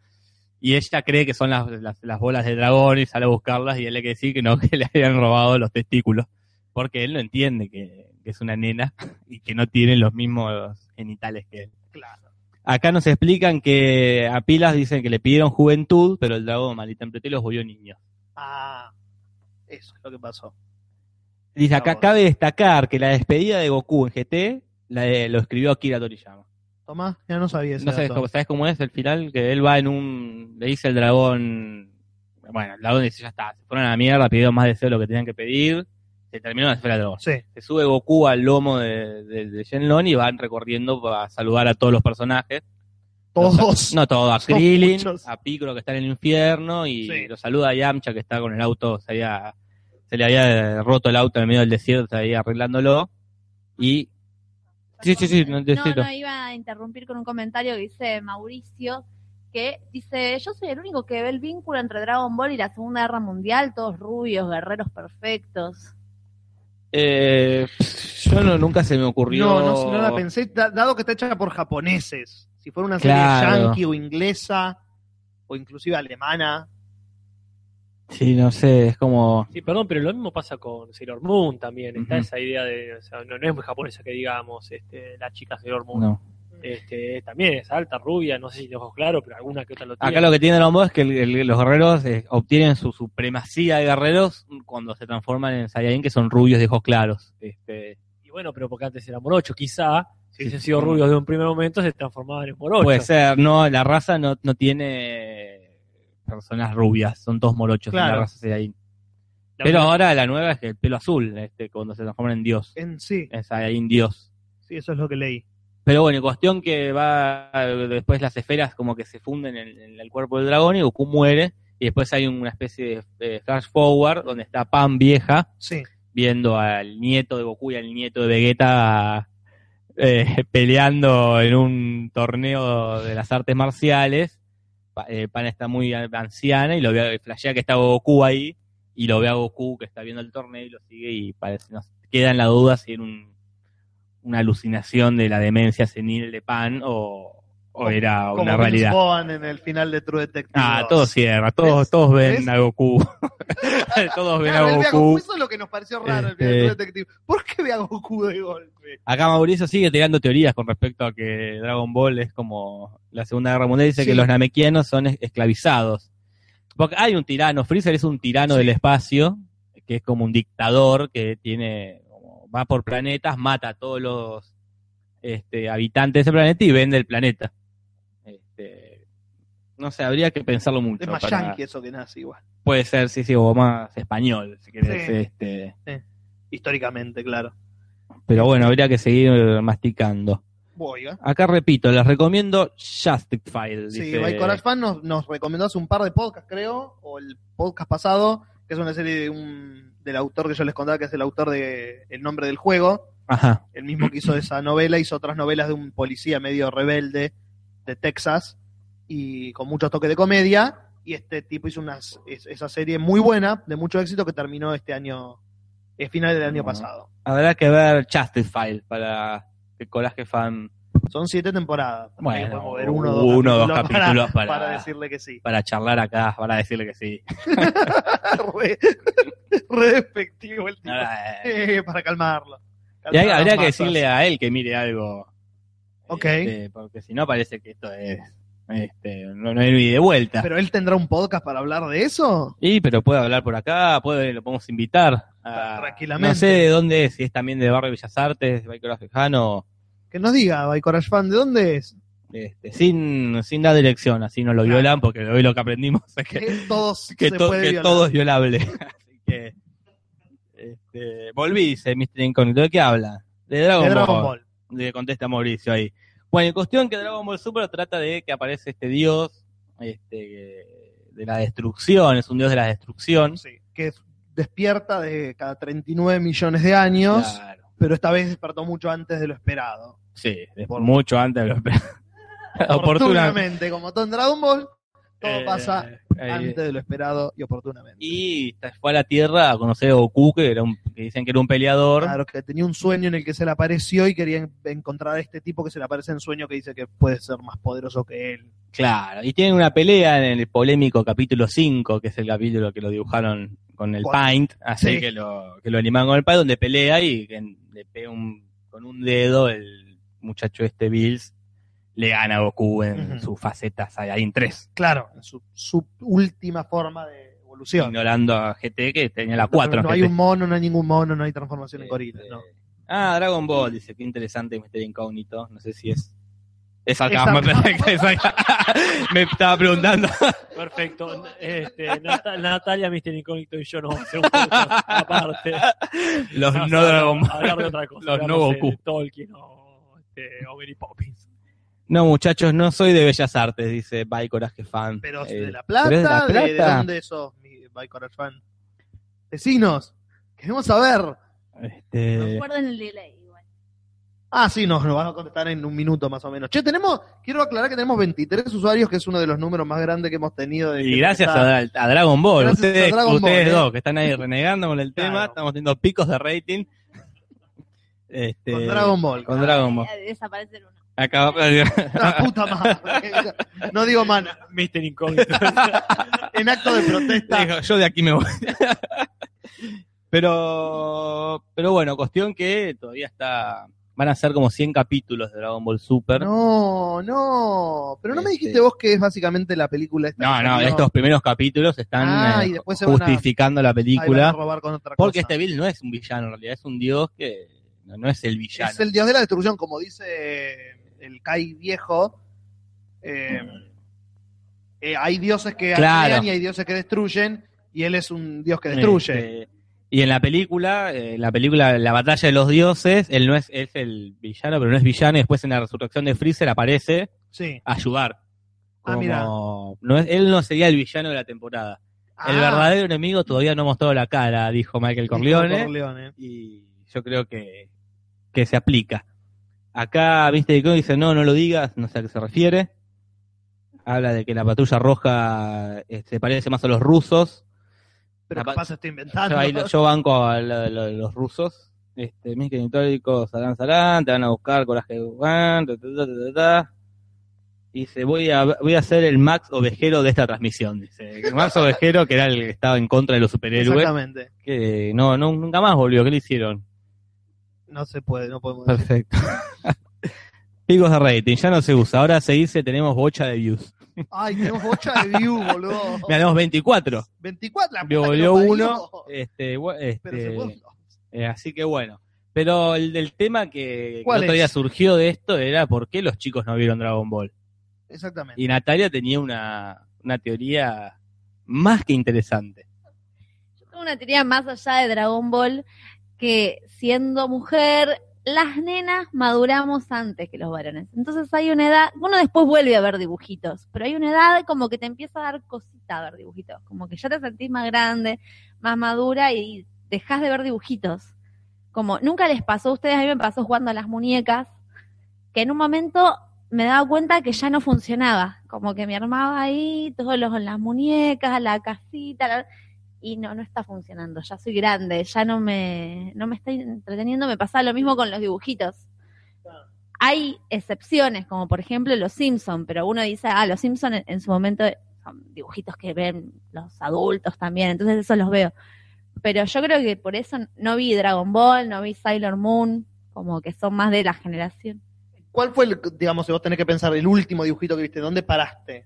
E: Y ella cree que son las, las, las bolas de dragón y sale a buscarlas y él le que sí, que no, [LAUGHS] que le habían robado los testículos. Porque él no entiende que, que es una nena [LAUGHS] y que no tiene los mismos genitales que él.
D: Claro.
E: Acá nos explican que a Pilas dicen que le pidieron juventud, pero el dragón malinterpretó y los volvió niños.
D: Ah, eso es lo que pasó.
E: Dice
D: Está
E: acá,
D: bueno.
E: cabe destacar que la despedida de Goku en GT la de- lo escribió Akira Toriyama.
D: Tomás, ya no sabía ese
E: No sabes
D: dato.
E: cómo, ¿sabes cómo es el final, que él va en un... Le dice el dragón... Bueno, el dragón dice, ya está, se fueron a la mierda, pidieron más deseo de lo que tenían que pedir, se terminó la esfera del dragón.
D: Sí,
E: Se sube Goku al lomo de, de, de Shenlong y van recorriendo para saludar a todos los personajes.
D: todos.
E: No todo, a
D: Son
E: Krillin,
D: muchos.
E: a Piccolo que está en el infierno y
D: Sí.
E: lo saluda a Yamcha que está con el auto, se, había- se le había eh, roto el auto en el medio del desierto, se había arreglándolo. Y Sí, sí, sí, no,
B: No,
E: decilo.
B: no, iba a interrumpir con un comentario que dice Mauricio, que dice, yo soy el único que ve el vínculo entre Dragon Ball y la Segunda Guerra Mundial, todos rubios, guerreros perfectos.
E: eh, yo no, nunca se me ocurrió.
D: No, no, no la pensé, da- dado que está hecha por japoneses. Si fuera una serie
E: Claro.
D: yankee o inglesa, o inclusive alemana,
E: Sí, no sé, es como.
C: Sí, perdón, pero lo mismo pasa con Sailor Moon también. Está
E: Ujú.
C: esa idea de. O sea, no, no es muy japonesa que digamos, este, la chica Sailor Moon.
E: No.
C: Este, también es alta, rubia, no sé si de ojos claros, pero alguna que otra lo tiene.
E: Acá lo que tienen los mods es que el- el- los guerreros eh, obtienen su supremacía de guerreros cuando se transforman en Saiyajin, que son rubios de ojos claros. Este,
C: Y bueno, pero porque antes eran morocho, quizá. Si
E: Sí,
C: hubiesen
E: sí.
C: sido rubios de un primer momento, se transformaban en morocho.
E: puede ser, no, la raza no, no tiene personas rubias, son todos morochos en
D: Claro.
E: la raza Saiyajin.
C: La
E: Pero
C: verdad-
E: ahora la nueva es que el pelo azul, este, cuando se transforman en Dios,
D: En sí,
E: en Saiyajin Dios.
D: sí, eso es lo que leí.
E: Pero bueno, cuestión que va eh, después las esferas como que se funden en, en el cuerpo del dragón y Goku muere. Y después hay una especie de eh, flash forward donde está Pan vieja
D: Sí.
E: viendo al nieto de Goku y al nieto de Vegeta eh, [LAUGHS] peleando en un torneo de las artes marciales. Pa- eh, Pan está muy a- anciana y lo ve, a- flashea que está Goku ahí y lo ve a Goku que está viendo el torneo y lo sigue y parece, nos queda en la duda si era un- una alucinación de la demencia senil de Pan o, o era
D: Como
E: Ah, una
D: Vince
E: realidad.
D: Vaughn en el final de True Detective.
E: Ah,
D: 2.
E: todo cierra, todos, todos
D: ¿Ves?
E: ven a
D: [LAUGHS]
E: Goku. [LAUGHS] todos ven a
D: Claro, él ve a
E: Goku.
D: Goku. Eso es lo que nos pareció raro el
E: Este-
D: final de True Detective. ¿Por qué ve a Goku de golpe?
E: Acá Mauricio sigue tirando teorías con respecto a que Dragon Ball es como la Segunda Guerra Mundial. Dice
D: Sí.
E: que los namekianos son es- esclavizados. Porque hay un tirano, Freezer es un tirano del espacio, que es como un dictador que tiene, como va por planetas, mata a todos los este, habitantes de ese planeta y vende el planeta. Este, no sé, habría que pensarlo mucho.
D: Es más
E: para-
D: yankee eso que nazi igual.
E: Puede ser, sí, sí, o más español, si querés.
D: Sí.
E: Este,
D: Históricamente, claro.
E: pero bueno, habría que seguir masticando.
D: Boiga.
E: Acá repito, les recomiendo Justified.
D: Sí,
E: dice-
D: By Courage Fan nos, nos recomendó hace un par de podcasts, creo, o el podcast pasado, que es una serie de un, del autor que yo les contaba, que es el autor de El nombre del juego.
E: Ajá.
D: el mismo que
E: [CLEARS THROAT]
D: hizo esa novela, hizo otras novelas de un policía medio rebelde de Texas y con muchos toques de comedia. Y este tipo hizo unas, es- esa serie muy buena, de mucho éxito, que terminó este año, el final del año
E: Bueno.
D: pasado.
E: Habrá que ver Justified para que Coraje fan
D: Son siete temporadas. También
E: Bueno,
D: podemos ver uno o
E: uno o
D: dos
E: dos
D: capítulos
E: capítulos
D: para,
E: para-
D: para decirle que sí.
E: para charlar acá, para decirle que
D: [LAUGHS]
E: sí.
D: re, re despectivo el tipo.
E: y
D: Eh, para calmarlo.
E: hay-
D: Calmar
E: habría
D: las
E: que
D: masas.
E: decirle a él que mire algo.
D: Ok.
E: este, porque si no parece que esto es este, no, no hay ni de vuelta.
D: ¿Pero él tendrá un podcast para hablar de eso?
E: y pero puede hablar por acá, puede lo podemos invitar. a-
D: Tranquilamente.
E: Ah, No sé de dónde es, si es también de Barrio Bellas Artes, de Coraje Fejano,
D: Que nos diga, By Courage Fan, ¿de dónde es?
E: este, sin, sin dar dirección, así no lo
D: Claro.
E: violan, porque hoy lo que aprendimos [LAUGHS] es que
D: que todos
E: que,
D: se
E: to-
D: puede
E: que
D: violar.
E: todo es violable. [LAUGHS] Así que. Este, volví, dice Mr. Incógnito. ¿De qué habla? De Dragon,
D: de Dragon
E: Ball.
D: Ball.
E: Le contesta Mauricio ahí. Bueno, y cuestión que Dragon Ball Super trata de que aparece este dios este, de la destrucción, es un dios de la destrucción.
D: Sí, que despierta de cada 39 millones de años,
E: Claro,
D: pero esta vez despertó mucho antes de lo esperado.
E: sí, de-
D: Por-
E: mucho antes de lo [LAUGHS] Oportunamente.
D: Oportunamente, como todo en Dragon Ball, todo pasa
E: Eh,
D: antes de lo esperado y oportunamente.
E: Y fue a la Tierra a conocer a Goku, que, era un, que dicen que era un peleador.
D: Claro, que tenía un sueño en el que se le apareció y quería en- encontrar a este tipo que se le aparece en sueño que dice que puede ser más poderoso que él.
E: Claro, y tienen una pelea en el polémico capítulo 5, que es el capítulo que lo dibujaron con el
D: Bueno,
E: paint, así
D: sí.
E: que, lo, que lo animaron con el paint, donde pelea y en- le pega un- con un dedo el muchacho este Bills, le gana a Goku en
D: Ujú.
E: su faceta Saiyajin 3,
D: Claro, en su, su última forma de evolución.
E: ignorando a GT que tenía la 4.
D: no, no hay un mono, no hay ningún mono, no hay transformación en gorila. No.
E: Ah, Dragon Ball, dice, qué interesante misterio incógnito, no sé si es... Es
D: Es
E: acá, me, es acá. [LAUGHS] me estaba preguntando.
D: [LAUGHS]
C: Perfecto. Este, Nata- Natalia, Mr. Incógnito y yo nos vamos a hacer un podcast [LAUGHS] aparte.
E: Los
C: Vamos
E: no
C: a
E: Dragon Ball.
C: Hablar de otra cosa.
E: Los no
C: hablamos de
E: Goku.
C: Tolkien o este, o Mary Poppins. [LAUGHS]
E: No, muchachos, no soy de Bellas Artes, dice By Coraje Fan.
D: Pero
E: Eh,
D: de La Plata,
E: pero es de La
D: de- ¿de,
E: Plata.
D: dónde sos, mi by Coral fan? Vecinos, queremos saber.
E: este,
B: Recuerden el delay. igual.
D: Ah, sí, nos, nos van a contestar en un minuto más o menos. Che, tenemos, quiero aclarar que tenemos 23 usuarios, que es uno de los números más grandes que hemos tenido. de
E: y
D: gente
E: gracias
D: que está-
E: a, Este, a Dragon Ball,
D: Gracias a
E: ustedes,
D: Dragon
E: ustedes
D: Ball, eh.
E: dos que están [LAUGHS] ahí renegando con el tema,
D: Claro.
E: estamos teniendo picos de rating. Este,
D: con Dragon Ball.
E: con Dragon Ball.
B: Eh, Desaparecer uno.
E: [LAUGHS] Acaba
D: La puta madre. No digo mana.
C: Mister Incógnito.
D: En acto de protesta.
E: Dijo, yo de aquí me voy. [LAUGHS] pero, pero bueno, cuestión que todavía está. Van a ser como 100 capítulos de Dragon Ball Super.
D: No,
E: No,
D: no. Pero no me
E: Este.
D: dijiste vos que es básicamente la película esta.
E: no, estos primeros capítulos están
D: Ah,
E: eh,
D: y después se van a-
E: justificando la
D: Ahí van a
E: película.
D: robar con otra
E: Porque
D: cosa.
E: este Bill no es un villano, en realidad es un dios que no, no es el villano.
D: es el dios de la destrucción, como dice el Kai viejo. Eh, eh, hay dioses que
E: Claro.
D: crean y hay dioses que destruyen, y él es un dios que destruye.
E: Este, y en la película, eh, en la película La batalla de los dioses, él no es, es el villano, pero no es villano, y después en la resurrección de Freezer aparece
D: sí.
E: a ayudar.
D: Ah, mira.
E: Como- no es, él no sería el villano de la temporada. El
D: Ah,
E: verdadero enemigo todavía no ha mostrado la cara, dijo Michael
D: Nico
E: Corleone,
D: Corleone.
E: y yo creo que, que se aplica. Acá, viste, Dico dice, no, no lo digas, no sé a qué se refiere. Habla de que la patrulla roja eh, se parece más a los rusos,
D: Pero
E: Capaz-
D: capaz se está inventando.
E: yo, ahí lo- yo banco a lo- lo- los rusos. Este, mis históricos, Salán Salán, te van a buscar coraje de Wuhan, ta, ta, ta, ta, ta, ta. Y dice, voy a, voy a ser el Max Ovejero de esta transmisión. Dice, Max Ovejero, que era el que estaba en contra de los superhéroes,
D: Exactamente.
E: que no, no, nunca más volvió, ¿qué le hicieron?
D: No se puede, no podemos decir.
E: Perfecto. [LAUGHS] Picos de rating, ya no se usa, ahora se dice tenemos bocha de views.
D: Ay, tenemos bocha de view, boludo. [LAUGHS]
E: Mira, tenemos 24.
D: 24, la puta que lo
E: Volvió
D: parió.
E: uno. Este, bu-
D: Pero
E: este,
D: se puso.
E: Eh, así que bueno. Pero el del tema que, que
D: ¿Cuál
E: el otro día
D: es?
E: surgió de esto era por qué los chicos no vieron Dragon Ball.
D: Exactamente.
E: Y Natalia tenía una, una teoría más que interesante.
B: Yo tengo una teoría más allá de Dragon Ball que siendo mujer, las nenas maduramos antes que los varones. Entonces hay una edad, uno después vuelve a ver dibujitos, pero hay una edad como que te empieza a dar cosita a ver dibujitos, como que ya te sentís más grande, más madura y dejás de ver dibujitos. Como nunca les pasó a ustedes, a mí me pasó jugando a las muñecas, que en un momento me daba cuenta que ya no funcionaba, como que me armaba ahí todos los las muñecas, la casita, la- y no, no está funcionando, ya soy grande, ya no me, no me estoy entreteniendo, me pasa lo mismo con los dibujitos. Hay excepciones, como por ejemplo los Simpson, pero uno dice, ah, los Simpson en, en su momento son dibujitos que ven los adultos también, entonces eso los veo. Pero yo creo que por eso no vi Dragon Ball, no vi Sailor Moon, como que son más de la generación.
D: ¿Cuál fue, el, digamos, si vos tenés que pensar, el último dibujito que viste? ¿Dónde paraste?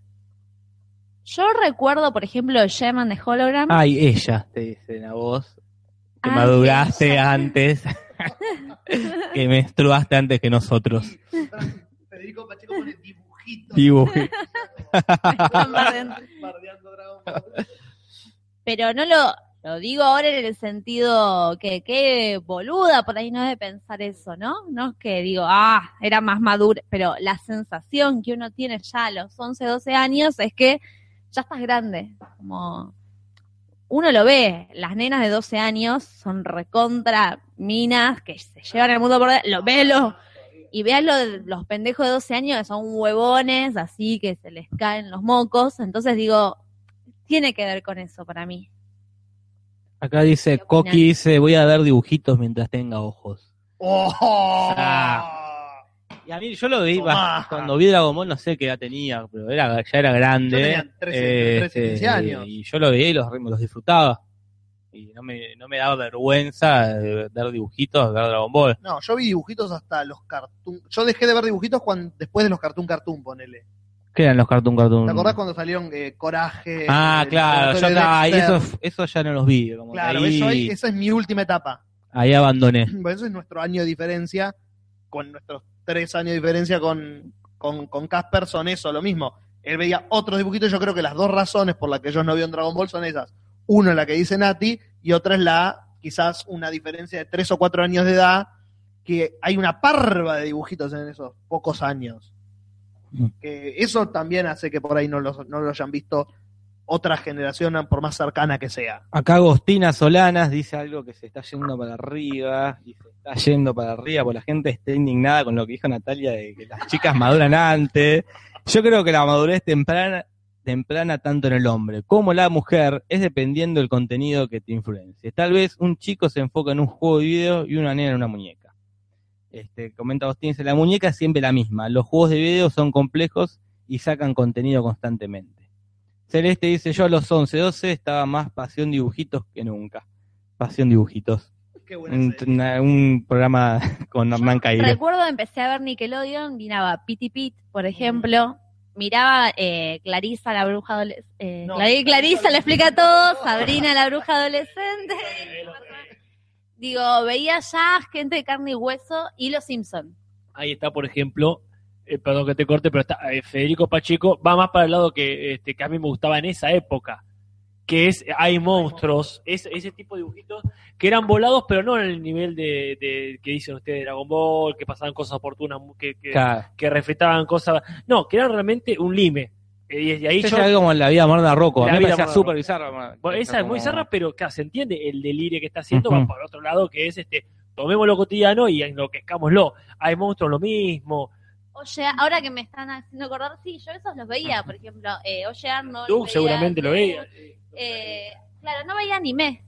B: Yo recuerdo, por ejemplo, Gem and the Hologram.
E: [LAUGHS] Ay, ella, te dicen a vos, que
B: Ay,
E: maduraste
B: ella.
E: antes, [LAUGHS] que menstruaste antes que nosotros.
D: Federico Pacheco pone dibujito.
E: Dibuje.
D: Bardeando Dragon Ball.
B: pero no lo, lo digo ahora en el sentido que qué boluda por ahí no es de pensar eso, ¿no? No es que digo, ah, era más madura, pero la sensación que uno tiene ya a los 11, 12 años es que ya estás grande, como uno lo ve, las nenas de 12 años son recontra minas que se llevan el mundo por delante, lo velo y vean lo de los pendejos de 12 años que son huevones, así que se les caen los mocos, entonces digo, tiene que ver con eso para mí.
E: Acá dice,
B: ¿Qué opinan?
E: Coqui dice, voy a ver dibujitos mientras tenga ojos.
D: ¡Oh! Ah.
E: Y a mí yo lo vi
D: Tomá.
E: bast- cuando vi Dragon Ball, no sé qué edad tenía, pero era, ya era grande. eh, este,
D: Yo tenía 13, 13, 15 años.
E: Y yo lo veía y los, re- los disfrutaba. Y no me, no me daba vergüenza de ver dibujitos, de ver Dragon Ball.
D: No, yo vi dibujitos hasta los cartoon. Yo dejé de ver dibujitos cuan- después de los cartoon cartoon, ponele.
E: ¿Qué eran los Cartoon Cartoon?
D: ¿Te acordás cuando salieron eh, Coraje?
E: Mm. Ah,
D: eh,
E: claro, yo
D: Laboratorio
E: estaba, y
D: Dexter?
E: eso, eso ya no los vi. como que
D: Claro,
E: ahí,
D: eso ahí- esa es mi última etapa. [CLEARS THROAT]
E: ahí abandoné.
D: Bueno, eso es nuestro año de diferencia, con nuestros tres años de diferencia con, con, con Casper, son eso, lo mismo. Él veía otros dibujitos, yo creo que las dos razones por las que ellos no vieron Dragon Ball son esas. Una la que dice Nati y otra es la, quizás una diferencia de tres o cuatro años de edad, que hay una parva de dibujitos en esos pocos años.
E: Mm.
D: Que eso también hace que por ahí no los, no los hayan visto otra generación, por más cercana que sea.
E: Acá Agostina Solanas dice algo que se está yendo para arriba y se está yendo para arriba porque la gente está indignada con lo que dijo Natalia de que las chicas maduran antes. Yo creo que la madurez temprana, temprana tanto en el hombre como la mujer es dependiendo del contenido que te influencie. Tal vez un chico se enfoca en un juego de video y una nena en una muñeca. Este, comenta Agustín, la muñeca es siempre la misma. Los juegos de video son complejos y sacan contenido constantemente. Celeste dice, yo a los 11, 12 estaba más pasión dibujitos que nunca. Pasión dibujitos.
D: Qué
E: Un,
D: buena serie.
E: una- un programa [LAUGHS] con Hernán Cairo.
B: Recuerdo, empecé a ver Nickelodeon, miraba Pity Pit, por ejemplo. Miraba eh, Clarisa, la bruja adolescente.
D: No,
B: Clarisa,
D: Clarisa
B: le
D: la
B: explica
D: bruja
B: todo.
D: adolescente.
B: Sabrina, la bruja adolescente. Digo, veía ya gente de carne y hueso y los Simpson.
C: [LAUGHS] Ahí está, por ejemplo, eh, perdón que te corte, pero está eh, Federico Pacheco, va más para el lado que, este, que a mí me gustaba en esa época, que es eh, Hay monstruos, es, ese tipo de dibujitos que eran volados, pero no en el nivel de, de- que dicen ustedes de Dragon Ball, que pasaban cosas oportunas, mu- que, que,
E: Claro.
C: que refletaban cosas, no, que eran realmente un lime. Eh, Y desde ahí
E: Eso
C: yo-
E: es algo como la vida moderna de Rocco. A
C: La
E: mí me
C: vida
E: parecía
C: moderna.
E: súper bizarra.
C: Bueno, esa es muy
E: Como-
C: zarra, pero claro, se entiende el delirio que está haciendo,
E: Ujú.
C: va por otro lado, que es este, tomemos lo cotidiano y enloquezcámoslo. Hay monstruos lo mismo,
B: Oye, ahora que me están haciendo acordar, sí, yo esos los veía, por ejemplo. Eh, Oye, Arnold.
C: tú
B: veía-
C: seguramente lo veías.
B: Eh, claro, no veía anime.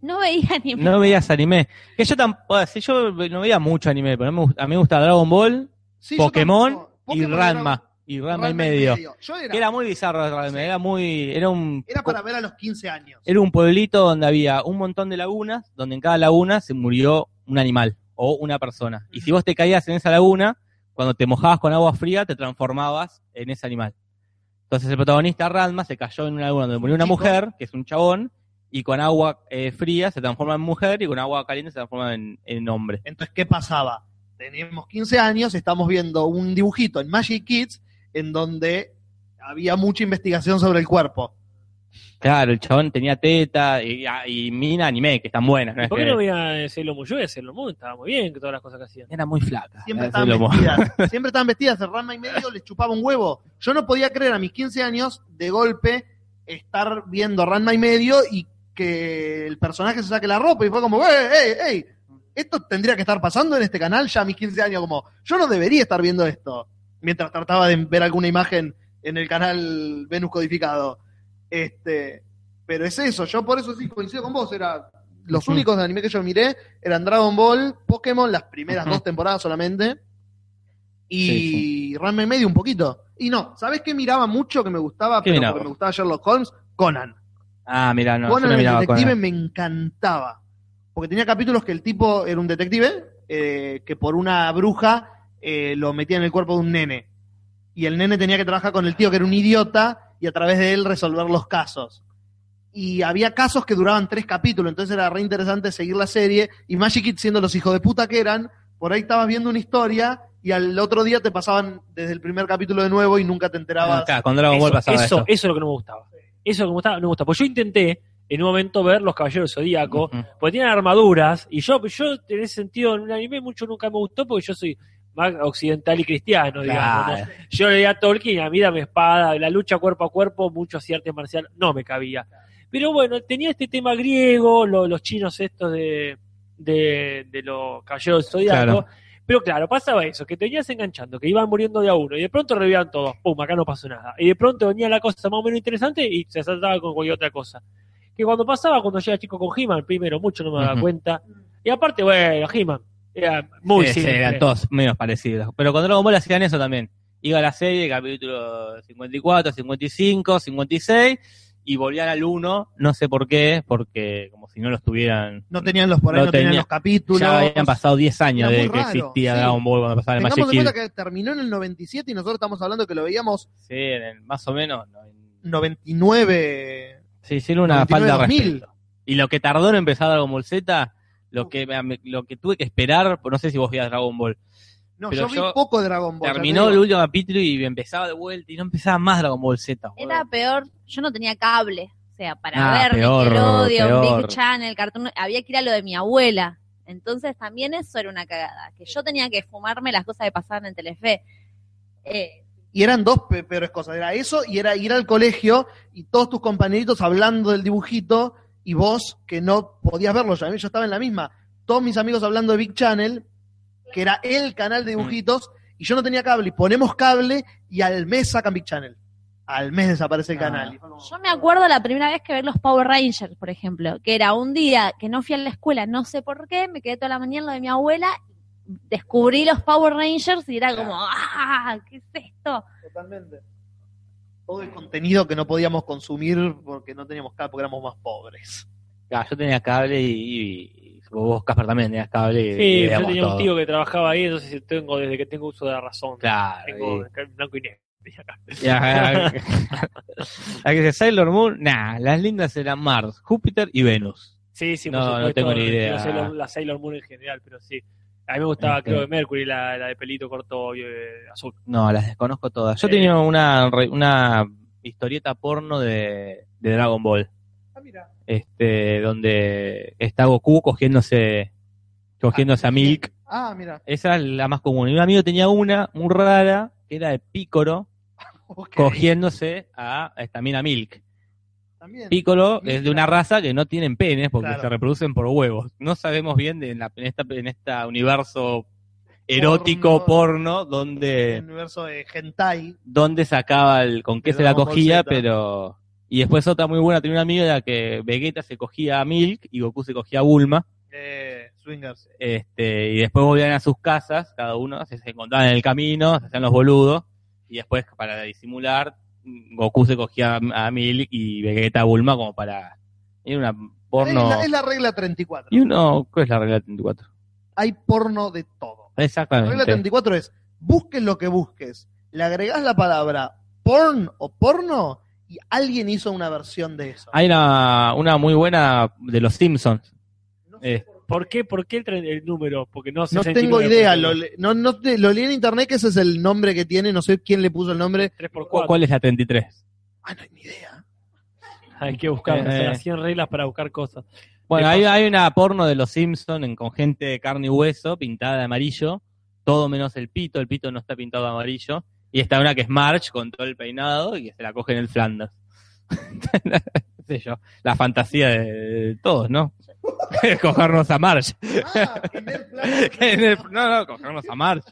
B: No veía [LAUGHS] anime.
E: No veías anime. Que yo tampoco, si yo no veía mucho anime, pero no me gust- a mí me gusta Dragon Ball,
D: Sí, yo
E: Pokémon
D: tampoco.
E: y
D: Pokémon era-
E: Ranma. Y Ranma,
D: Ranma
E: y medio.
D: Yo era,
E: Que
D: era,
E: era muy bizarro Ranma, era muy, era un
D: para ver a los 15 años.
E: era un pueblito donde había un montón de lagunas, donde en cada laguna se murió un animal o una persona. Y si vos te caías en esa laguna, cuando te mojabas con agua fría, te transformabas en ese animal. Entonces el protagonista Ranma se cayó en una laguna donde murió una
D: Chico.
E: mujer, que es un chabón, y con agua eh, fría se transforma en mujer y con agua caliente se transforma en, en hombre.
D: Entonces, ¿qué pasaba? Teníamos 15 años, estamos viendo un dibujito en Magic Kids en donde había mucha investigación sobre el cuerpo.
E: Claro, el chabón tenía teta y, y mina anime, que están buenas. ¿no?
C: ¿Y
E: Es
C: ¿Por qué
E: que-
C: no veía Sailor Moon? Yo veía Sailor Moon, estaba muy bien, que todas las cosas que hacían.
E: Era muy
D: [LAUGHS]
E: flaca.
D: Siempre
E: Era
D: estaban
E: Eh, lo-
D: vestidas.
E: [LAUGHS]
D: Siempre estaban vestidas. El rama y medio les chupaba un huevo. Yo no podía creer a mis 15 años de golpe estar viendo Ranma y medio y que el personaje se saque la ropa y fue como, ¡ey, ey, ey! Esto tendría que estar pasando en este canal ya a mis 15 años, como, yo no debería estar viendo esto. Mientras trataba de ver alguna imagen en el canal Venus Codificado. Este, pero es eso, yo por eso sí coincido con vos, era los
E: Ujú.
D: únicos de anime que yo miré eran Dragon Ball, Pokémon, las primeras
E: Ujú.
D: dos temporadas solamente, y
E: Sí,
D: Ranma y medio un poquito. Y no, ¿sabés qué miraba mucho que me gustaba,
E: ¿Qué
D: pero
E: mirabas?
D: porque me gustaba Sherlock Holmes? Conan.
E: Ah, mira, no, yo
D: Conan
E: no
D: el
E: miraba
D: detective
E: Conan.
D: me encantaba, porque tenía capítulos que el tipo era un detective, eh, que por una bruja eh, lo metía en el cuerpo de un nene, y el nene tenía que trabajar con el tío que era un idiota, y a través de él resolver los casos y había casos que duraban tres capítulos, entonces era re interesante seguir la serie, y Magic Kids siendo los hijos de puta que eran, por ahí estabas viendo una historia y al otro día te pasaban desde el primer capítulo de nuevo y nunca te enterabas.
E: Claro, con Dragon
C: Eso,
E: Ball pasaba
C: eso,
E: eso.
C: eso es lo que no me gustaba. Eso es lo que me gustaba, no me gustaba. Pues yo intenté en un momento ver los Caballeros del Zodíaco,
E: Ujú.
C: porque tienen armaduras, y yo, yo en ese sentido en un anime mucho nunca me gustó porque yo soy más occidental y cristiano, digamos. ¿no?
E: Claro. [LAUGHS]
C: Yo leía a Tolkien, a mí dame espada, la lucha cuerpo a cuerpo, muchos artes marcial, no me cabía. Pero bueno, tenía este tema griego, lo- los chinos estos de, de, de los caballeros del zodiaco.
E: Claro.
C: Pero claro, pasaba eso, que te venías enganchando, que iban muriendo de a uno, y de pronto revivían todos, pum, acá no pasó nada. Y de pronto venía la cosa más o menos interesante y se saltaba con cualquier otra cosa. Que cuando pasaba, cuando llega chico con He-Man, primero, mucho no me daba
E: Ujú.
C: cuenta. Y aparte, bueno, He-Man, era muy
E: Sí, sí,
C: simple.
E: Eh, eran todos medios parecidos. Pero con Dragon Ball hacían eso también. Iba a la serie, capítulo 54, 55, 56, y volvían al 1, no sé por qué, porque como si no los tuvieran...
D: No tenían los por ahí,
E: No
D: no, tenían
E: tenía.
D: los capítulos.
E: Ya habían pasado 10 años
D: Era
E: de
D: muy
E: que
D: raro,
E: existía
D: sí.
E: Dragon Ball cuando pasaba el
D: Tengamos
E: Magic
D: en
E: Kid.
D: cuenta que terminó en el 97 y nosotros estamos hablando que lo veíamos
E: Sí, en el- más o menos. no, en-
D: 99.
E: Sí, hicieron una falta de
D: 99,
E: respeto. Y lo que tardó en empezar Dragon Ball Z, lo que, me- lo que tuve que esperar, pues, no sé si vos veías Dragon Ball,
D: No,
E: Pero
D: yo vi
E: yo-
D: poco Dragon Ball. ya te
E: terminó el
D: digo.
E: último capítulo y empezaba de vuelta y no empezaba más Dragon Ball Z. boludo.
B: Era peor, yo no tenía cable, o sea, para
E: Ah,
B: ver
E: peor,
B: Nickelodeon,
E: peor.
B: Big Channel, Cartoon, Network, había que ir a lo de mi abuela. Entonces también eso era una cagada, que yo tenía que fumarme las cosas que pasaban en Telefe. Eh,
D: Y eran dos pe- peores cosas. Era eso y era ir al colegio y todos tus compañeritos hablando del dibujito y vos que no podías verlo. Yo, yo estaba en la misma. Todos mis amigos hablando de Big Channel, que era el canal de dibujitos, y yo no tenía cable. Y ponemos cable y al mes sacan Big Channel. Al mes desaparece el
E: Ah.
D: canal. Y fue como-
B: yo me acuerdo la primera vez que ver los Power Rangers, por ejemplo, que era un día que no fui a la escuela, no sé por qué, me quedé toda la mañana en lo de mi abuela, descubrí los Power Rangers y era como, ¡ah! ¿Qué es esto?
D: Totalmente. Todo el contenido que no podíamos consumir porque no teníamos cable, porque éramos más pobres.
E: Claro, yo tenía cable y, y vos, Casper, también tenías cable. y- y
C: Sí, yo
E: veíamos
C: tenía un
E: todo.
C: tío que trabajaba ahí, entonces tengo desde que tengo uso de la razón.
E: Claro,
C: Tengo
E: y-
C: blanco y negro.
E: Ya,
C: [LAUGHS]
E: [LAUGHS] La que dice Sailor Moon, nah, las lindas eran Mars, Júpiter y Venus.
C: Sí, sí,
E: No,
C: por
E: no
C: supuesto,
E: tengo ni idea.
C: No sé lo- la Sailor Moon en general, pero sí. A mí me gustaba,
E: Este.
C: creo, de Mercury, la, la de pelito corto eh, azul.
E: No, las desconozco todas. Yo
C: Eh.
E: tenía una, re- una historieta porno de, de Dragon Ball,
D: Ah, mira.
E: este, donde está Goku cogiéndose, cogiéndose a Milk.
D: Ah, mira.
E: Esa es la más común. Y un amigo tenía una muy rara, que era de Piccolo,
D: Ok.
E: cogiéndose a, a esta mina Milk.
D: También.
E: Piccolo
D: Milk,
E: es de una
D: claro.
E: raza que no tienen penes porque
D: Claro.
E: se reproducen por huevos. No sabemos bien de en, la- en esta, en esta universo erótico porno,
D: El
E: donde
D: universo de hentai.
E: dónde sacaba el, con qué
D: De
E: se la
D: Dragon Ball
E: cogía,
D: Z.
E: pero. Y después otra muy buena, tenía una amiga en la que Vegeta se cogía a Milk y Goku se cogía a Bulma.
D: Eh, swingers.
E: Este, y después volvían a sus casas, cada uno, se, se encontraban en el camino, se hacían los boludos. Y después, para disimular, Goku se cogía a, a Milk y Vegeta a Bulma como para. Era una porno.
D: Es, la, es la regla 34.
E: Y uno, ¿cuál es la regla 34?
D: Hay porno de todo. La regla
E: Exactamente.
D: 34 es, busques lo que busques, le agregás la palabra porn o porno y alguien hizo una versión de eso.
E: Hay una, una muy buena de los Simpsons.
D: No, sé,
E: Eh,
C: ¿Por qué, por qué el, tre- el número? Porque no sé
D: no
C: ese tipo
D: tengo
C: de-
D: idea, lo, le- no, no te- lo leí en internet que ese es el nombre que tiene, no sé quién le puso el nombre.
C: 3x4.
E: ¿Cuál es la 33?
D: Ah, no hay ni idea.
C: Hay que buscar,
E: Eh.
C: son las 100 reglas para buscar cosas.
E: Bueno,
C: ¿Qué
E: hay,
C: pasa?
E: hay una porno de los Simpsons en- con gente de carne y hueso, pintada de amarillo, todo menos el pito, el pito no está pintado de amarillo, y está una que es March con todo el peinado y que se la coge en el [LAUGHS] Flanders. No sé yo, la fantasía de, de todos, ¿no? [LAUGHS] cogernos a [LAUGHS] March.
D: [LAUGHS] Ah, primer plano.
E: En el- no, no, cogernos a March.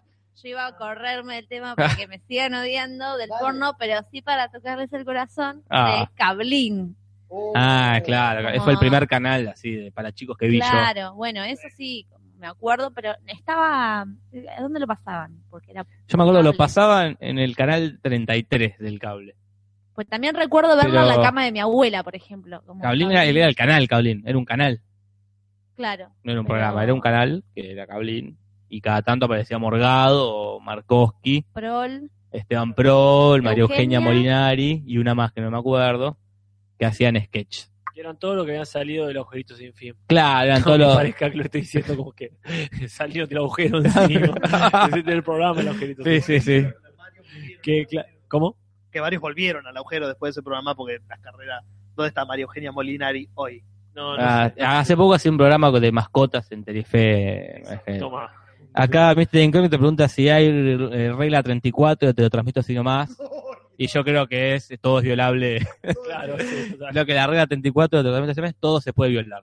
B: Yo iba a correrme el
E: [LAUGHS]
B: tema para que me sigan odiando del
D: Dale.
B: porno, pero sí para tocarles el corazón
E: Ah.
B: de Cablín.
D: [LAUGHS] Oh.
E: Ah, claro, fue el
B: Ah.
E: primer canal así de, para chicos que vi yo.
B: Claro, bueno, eso sí, me acuerdo, pero estaba... ¿A dónde lo pasaban? Porque era...
E: Yo me acuerdo, lo
B: Cable.
E: pasaban en el canal 33 del cable.
B: Pues también recuerdo verlo en
E: Pero-
B: la cama de mi abuela, por ejemplo. como
E: Cablín era, era el canal, Cablín, era un canal.
B: Claro.
E: No era un
B: Pero-
E: programa, era un canal que era Cablín. Y cada tanto aparecía Morgado, o Markowski,
B: Prol.
E: Esteban Prol, María Eugenia
B: Eugenia.
E: Molinari y una más que no me acuerdo, que hacían sketch.
C: Que eran todo lo que habían salido del agujerito sin fin. [LAUGHS]
E: Claro, eran
C: No
E: todos
C: me
E: los-
C: parezca que lo estoy diciendo como que [LAUGHS] salió del agujero
E: [LAUGHS]
C: encima. Hiciste el programa el agujerito
E: Sí,
C: sin
E: sí,
C: fin.
E: sí.
C: Que cla- ¿Cómo?
D: Que varios volvieron al agujero después de ese programa porque las carreras... ¿Dónde está María Eugenia Molinari hoy?
C: No, no
E: Ah,
C: sé.
E: hace poco hacía un programa de mascotas en Telefe.
C: Toma.
E: Acá Mr. Incógnito te pregunta si hay eh, regla 34, te lo transmito así
B: [LAUGHS]
E: nomás. Y yo creo que es todo es violable.
C: Claro,
E: [LAUGHS]
C: sí, total.
E: Creo que la regla 34 de tratamiento de SMS, todo se puede violar.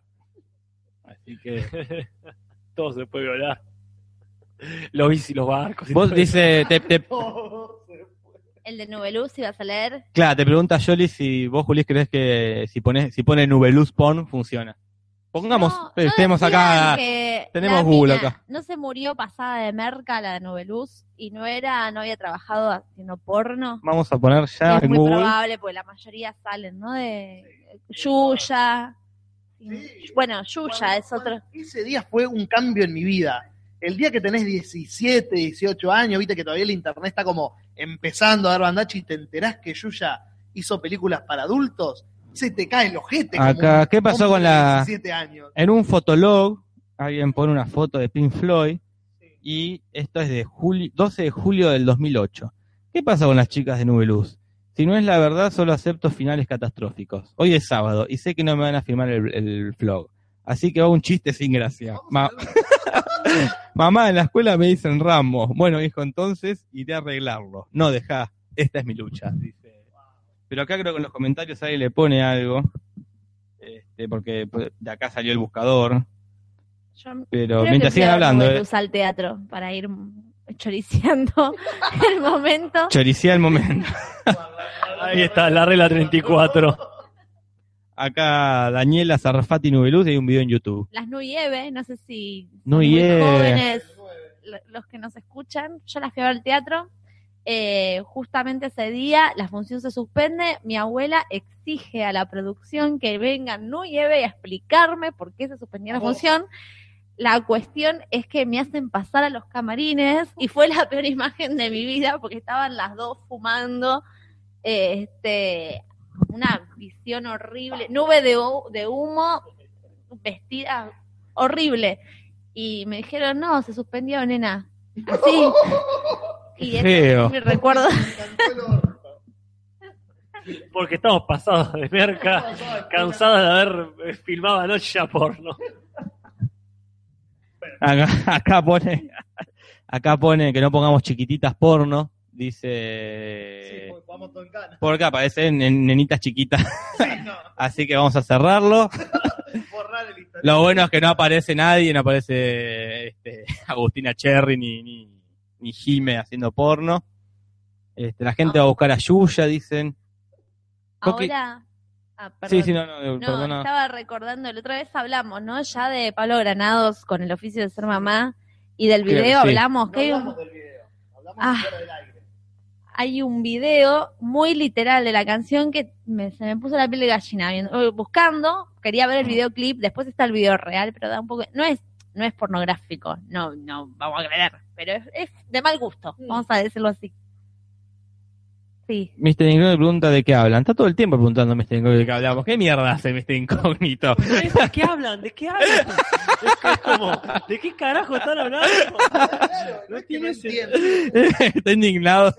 E: Así que.
C: todo se puede violar. Los bici, los barcos. y
E: Vos
C: todo eso.
E: dice, te, te-
B: El de Nubeluz ibas a leer.
E: claro, te pregunta Yoli si vos, Juli, crees que si pones, si pone Nubeluz Pon, funciona. Pongamos,
B: No,
E: eh,
B: no
E: tenemos
B: decían
E: acá.
B: que
E: tenemos
B: la
E: Google
B: mina
E: acá.
B: No se murió pasada de merca la de Nubeluz y no era, no había trabajado haciendo porno.
E: Vamos a poner ya
B: es
E: en
B: muy
E: Google.
B: probable, porque la mayoría salen, ¿no? De Yuya.
D: Sí.
B: Bueno, Yuya es otro.
D: Ese día fue un cambio en mi vida. El día que tenés 17, 18 años, viste que todavía el internet está como empezando a dar bandachi y te enterás que Yuya hizo películas para adultos, se te cae el ojete. como
E: Acá,
D: un
E: ¿qué pasó
D: hombre
E: con
D: de
E: la-
D: 17 años.
E: En un fotolog, alguien pone una foto de Pink Floyd y esto es de julio, 12 de julio del 2008. ¿Qué pasa con las chicas de Nube Luz? Si no es la verdad, solo acepto finales catastróficos. Hoy es sábado y sé que no me van a firmar el, el vlog. Así que va un chiste sin gracia. Ma- [LAUGHS] Mamá, en la escuela me dicen Rambo. Bueno, hijo, entonces iré a arreglarlo. No, dejá. Esta es mi lucha, dice. Pero acá creo que en los comentarios alguien le pone algo. Este, porque pues, de acá salió el buscador.
B: Yo
E: Pero
B: creo
E: mientras
B: que fui
E: sigan
B: a ver
E: hablando, eh,
B: Nubeluz al teatro para ir [LAUGHS] choriciando el momento.
E: choricía el momento.
C: Ahí está, la regla 34.
E: [LAUGHS] Acá Daniela Zarfati Nubeluz y hay un video en YouTube.
B: Las Nueve, no sé si
E: No
B: muy
E: lleve.
B: jóvenes lo- los que nos escuchan, yo las fui a ver al teatro. eh, justamente ese día la función se suspende. Mi abuela exige a la producción que venga Nuyeve a explicarme por qué se suspendió la función. La cuestión es que me hacen pasar a los camarines y fue la peor [LAUGHS] imagen de mi vida porque estaban las dos fumando. eh, Este, una visión horrible, nube de, hu- de humo, vestida horrible. Y me dijeron, no, se suspendió, nena. Así. Y ese
E: Feo.
B: es mi recuerdo.
C: Porque estamos pasados de [LAUGHS] merca, cansados de haber eh, filmado anoche ya porno.
E: Acá, [LAUGHS] acá pone, acá pone que no pongamos chiquititas porno, dice.
D: vamos todo en cana.
E: Porque aparecen nen- nenitas chiquitas,
D: Sí, no,
E: [LAUGHS] así que vamos a cerrarlo.
D: [LAUGHS] borrar el Instagram.
E: Lo bueno es que no aparece nadie, no aparece este, [LAUGHS] Agustina Cherry ni, ni, ni Jime haciendo porno. Este, la
D: Ah.
E: gente va a buscar a Yuya, dicen. Creo que-
B: Ahora. Ah, perdón.
E: Sí, sí, no, no,
B: No,
E: perdona.
B: estaba recordando, la otra vez hablamos, ¿no? Ya de Pablo Granados con el oficio de ser mamá y del
E: Creo que
B: video
E: sí.
B: hablamos.
D: No
B: que hay un-
D: hablamos del video. Hablamos
B: Ah.
D: fuera del aire.
B: hay un video muy literal de la canción que me- se me puso la piel de gallina viendo- eh, buscando, quería ver el videoclip, después está el video real, pero da un poco, no es, no es pornográfico, no, no, vamos a aclarar, pero es, es de mal gusto, vamos a decirlo así. Sí,
E: Mr. Incógnito pregunta de qué hablan. Está todo el tiempo preguntando Mr. Incógnito de qué hablamos. ¿Qué mierda hace Mr. Incógnito?
C: ¿De qué hablan? ¿De qué hablan? [LAUGHS] Es que es como, ¿de qué carajo están hablando?
D: Claro,
C: No
D: es que
C: tiene
D: entiendo.
E: [LAUGHS] Está indignado.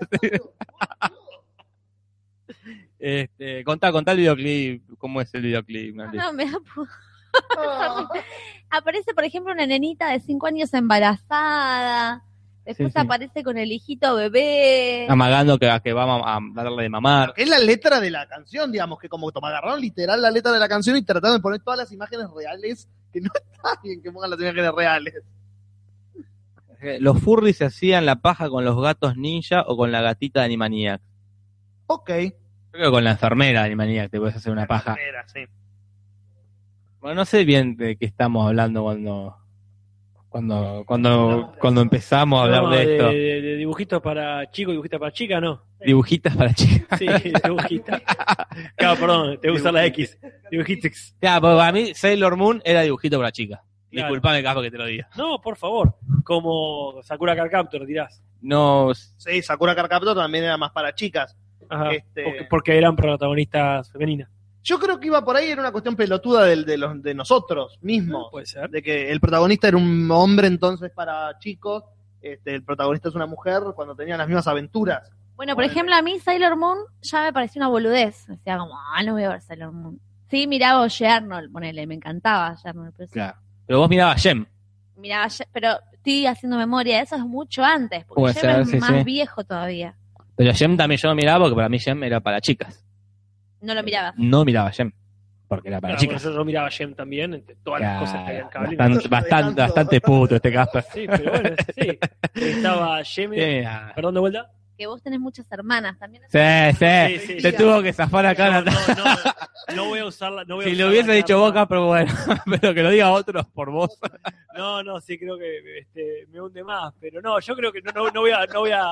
E: Este, contá, contá el videoclip. ¿Cómo es el videoclip?
B: No,
E: Nati?
B: no, me da pu-
D: Ah.
B: aparece por ejemplo una nenita de cinco años embarazada, después
E: sí.
B: aparece con el hijito bebé.
E: Amagando que, que vamos a darle de mamar.
D: Que es la letra de la canción, digamos, que como toma, agarraron literal la letra de la canción y trataron de poner todas las imágenes reales, que no [LAUGHS] está bien que pongan las imágenes reales.
E: Eh, Los furries se hacían la paja con los gatos ninja o con la gatita de Animaniac.
D: Ok.
E: Yo creo que con la enfermera de Animaniac te puedes hacer una paja.
D: Era, sí.
E: Bueno, no sé bien de qué estamos hablando cuando cuando cuando cuando empezamos a hablar
C: No,
E: de esto.
C: de- de dibujitos para chicos, dibujitos para chicas, no.
E: Dibujitas para chicas.
C: Sí, [LAUGHS] dibujitos. Claro, perdón,
E: [LAUGHS]
C: te gusta la X. Dibujitos.
E: Claro, porque pues, para mí Sailor Moon era dibujito para chicas.
C: Claro.
E: Disculpame, Capo, que te lo diga.
C: No, por favor. Como Sakura Card Captor, dirás.
E: No,
D: Sí, Sakura Card Captor también era más para chicas.
C: Ajá.
D: Este-
C: Porque, porque eran protagonistas femeninas.
D: Yo creo que iba por ahí, era una cuestión pelotuda del- de, los, de nosotros mismos.
C: Puede ser.
D: De que el protagonista era un hombre entonces para chicos, este, el protagonista es una mujer cuando tenían las mismas aventuras.
B: Bueno, por ejemplo, a mí Sailor Moon ya me pareció una boludez. Decía como, ah, no voy a ver Sailor Moon. Sí, miraba Oye Arnold, ponele, me encantaba Oye Arnold. Pero, sí,
E: claro. Pero vos mirabas Gem.
B: miraba Oye- pero estoy haciendo memoria, eso es mucho antes, porque
E: Puede
B: Oye
E: ser,
B: es
E: sí,
B: más
E: sí.
B: viejo todavía.
E: Pero Gem también yo no miraba porque para mí Gem era para chicas.
B: No lo miraba.
E: No miraba Gem. Porque era para
C: Claro,
E: chicas.
C: bueno, yo miraba a Jem también, entre todas las cosas que había en
E: Claro,
C: cable.
E: bastante, bastante, bastante puto este Casper.
C: Sí, pero bueno, sí. Estaba Jem.
E: Mira.
C: Perdón, de vuelta.
B: Que vos tenés muchas hermanas también.
E: Sí, ah. sí,
C: Sí, sí,
E: se
C: sí.
E: tuvo que zafar acá.
C: No,
E: Natalia.
C: no, no, no voy a usarla. No voy a
E: [LAUGHS] si
C: usar
E: lo hubiese
C: la carta.
E: dicho vos, Casper, bueno, [LAUGHS] pero que lo diga otro por vos.
C: No, no, sí, creo que este, me hunde más. Pero no, yo creo que no, no, no voy, a, no, voy, a,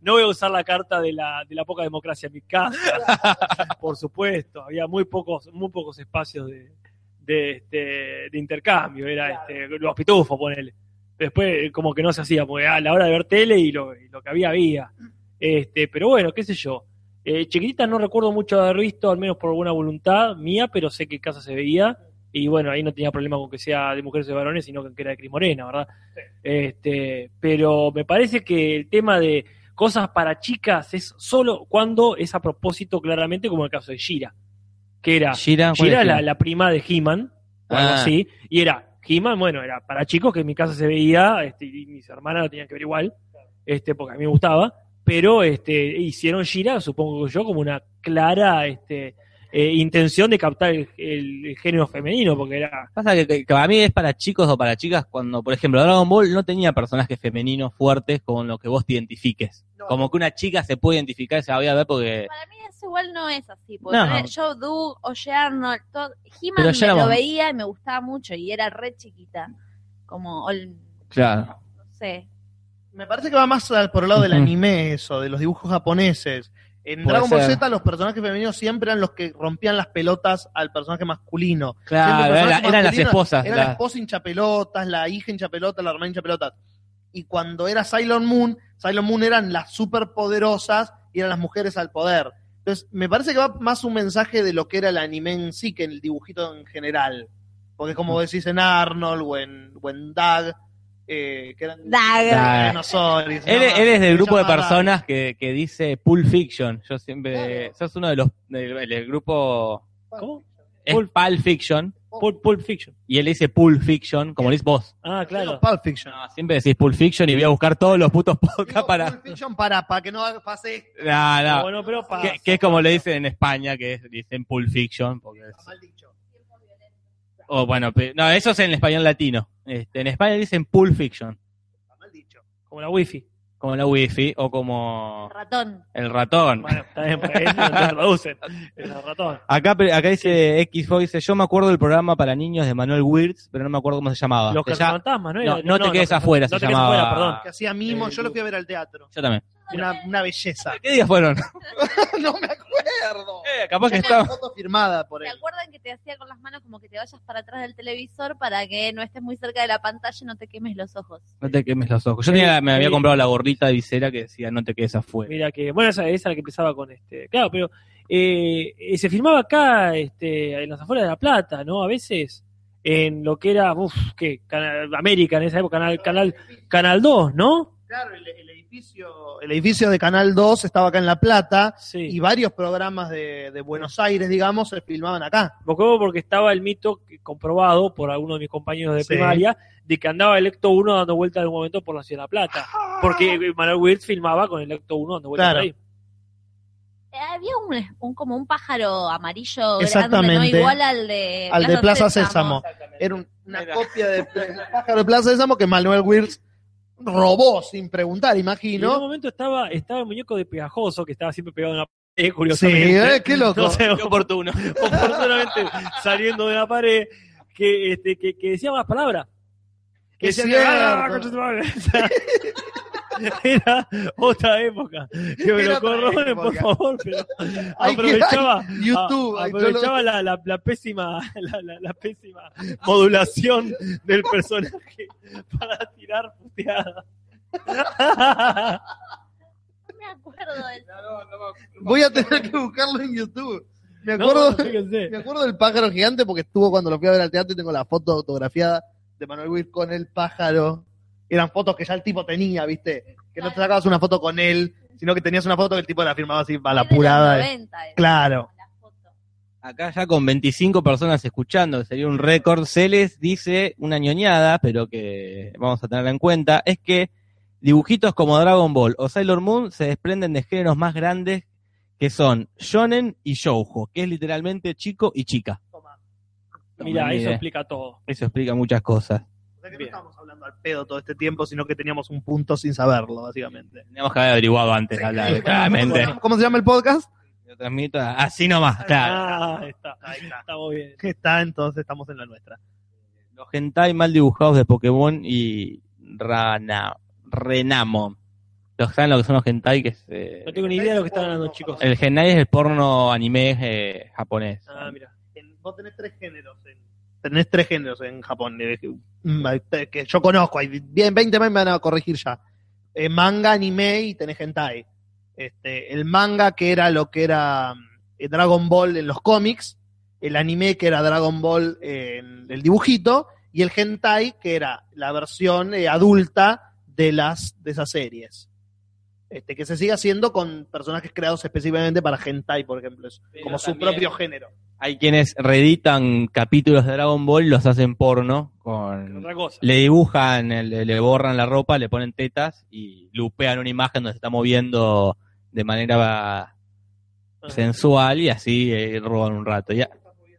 C: no voy a usar la carta de la, de la poca democracia en mi casa.
E: [LAUGHS]
C: Por supuesto, había muy pocos, muy pocos espacios de, de, este, de intercambio. Era este, los pitufos, ponele. Después, eh, como que no se hacía, porque a la hora de ver tele y lo, y lo que había, había. Este, pero bueno, qué sé yo. Eh, chiquitita no recuerdo mucho de haber visto, al menos por alguna voluntad mía, pero sé que en casa se veía. Y bueno, ahí no tenía problema con que sea de mujeres o de varones, sino que era de Cris Morena, ¿verdad? Este, pero me parece que el tema de cosas para chicas es solo cuando es a propósito, claramente, como el caso de Shira, que era
E: Gira,
C: Shira la, la prima de He-Man, o algo
E: Ah.
C: así, y era He-Man, bueno, era para chicos que en mi casa se veía, este, y mis hermanas lo tenían que ver igual, este, porque a mí me gustaba, pero este, hicieron Shira, supongo yo, como una clara este, eh, intención de captar el, el- el género femenino, porque era
E: Pasa que, que para mí es para chicos o para chicas cuando, por ejemplo, Dragon Ball no tenía personajes femeninos fuertes con los que vos te identifiques. Como que una chica se puede identificar y se la voy a ver porque...
B: Para mí eso igual no es así. Porque
E: No.
B: ponele, yo, Doug, Oye Arnold, todo, He-Man
E: Pero
B: me
E: ya era
B: lo
E: bon-
B: veía y me gustaba mucho y era re chiquita. Como, ol-
E: Claro.
B: no sé.
D: Me parece que va más al- por el lado del
E: Ujú.
D: anime eso, de los dibujos japoneses. En
E: Puede
D: Dragon Ball
E: ser.
D: Z los personajes femeninos siempre eran los que rompían las pelotas al personaje masculino. Siempre
E: Claro,
D: el
E: era-
D: personaje
E: eran las
D: masculino
E: esposas.
D: Era
E: la-
D: la esposa hincha pelotas, la hija hincha pelotas, la hermana hincha pelotas. Y cuando era Sailor Moon, Sailor Moon eran las superpoderosas y eran las mujeres al poder. Entonces, me parece que va más un mensaje de lo que era el anime en sí que el dibujito en general. Porque
E: Mm.
D: como decís en Arnold o en, o en Doug, eh, que eran
B: Dag.
E: Dag.
D: dinosaurios.
E: Él,
D: ¿no?
E: él es del
D: Se
E: grupo de
D: llamaba Dag.
E: personas que, que dice Pulp Fiction. Yo siempre. Sos uno de los. del del grupo.
C: ¿Cómo?
E: Es
C: Pulp.
E: Pulp Fiction.
C: Pulp, Pulp Fiction.
E: Y él dice Pulp Fiction, como lo dices vos.
C: Ah, claro.
D: Pulp Fiction.
E: No, siempre decís Pulp Fiction y voy a buscar todos los putos podcasts
D: Digo,
E: para. Ah.
D: Pulp Fiction para, para que no pase esto,
E: No, no.
C: Bueno, pero pasa.
E: Que, que es como le dicen en España, que es- dicen Pulp Fiction. Porque es-
D: mal dicho.
E: o bueno, pe- no, eso es en el español latino. Este, en España dicen Pulp Fiction,
D: Mal dicho.
C: Como la wifi.
E: como la wifi o como
B: Ratón.
E: el ratón.
C: Bueno, está bien, porque eso no te
E: [LAUGHS]
C: traducen. Es el ratón.
E: Acá, pe- acá dice Xbox, dice, yo me acuerdo del programa para niños de Manuel Wirtz, pero no me acuerdo cómo se llamaba.
C: Los
E: Ah, Que ya-
C: cazafantasmas, ¿no? Era-
E: no, no te quedes
C: los
E: afuera,
C: cazaf-
E: se
C: no te quedes
E: llamaba.
C: afuera, perdón.
D: Que hacía mimo,
C: Eh,
D: yo lo fui a ver al teatro.
E: Yo también.
B: eh.
D: Una, una belleza.
E: ¿Qué días fueron?
D: no me acuerdo.
E: Eh, capaz [LAUGHS] que
D: Una
E: estaba...
D: foto firmada por
B: ¿Te
D: él.
B: acuerdan que te hacía con las manos como que te vayas para atrás del televisor para que no estés muy cerca de la pantalla y no te quemes los ojos?
E: No te quemes los ojos. Yo tenía- me había
C: Sí.
E: comprado la gorrita de visera que decía no te quedes afuera.
C: Mira que, bueno, esa es la que empezaba con este. Claro, pero eh, eh, se filmaba acá, este, en las afueras de La Plata, ¿no? A veces en lo que era, uff, ¿qué? Canal, América en esa época, Canal, canal, canal 2, ¿no?
D: Claro, el, el edificio, el edificio de Canal 2 estaba acá en La Plata
C: Sí.
D: y varios programas de, de Buenos Aires, digamos, se filmaban acá.
C: Me acuerdo porque estaba el mito que- comprobado por alguno de mis compañeros de
D: Sí.
C: primaria de que andaba el Ecto 1 dando vuelta en un momento por la Ciudad de La Plata. Porque eh, Manuel Wirtz filmaba con el Ecto 1 dando vuelta
D: Ah. Claro.
C: por ahí.
B: Eh, Había un, un- como un pájaro amarillo grande,
D: Exactamente.
B: ¿no? Igual al de
D: Al de Plaza Sésamo. Era un- una
E: Era.
D: copia de Pl- Pájaro de Plaza Sésamo que Manuel Wirtz robó sin preguntar,
C: Y en un
D: imagino.
C: momento estaba, estaba el muñeco de Pegajoso que estaba siempre pegado en la pared,
D: Sí,
C: curiosamente.
D: ¿eh? qué loco.
C: No sé,
E: Qué oportuno.
C: [LAUGHS] oportunamente saliendo de la pared, que, este, que, que decía malas palabras. Que
D: Es
C: decía,
D: cierto.
C: "Ah, concha de tu madre". O sea, [LAUGHS] Era otra época. Que me
D: Era
C: lo
D: otra
C: corroboren, por
D: época.
C: favor.
D: [LAUGHS]
C: Pero
D: Ay, qué-
C: aprovechaba,
D: ay, YouTube,
C: a-
D: ay, yo lo-
C: aprovechaba la, la- la pésima, [LAUGHS] la, la- la pésima modulación del personaje [LAUGHS] para tirar [LAUGHS] puteada.
B: No me acuerdo de
D: Voy a tener que buscarlo en YouTube. Me
C: No,
D: acuerdo,
C: fíjense.
D: me acuerdo del pájaro gigante porque estuvo cuando lo fui a ver al teatro y tengo la foto autografiada de Manuel Wirtz con el pájaro. Eran fotos que ya el tipo tenía, ¿viste? Que no te sacabas una foto con él, sino que tenías una foto que el tipo la firmaba así para la
B: Es de los
D: apurada. eh.
B: 90, eh,
D: Claro.
B: la foto.
E: Acá ya con 25 personas escuchando, que sería un récord, Celes dice una ñoñada, pero que vamos a tenerla en cuenta, es que dibujitos como Dragon Ball o Sailor Moon se desprenden de géneros más grandes que son shonen y shoujo, que es literalmente chico y chica.
C: Mira,
E: Ni
C: eso
E: idea.
C: explica todo.
E: Eso explica muchas cosas.
D: O sea que no
C: Bien.
D: estábamos hablando al pedo todo este tiempo, sino que teníamos un punto sin saberlo, básicamente.
E: Teníamos que haber averiguado antes de
D: Sí,
E: hablar,
D: bueno,
E: claramente.
D: ¿Cómo se llama el podcast?
E: Lo transmito así nomás, claro.
C: Ah, ahí está.
D: Ahí está.
C: Está muy bien.
D: [LAUGHS] Está, entonces estamos en la nuestra.
E: Los hentai mal dibujados de Pokémon y Rana, Renamo. Los saben lo que son los hentai que es, eh,
C: No tengo ni idea de lo que están hablando, chicos.
E: El hentai es el porno anime eh, japonés.
C: Ah, mira.
D: en- vos tenés tres géneros en, tenés tres géneros en Japón eh, que- mm, hay- eh, que yo conozco hay bien 20 más me van a corregir ya Eh, manga anime y tenés hentai este el manga que era lo que era mm, eh, Dragon Ball en los cómics el anime que era Dragon Ball eh, en el dibujito y el hentai que era la versión eh, adulta de las de esas series este, que se sigue haciendo con personajes creados específicamente para hentai, por ejemplo, es
E: Pero
D: como su
E: también-
D: propio género.
E: Hay quienes reeditan capítulos de Dragon Ball y los hacen porno con...
C: Otra cosa.
E: Le dibujan, eh, le, le borran la ropa, le ponen tetas y lupean una imagen donde se está moviendo de manera
C: Ah.
E: sensual y así eh, roban un rato. Ya,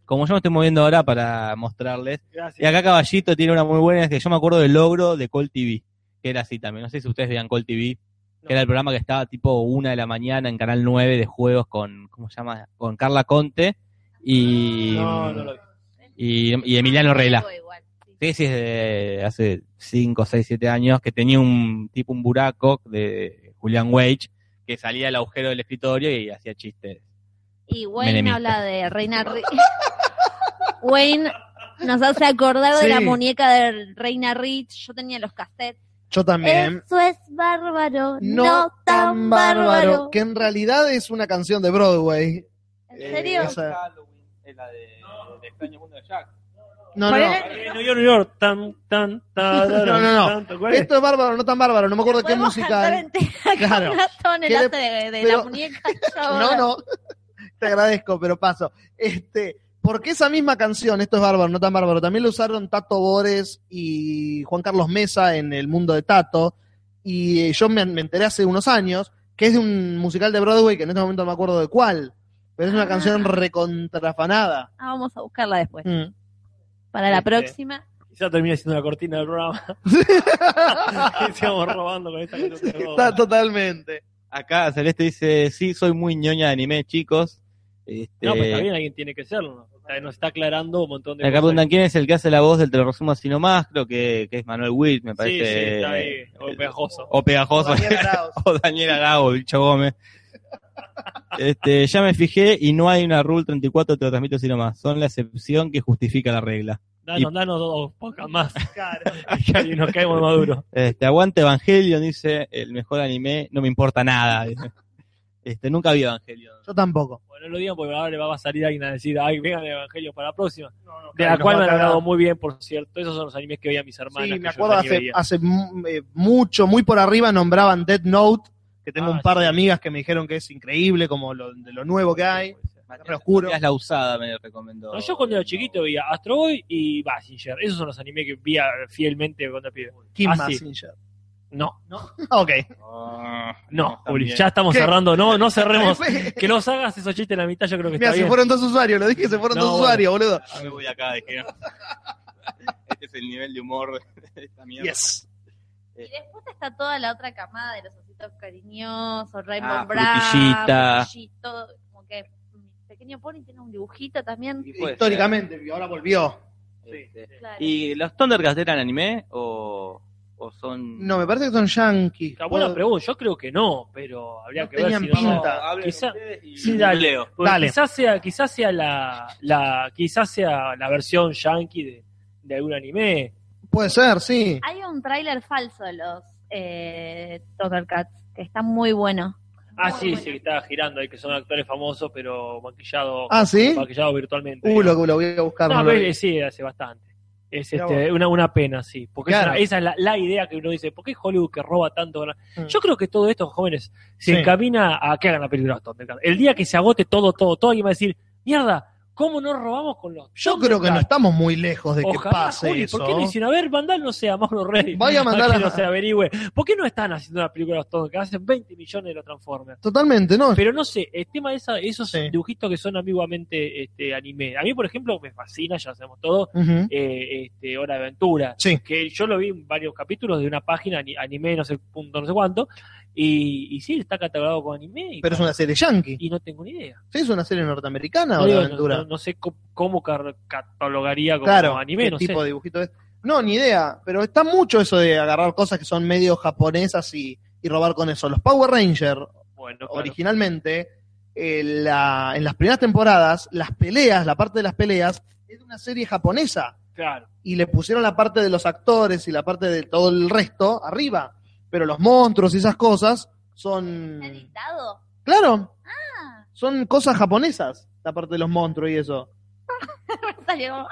E: como yo me estoy moviendo ahora para mostrarles, y
C: Gracias.
E: acá Caballito tiene una muy buena, es que yo me acuerdo del logro de Call TV, que era así también. No sé si ustedes vean Call TV,
C: No.
E: que era el programa que estaba tipo una de la mañana en Canal 9 de juegos con, ¿cómo se llama? Con Carla Conte y,
C: No, no lo vi. [LAUGHS]
E: y, y Emiliano Rela.
B: Algo igual, sí.
E: tesis de hace 5, 6, 7 años que tenía un tipo, un buraco de Julian Wage que salía del agujero del escritorio y hacía chistes.
B: Y Wayne
E: Menemista.
B: habla de Reina Ri- [LAUGHS] Wayne nos hace acordar
F: Sí.
B: de la muñeca de Reina Rich. Yo tenía los cassettes.
F: Yo también.
B: Eso es bárbaro.
F: no, tan bárbaro, Que en realidad es una canción de Broadway.
B: ¿En
F: Eh,
B: serio?
F: esa-
E: Es la de, de Extraño Mundo de Jack.
F: No, no, no.
C: Eh, New York, New York, tan, tan, tan,
F: No, no, no. Esto es bárbaro, no tan bárbaro. No me acuerdo qué
B: Podemos cantar
F: música.
B: entera con
F: Claro.
B: una tonelada
F: ¿Qué
B: de, de
F: pero-
B: la
F: [LAUGHS]
B: muñeca. Yo
F: No, no. Te agradezco, pero paso. Este, porque esa misma canción, esto es bárbaro, no tan bárbaro, también lo usaron Tato Bores y Juan Carlos Mesa en El Mundo de Tato. Y eh, yo me, me enteré hace unos años que es de un musical de Broadway que en este momento no me acuerdo de cuál. Pero es una
B: Ah.
F: canción recontrafanada.
B: Ah, vamos a buscarla después.
F: Mm.
B: Para la
C: Este.
B: próxima.
C: Quizá termine siendo la cortina del programa. [LAUGHS] que sigamos robando con esta canción de Broadway.
F: Está totalmente.
E: Acá Celeste dice, sí, soy muy ñoña de anime, chicos. Este,
C: No, pero está bien, alguien tiene que serlo. ¿no? Está- Nos está aclarando un montón de
E: Acá
C: cosas.
E: preguntan quién es el que hace la voz del teleresumo así nomás, creo que, que es Manuel Witt, me
C: Sí,
E: parece.
C: sí, está ahí. O pegajoso.
E: O pegajoso.
F: Daniel Arauz.
E: [LAUGHS] o Daniel Arago, Bicho Gómez. Este, ya me fijé y no hay una Rule 34, te lo transmito así nomás. Son la excepción que justifica
C: [LAUGHS]
E: la regla.
C: Danos,
E: Y-
C: danos dos pocas más. [LAUGHS]
F: Claro.
C: Que ahí nos caemos maduros.
E: Este, aguante Evangelion, dice, el mejor anime, no me importa nada. dice. Este, nunca vi Evangelion.
F: Yo tampoco.
C: Bueno, no lo digan porque ahora le va a salir alguien a decir, ay, vengan el Evangelio para la próxima. De
F: claro,
C: la
F: nos
C: cual
F: va
C: me
F: a
C: han
F: cagar.
C: hablado muy bien, por cierto. Esos son los animes que veían mis hermanas.
F: Sí,
C: que
F: me
C: yo
F: acuerdo
C: ya ni
F: hace,
C: veía.
F: hace mu- eh, mucho, muy por arriba nombraban Dead Note, que tengo
C: Ah,
F: un par
C: sí.
F: de amigas que me dijeron que es increíble, como lo, de lo nuevo que
C: Ah,
F: hay. Re oscuro.
E: Es la usada, me recomendó.
C: No, yo cuando era chiquito veía Astro Boy y Basinger. Esos son los animes que veía fielmente cuando era pibe.
F: Kim
C: Ah, sí.
F: Basinger.
C: [LAUGHS] No,
F: Ah, [LAUGHS] Ok.
E: Ah,
C: no, Juli,
E: también.
C: ya estamos
F: ¿Qué?
C: cerrando. No, no
F: [LAUGHS]
C: cerremos.
F: Mira,
C: Que no hagas esos chistes en la mitad, yo creo que está
F: se
C: bien.
F: fueron dos usuarios, lo dije, se fueron
C: No,
F: dos
C: bueno.
F: usuarios, boludo.
E: Ya me voy acá, dije. [LAUGHS] Este es el nivel de humor de esta mierda.
F: Yes.
B: Y después está toda la otra camada de los ositos cariñosos, Rainbow
E: Ah,
B: Brand,
E: Frutillita.
B: Frutillito, como que mm, Pequeño Pony tiene un dibujito también.
E: Y puede ser.
F: Históricamente, y ahora volvió.
E: Este,
B: Claro.
E: ¿Y los Thundercats eran anime o, o son.?
F: No, me parece que son yankees.
C: Está buena
F: Puedo-
C: pregunta, yo creo que no, pero habría
F: No
C: que ver
F: tenían
C: si no-
F: pinta.
E: hablen
C: Quizá-
E: ustedes y-
C: Sí, dale.
E: Leo.
C: Porque
F: Dale.
C: Quizás sea, quizás sea la, la, quizás sea la versión yankee de, de algún anime.
F: Puede ser, sí.
B: Hay un tráiler falso de los eh, Thundercats que está muy bueno.
C: Ah,
B: Muy
C: sí,
B: buena.
C: sí, que estaba girando ahí, que son actores famosos, pero maquillados,
F: Ah, sí.
C: maquillados virtualmente.
F: Uh, lo, lo voy a buscar.
C: No,
F: no lo
C: pero
F: vi.
C: eh, sí, hace bastante. Es
F: Mirá
C: este, una, una pena, sí. Porque
F: Claro.
C: esa, esa es la, la idea que uno dice, ¿por qué Hollywood que roba tanto? con la-
F: Mm.
C: Yo creo que todo esto, jóvenes, se
F: Sí.
C: encamina a que hagan la película de los Thundercats. El día que se agote todo, todo, todo, alguien va a decir, mierda, ¿cómo no robamos con los
F: Yo creo que no
C: Thundercats?".
F: estamos muy lejos de que
C: Ojalá,
F: pase
C: Juli,
F: eso.
C: ¿por qué no hicieron? A ver, mandá, no sé, a Mauro Rey.
F: Vaya a mandar
C: que
F: a-
C: no se averigüe. ¿Por qué no están haciendo una película de los Thundercats? Hacen 20 millones de los Transformers.
F: Totalmente, ¿no?
C: Pero no sé, el tema de esa- esos
F: Sí.
C: dibujitos que son ambiguamente este, anime. A mí, por ejemplo, me fascina, ya lo sabemos todo,
F: Ujú.
C: eh, este, Hora de Aventura.
F: Sí.
C: Que yo lo vi en varios capítulos de una página, ani- anime, no sé, punto, no sé cuánto. Y, y sí, está catalogado como anime. Y,
F: Pero es una serie yankee.
C: y no tengo ni idea.
F: Sí, es una serie norteamericana
C: No,
F: o de
C: digo,
F: aventura.
C: no- no sé co- cómo car- catalogaría como
F: claro,
C: anime,
F: ¿qué
C: no
F: tipo
C: sé.
F: de dibujito es? No, ni idea, pero está mucho eso de agarrar cosas que son medio japonesas y, y robar con eso. Los Power Rangers,
C: Bueno, claro.
F: originalmente, en, la- en las primeras temporadas, las peleas, la parte de las peleas, es de una serie japonesa.
C: claro.
F: Y le pusieron la parte de los actores y la parte de todo el resto arriba. Pero los monstruos y esas cosas son...
B: ¿Está editado? [LAUGHS]
F: Claro,
B: Ah,
F: son cosas japonesas, la parte de los monstruos y eso.
B: salió.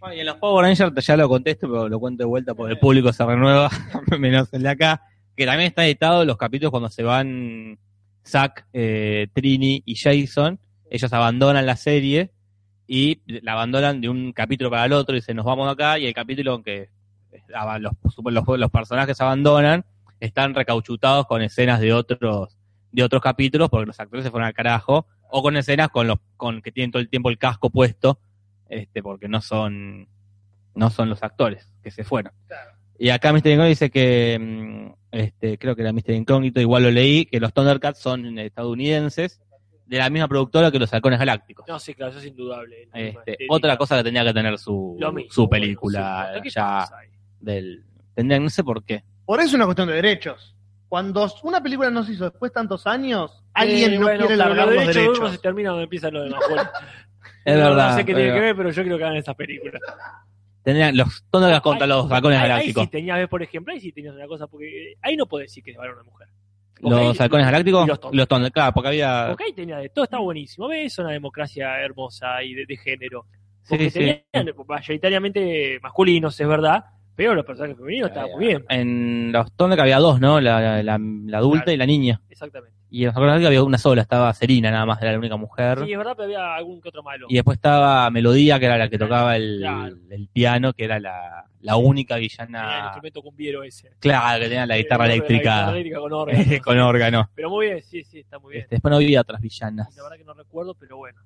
E: Bueno, y en los Power Rangers ya lo contesto, pero lo cuento de vuelta porque el público se renueva, [LAUGHS] menos el de acá. Que también está editado los capítulos cuando se van Zack, eh, Trini y Jason. Ellos abandonan la serie y la abandonan de un capítulo para el otro. y Dicen, nos vamos de acá. Y el capítulo en que estaban los, los, los personajes abandonan están recauchutados con escenas de otros de otros capítulos porque los actores se fueron al carajo o con escenas con los con que tienen todo el tiempo el casco puesto este, porque no son, no son los actores que se fueron. Y acá Mr. Incógnito dice que, mm, este, creo que era Mr. Incógnito, igual lo leí, que los Thundercats son estadounidenses de la misma productora que Los Halcones Galácticos.
C: No, sí, claro, eso es indudable. El tema
E: Este,
C: estética.
E: otra cosa que tenía que tener su,
C: Lo mismo,
E: su
C: bueno,
E: película
C: sí, ¿qué
E: ya
C: pasa ahí?
E: del... Tendrían, no sé por qué.
D: Por eso es una cuestión de derechos. Cuando una película no se hizo después de tantos años, alguien
C: Eh,
D: no
C: bueno,
D: quiere
C: pero
D: largar
C: los
D: los
C: derechos de uno
D: derechos.
C: se termina donde empiezan los demás. Bueno,
E: Es
C: no,
E: verdad.
C: No sé qué
E: pero
C: tiene que ver, pero yo creo que hagan estas películas.
E: Tendrían los Thundercats contra
C: Ahí-
E: los Halcones
C: ahí-
E: Galácticos.
C: Ahí sí tenías, ves, por ejemplo, ahí sí tenías una cosa, porque eh, ahí no podés decir que es varón o mujer. Porque ahí-
E: los Halcones Galácticos.
C: y los
E: Los
C: Thundercats.
E: Thundercats, claro, porque había...
C: Porque ahí tenía de todo, está buenísimo. ¿Ves? Es una democracia hermosa y de, de género. Porque
E: Sí, sí.
C: tenían mayoritariamente masculinos, es verdad, pero los personajes femeninos
E: Ahí,
C: estaban muy bien.
E: En los Thundercats había dos, ¿no? La, la- la- la adulta
C: Claro.
E: y la niña.
C: Exactamente.
E: Y en los Halcones Galácticos había una sola, estaba Serina nada más, era la única mujer.
C: Sí, es verdad, pero había algún que otro malo.
E: Y después estaba Melodía, que era la que tocaba el,
C: Claro.
E: el piano, que era la, la única
C: Tenía el
E: villana.
C: instrumento cumbiero ese.
E: Claro, que tenía la guitarra
C: Eh, La guitarra
E: [LAUGHS] eléctrica
C: eléctrica con órgano.
E: con órgano.
C: Pero muy bien, sí, sí, está muy bien.
E: Este, después no había otras villanas.
C: La verdad que no recuerdo, pero bueno.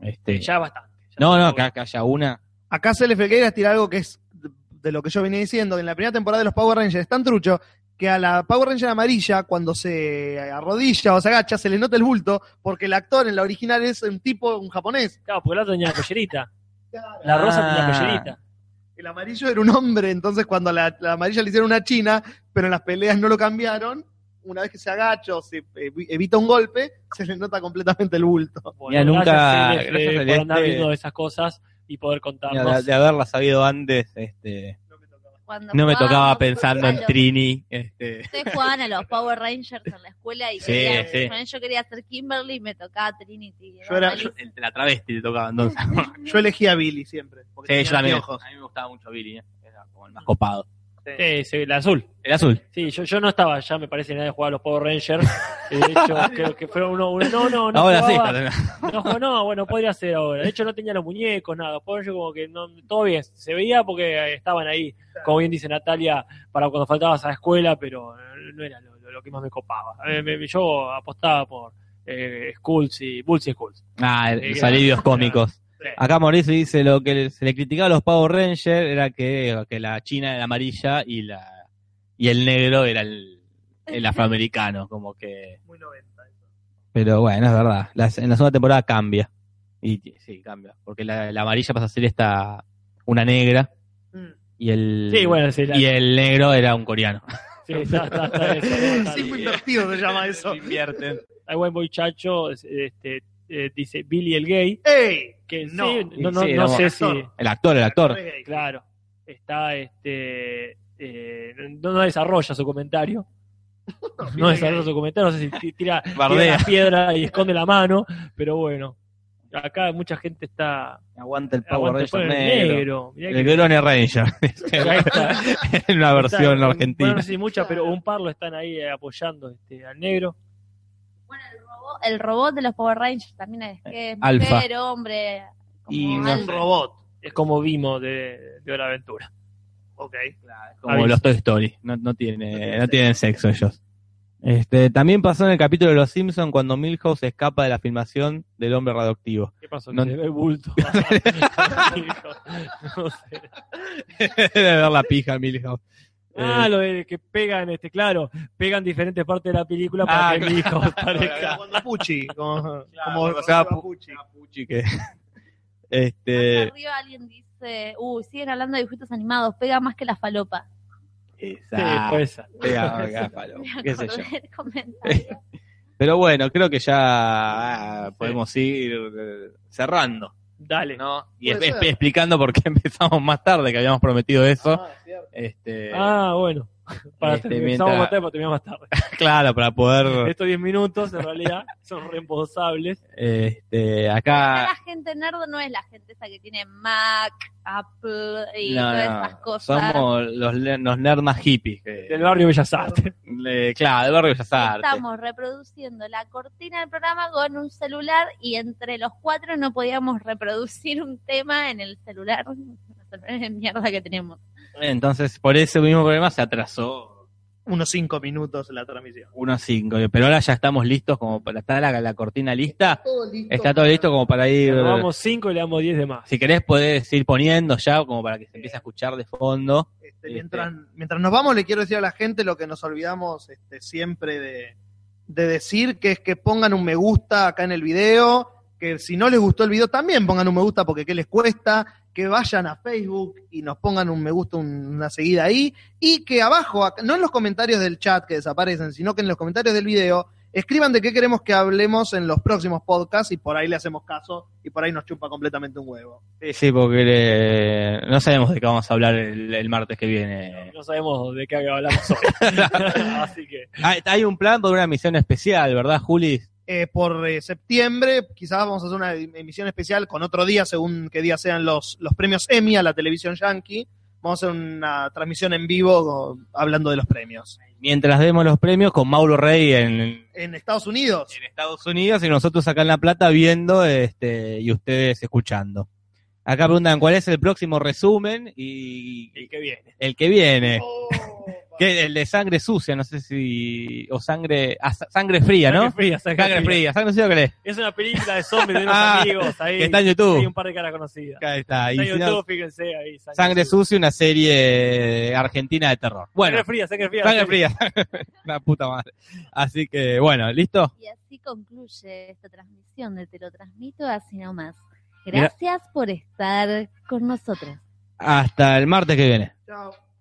E: Este,
C: Ya bastante. ya
E: no, no,
C: bastante.
E: acá, acá haya una.
D: Acá se le Felgueiras tira algo que es de lo que yo venía diciendo, que en la primera temporada de los Power Rangers es tan trucho que a la Power Ranger amarilla, cuando se arrodilla o se agacha, se le nota el bulto, porque el actor en la original es un tipo, un japonés.
C: Claro, porque la otra tenía la collerita. La rosa tenía
E: Ah.
C: la collerita.
D: El amarillo era un hombre, entonces cuando a la, la amarilla le hicieron una china, pero en las peleas no lo cambiaron, una vez que se agacha o se eh, evita un golpe, se le nota completamente el bulto.
C: Bueno,
E: Mira, nunca-
C: gracias, Celeste,
E: gracias,
C: por andar
E: Celeste.
C: viendo esas cosas y poder
E: Mira,
C: contarnos.
E: de, de haberla sabido antes, este,
B: Cuando
E: no me
B: jugábamos,
E: tocaba pensando en
B: claro,
E: Trini. Este,
B: Ustedes jugaban a los Power Rangers en la escuela y
E: Sí,
B: querían-
E: sí.
B: bueno, yo quería ser Kimberly y me tocaba Trinity.
D: Yo era-
B: malísimo.
E: el- la travesti te tocaba entonces.
D: Yo elegí a Billy siempre. porque tenía
E: sí, yo también.
D: anteojos.
E: A mí me gustaba mucho Billy, ¿eh? era como el más copado.
C: Sí, sí, Eh, la azul.
E: El azul.
C: Sí, yo, yo no estaba ya, me parece, en la edad de jugar a los Power
E: [LAUGHS]
C: Rangers. Eh, De hecho, creo que fue uno, uno- No, no, no.
E: Ahora sí,
C: jugaba,
E: está-
C: no, jugaba- no, bueno, podría ser ahora. De hecho, no tenía los muñecos, nada. Los Power Rangers, como que no, todo bien. Se veía porque eh, estaban ahí, como bien dice Natalia, para cuando faltabas a la escuela, pero eh, no era lo, lo- lo que más me copaba. Eh, me- me- yo apostaba por eh, Skulls y Bulls y Skulls.
E: Ah,
C: Sí,
E: los
C: claro.
E: alivios cómicos.
C: Sí.
E: Acá Mauricio dice lo que se le criticaba a los Power Rangers era que, que la china era amarilla y la y el negro era el, el afroamericano, como que.
D: Muy 90.
E: Pero bueno, es verdad. Las- en la segunda temporada cambia. Y t- sí, cambia. Porque la, la amarilla pasa a ser esta una negra
D: Mm.
E: y el
C: Sí, bueno, sí, la-
E: y el negro era un coreano.
C: sí, está- está- está- está- está-
D: Sí, fue invertido se [LAUGHS] llama eso.
E: Invierten.
C: Hay buen muchacho, este, eh, dice Billy el gay,
D: ¡Ey!
C: que sí,
D: No.
C: no, no, no,
E: Sí, vamos.
C: sé si,
E: El actor, el actor.
C: claro, está este, eh, no, no desarrolla su comentario, no desarrolla su comentario, no sé si ti- tira, tira
E: Bardea.
C: la piedra y esconde la mano, pero bueno, acá mucha gente está
E: Aguanta el Power
C: aguanta el
E: Ranger
C: poder
E: negro.
C: negro, mirá
E: El
C: que-
E: Grone Ranger. [LAUGHS]
C: ahí está.
E: en una versión
C: Está-
E: argentina.
C: Bueno, no sé si muchas, pero un par lo están ahí eh, apoyando este, al negro.
B: Bueno, el robot, el robot de los Power Rangers también es que es
E: Alfa.
B: mujer, hombre. como
E: Y no
D: Un
B: alfa.
D: robot.
C: Es como vimos de, de Hora de Aventura.
D: Ok.
E: como
C: Aviso.
E: los Toy Story. No, no, tiene, no tienen sexo ellos. Este, también pasó en el capítulo de Los Simpsons cuando Milhouse escapa de la filmación del hombre
C: [LAUGHS]
E: radioactivo.
C: ¿Qué pasó?
E: No-
C: Que se ve el bulto. [LAUGHS] No sé.
E: de ver la pija a Milhouse.
C: Ah,
E: Eh,
C: lo de que pegan, este, claro, pegan diferentes partes de la película para
E: Ah,
C: que mi hijo [LAUGHS] parezca.
D: Cuando Pucci, como,
E: cuando
D: como
E: se va
D: como Pucci.
E: Puchi, que-
B: Acá
E: este,
B: arriba alguien dice, uy, siguen hablando de dibujitos animados, pega más que la falopa.
C: Sí, fue esa.
E: Pega, pega, palo,
B: Me
E: qué sé yo.
B: [LAUGHS] acordé del comentario.
E: Pero bueno, creo que ya ah, podemos ir eh, cerrando.
C: Dale.
E: ¿no? Y
D: Puede
E: esp-
D: ser.
E: explicando por qué [LAUGHS] empezamos más tarde, que habíamos prometido eso.
D: Ah, es cierto.
E: Este,
C: Ah, bueno. Para
E: Este,
C: terminar,
E: mientras- Ah.
C: vamos a matar para terminar más tarde.
E: claro, para poder.
C: Estos 10 minutos en realidad [LAUGHS] son reembolsables.
E: Este,
B: Acá
E: acá.
B: la gente nerd no es la gente esa que tiene Mac, Apple y
E: No,
B: todas
E: no,
B: esas cosas.
E: Somos los, le- los nerds más hippies. que-
C: Del barrio Bellas Artes.
E: le- claro, del barrio Bellas Artes.
B: Estamos reproduciendo la cortina del programa con un celular y entre los cuatro no podíamos reproducir un tema en el celular. [LAUGHS] Los celulares de mierda que tenemos.
E: Entonces, por ese mismo problema se atrasó
D: Unos cinco minutos la transmisión.
E: 1 a 5. Pero ahora ya estamos listos, como para estar la, la cortina lista. Está todo listo como para ir.
C: Le damos 5 y le damos 10 de más.
E: Si querés, podés ir poniendo ya, como para que se empiece a escuchar de fondo.
D: Este, mientras, mientras nos vamos, le quiero decir a la gente lo que nos olvidamos este, siempre de,
F: de decir, que es que pongan un me gusta acá en el video, que si no les gustó el video también pongan un me gusta porque qué les cuesta, que vayan a Facebook y nos pongan un me gusta, un- una seguida ahí, y que abajo, acá- no en los comentarios del chat que desaparecen, sino que en los comentarios del video, escriban de qué queremos que hablemos en los próximos podcasts y por ahí le hacemos caso y por ahí nos chupa completamente un huevo.
E: Sí, sí, porque eh, no sabemos de qué vamos a hablar el, el martes que viene.
C: No sabemos de qué hablamos
E: [LAUGHS]
C: hoy. [LAUGHS] Así que.
E: Hay, hay un plan por una misión especial, ¿verdad, Juli?
F: Eh, por eh, septiembre quizás vamos a hacer una em-, emisión especial con otro día, según qué día sean los, los premios Emmy a la televisión yankee. Vamos a hacer una transmisión en vivo o- hablando de los premios.
E: Mientras demos los premios con Mauro Rey en,
F: En Estados Unidos.
E: en Estados Unidos y nosotros acá en La Plata viendo este, y ustedes escuchando. Acá preguntan cuál es el próximo resumen y
C: ¿Y qué viene?
E: el que viene.
F: Oh,
E: Que el de sangre sucia, no sé si. O sangre. ah, sa- sangre fría,
C: Sangre
E: ¿no?
C: fría, sangre
E: Sangre
C: fría.
E: fría, sangre sucia, ¿qué es?
C: Es una película de zombies
E: [LAUGHS]
C: de unos
E: Ah,
C: amigos. Ahí
E: Que está en
C: hay
E: YouTube.
C: un par de caras conocidas.
E: Acá está. y
C: Está en
E: si no,
C: YouTube, fíjense ahí.
E: sangre sucia, una serie argentina de terror. Bueno,
C: Sangre fría, sangre fría.
E: sangre fría. [LAUGHS] Una puta madre. Así que, bueno, ¿listo?
B: Y así concluye esta transmisión de Te lo transmito así nomás. Gracias por estar con nosotros.
E: Hasta el martes que viene.
F: chao.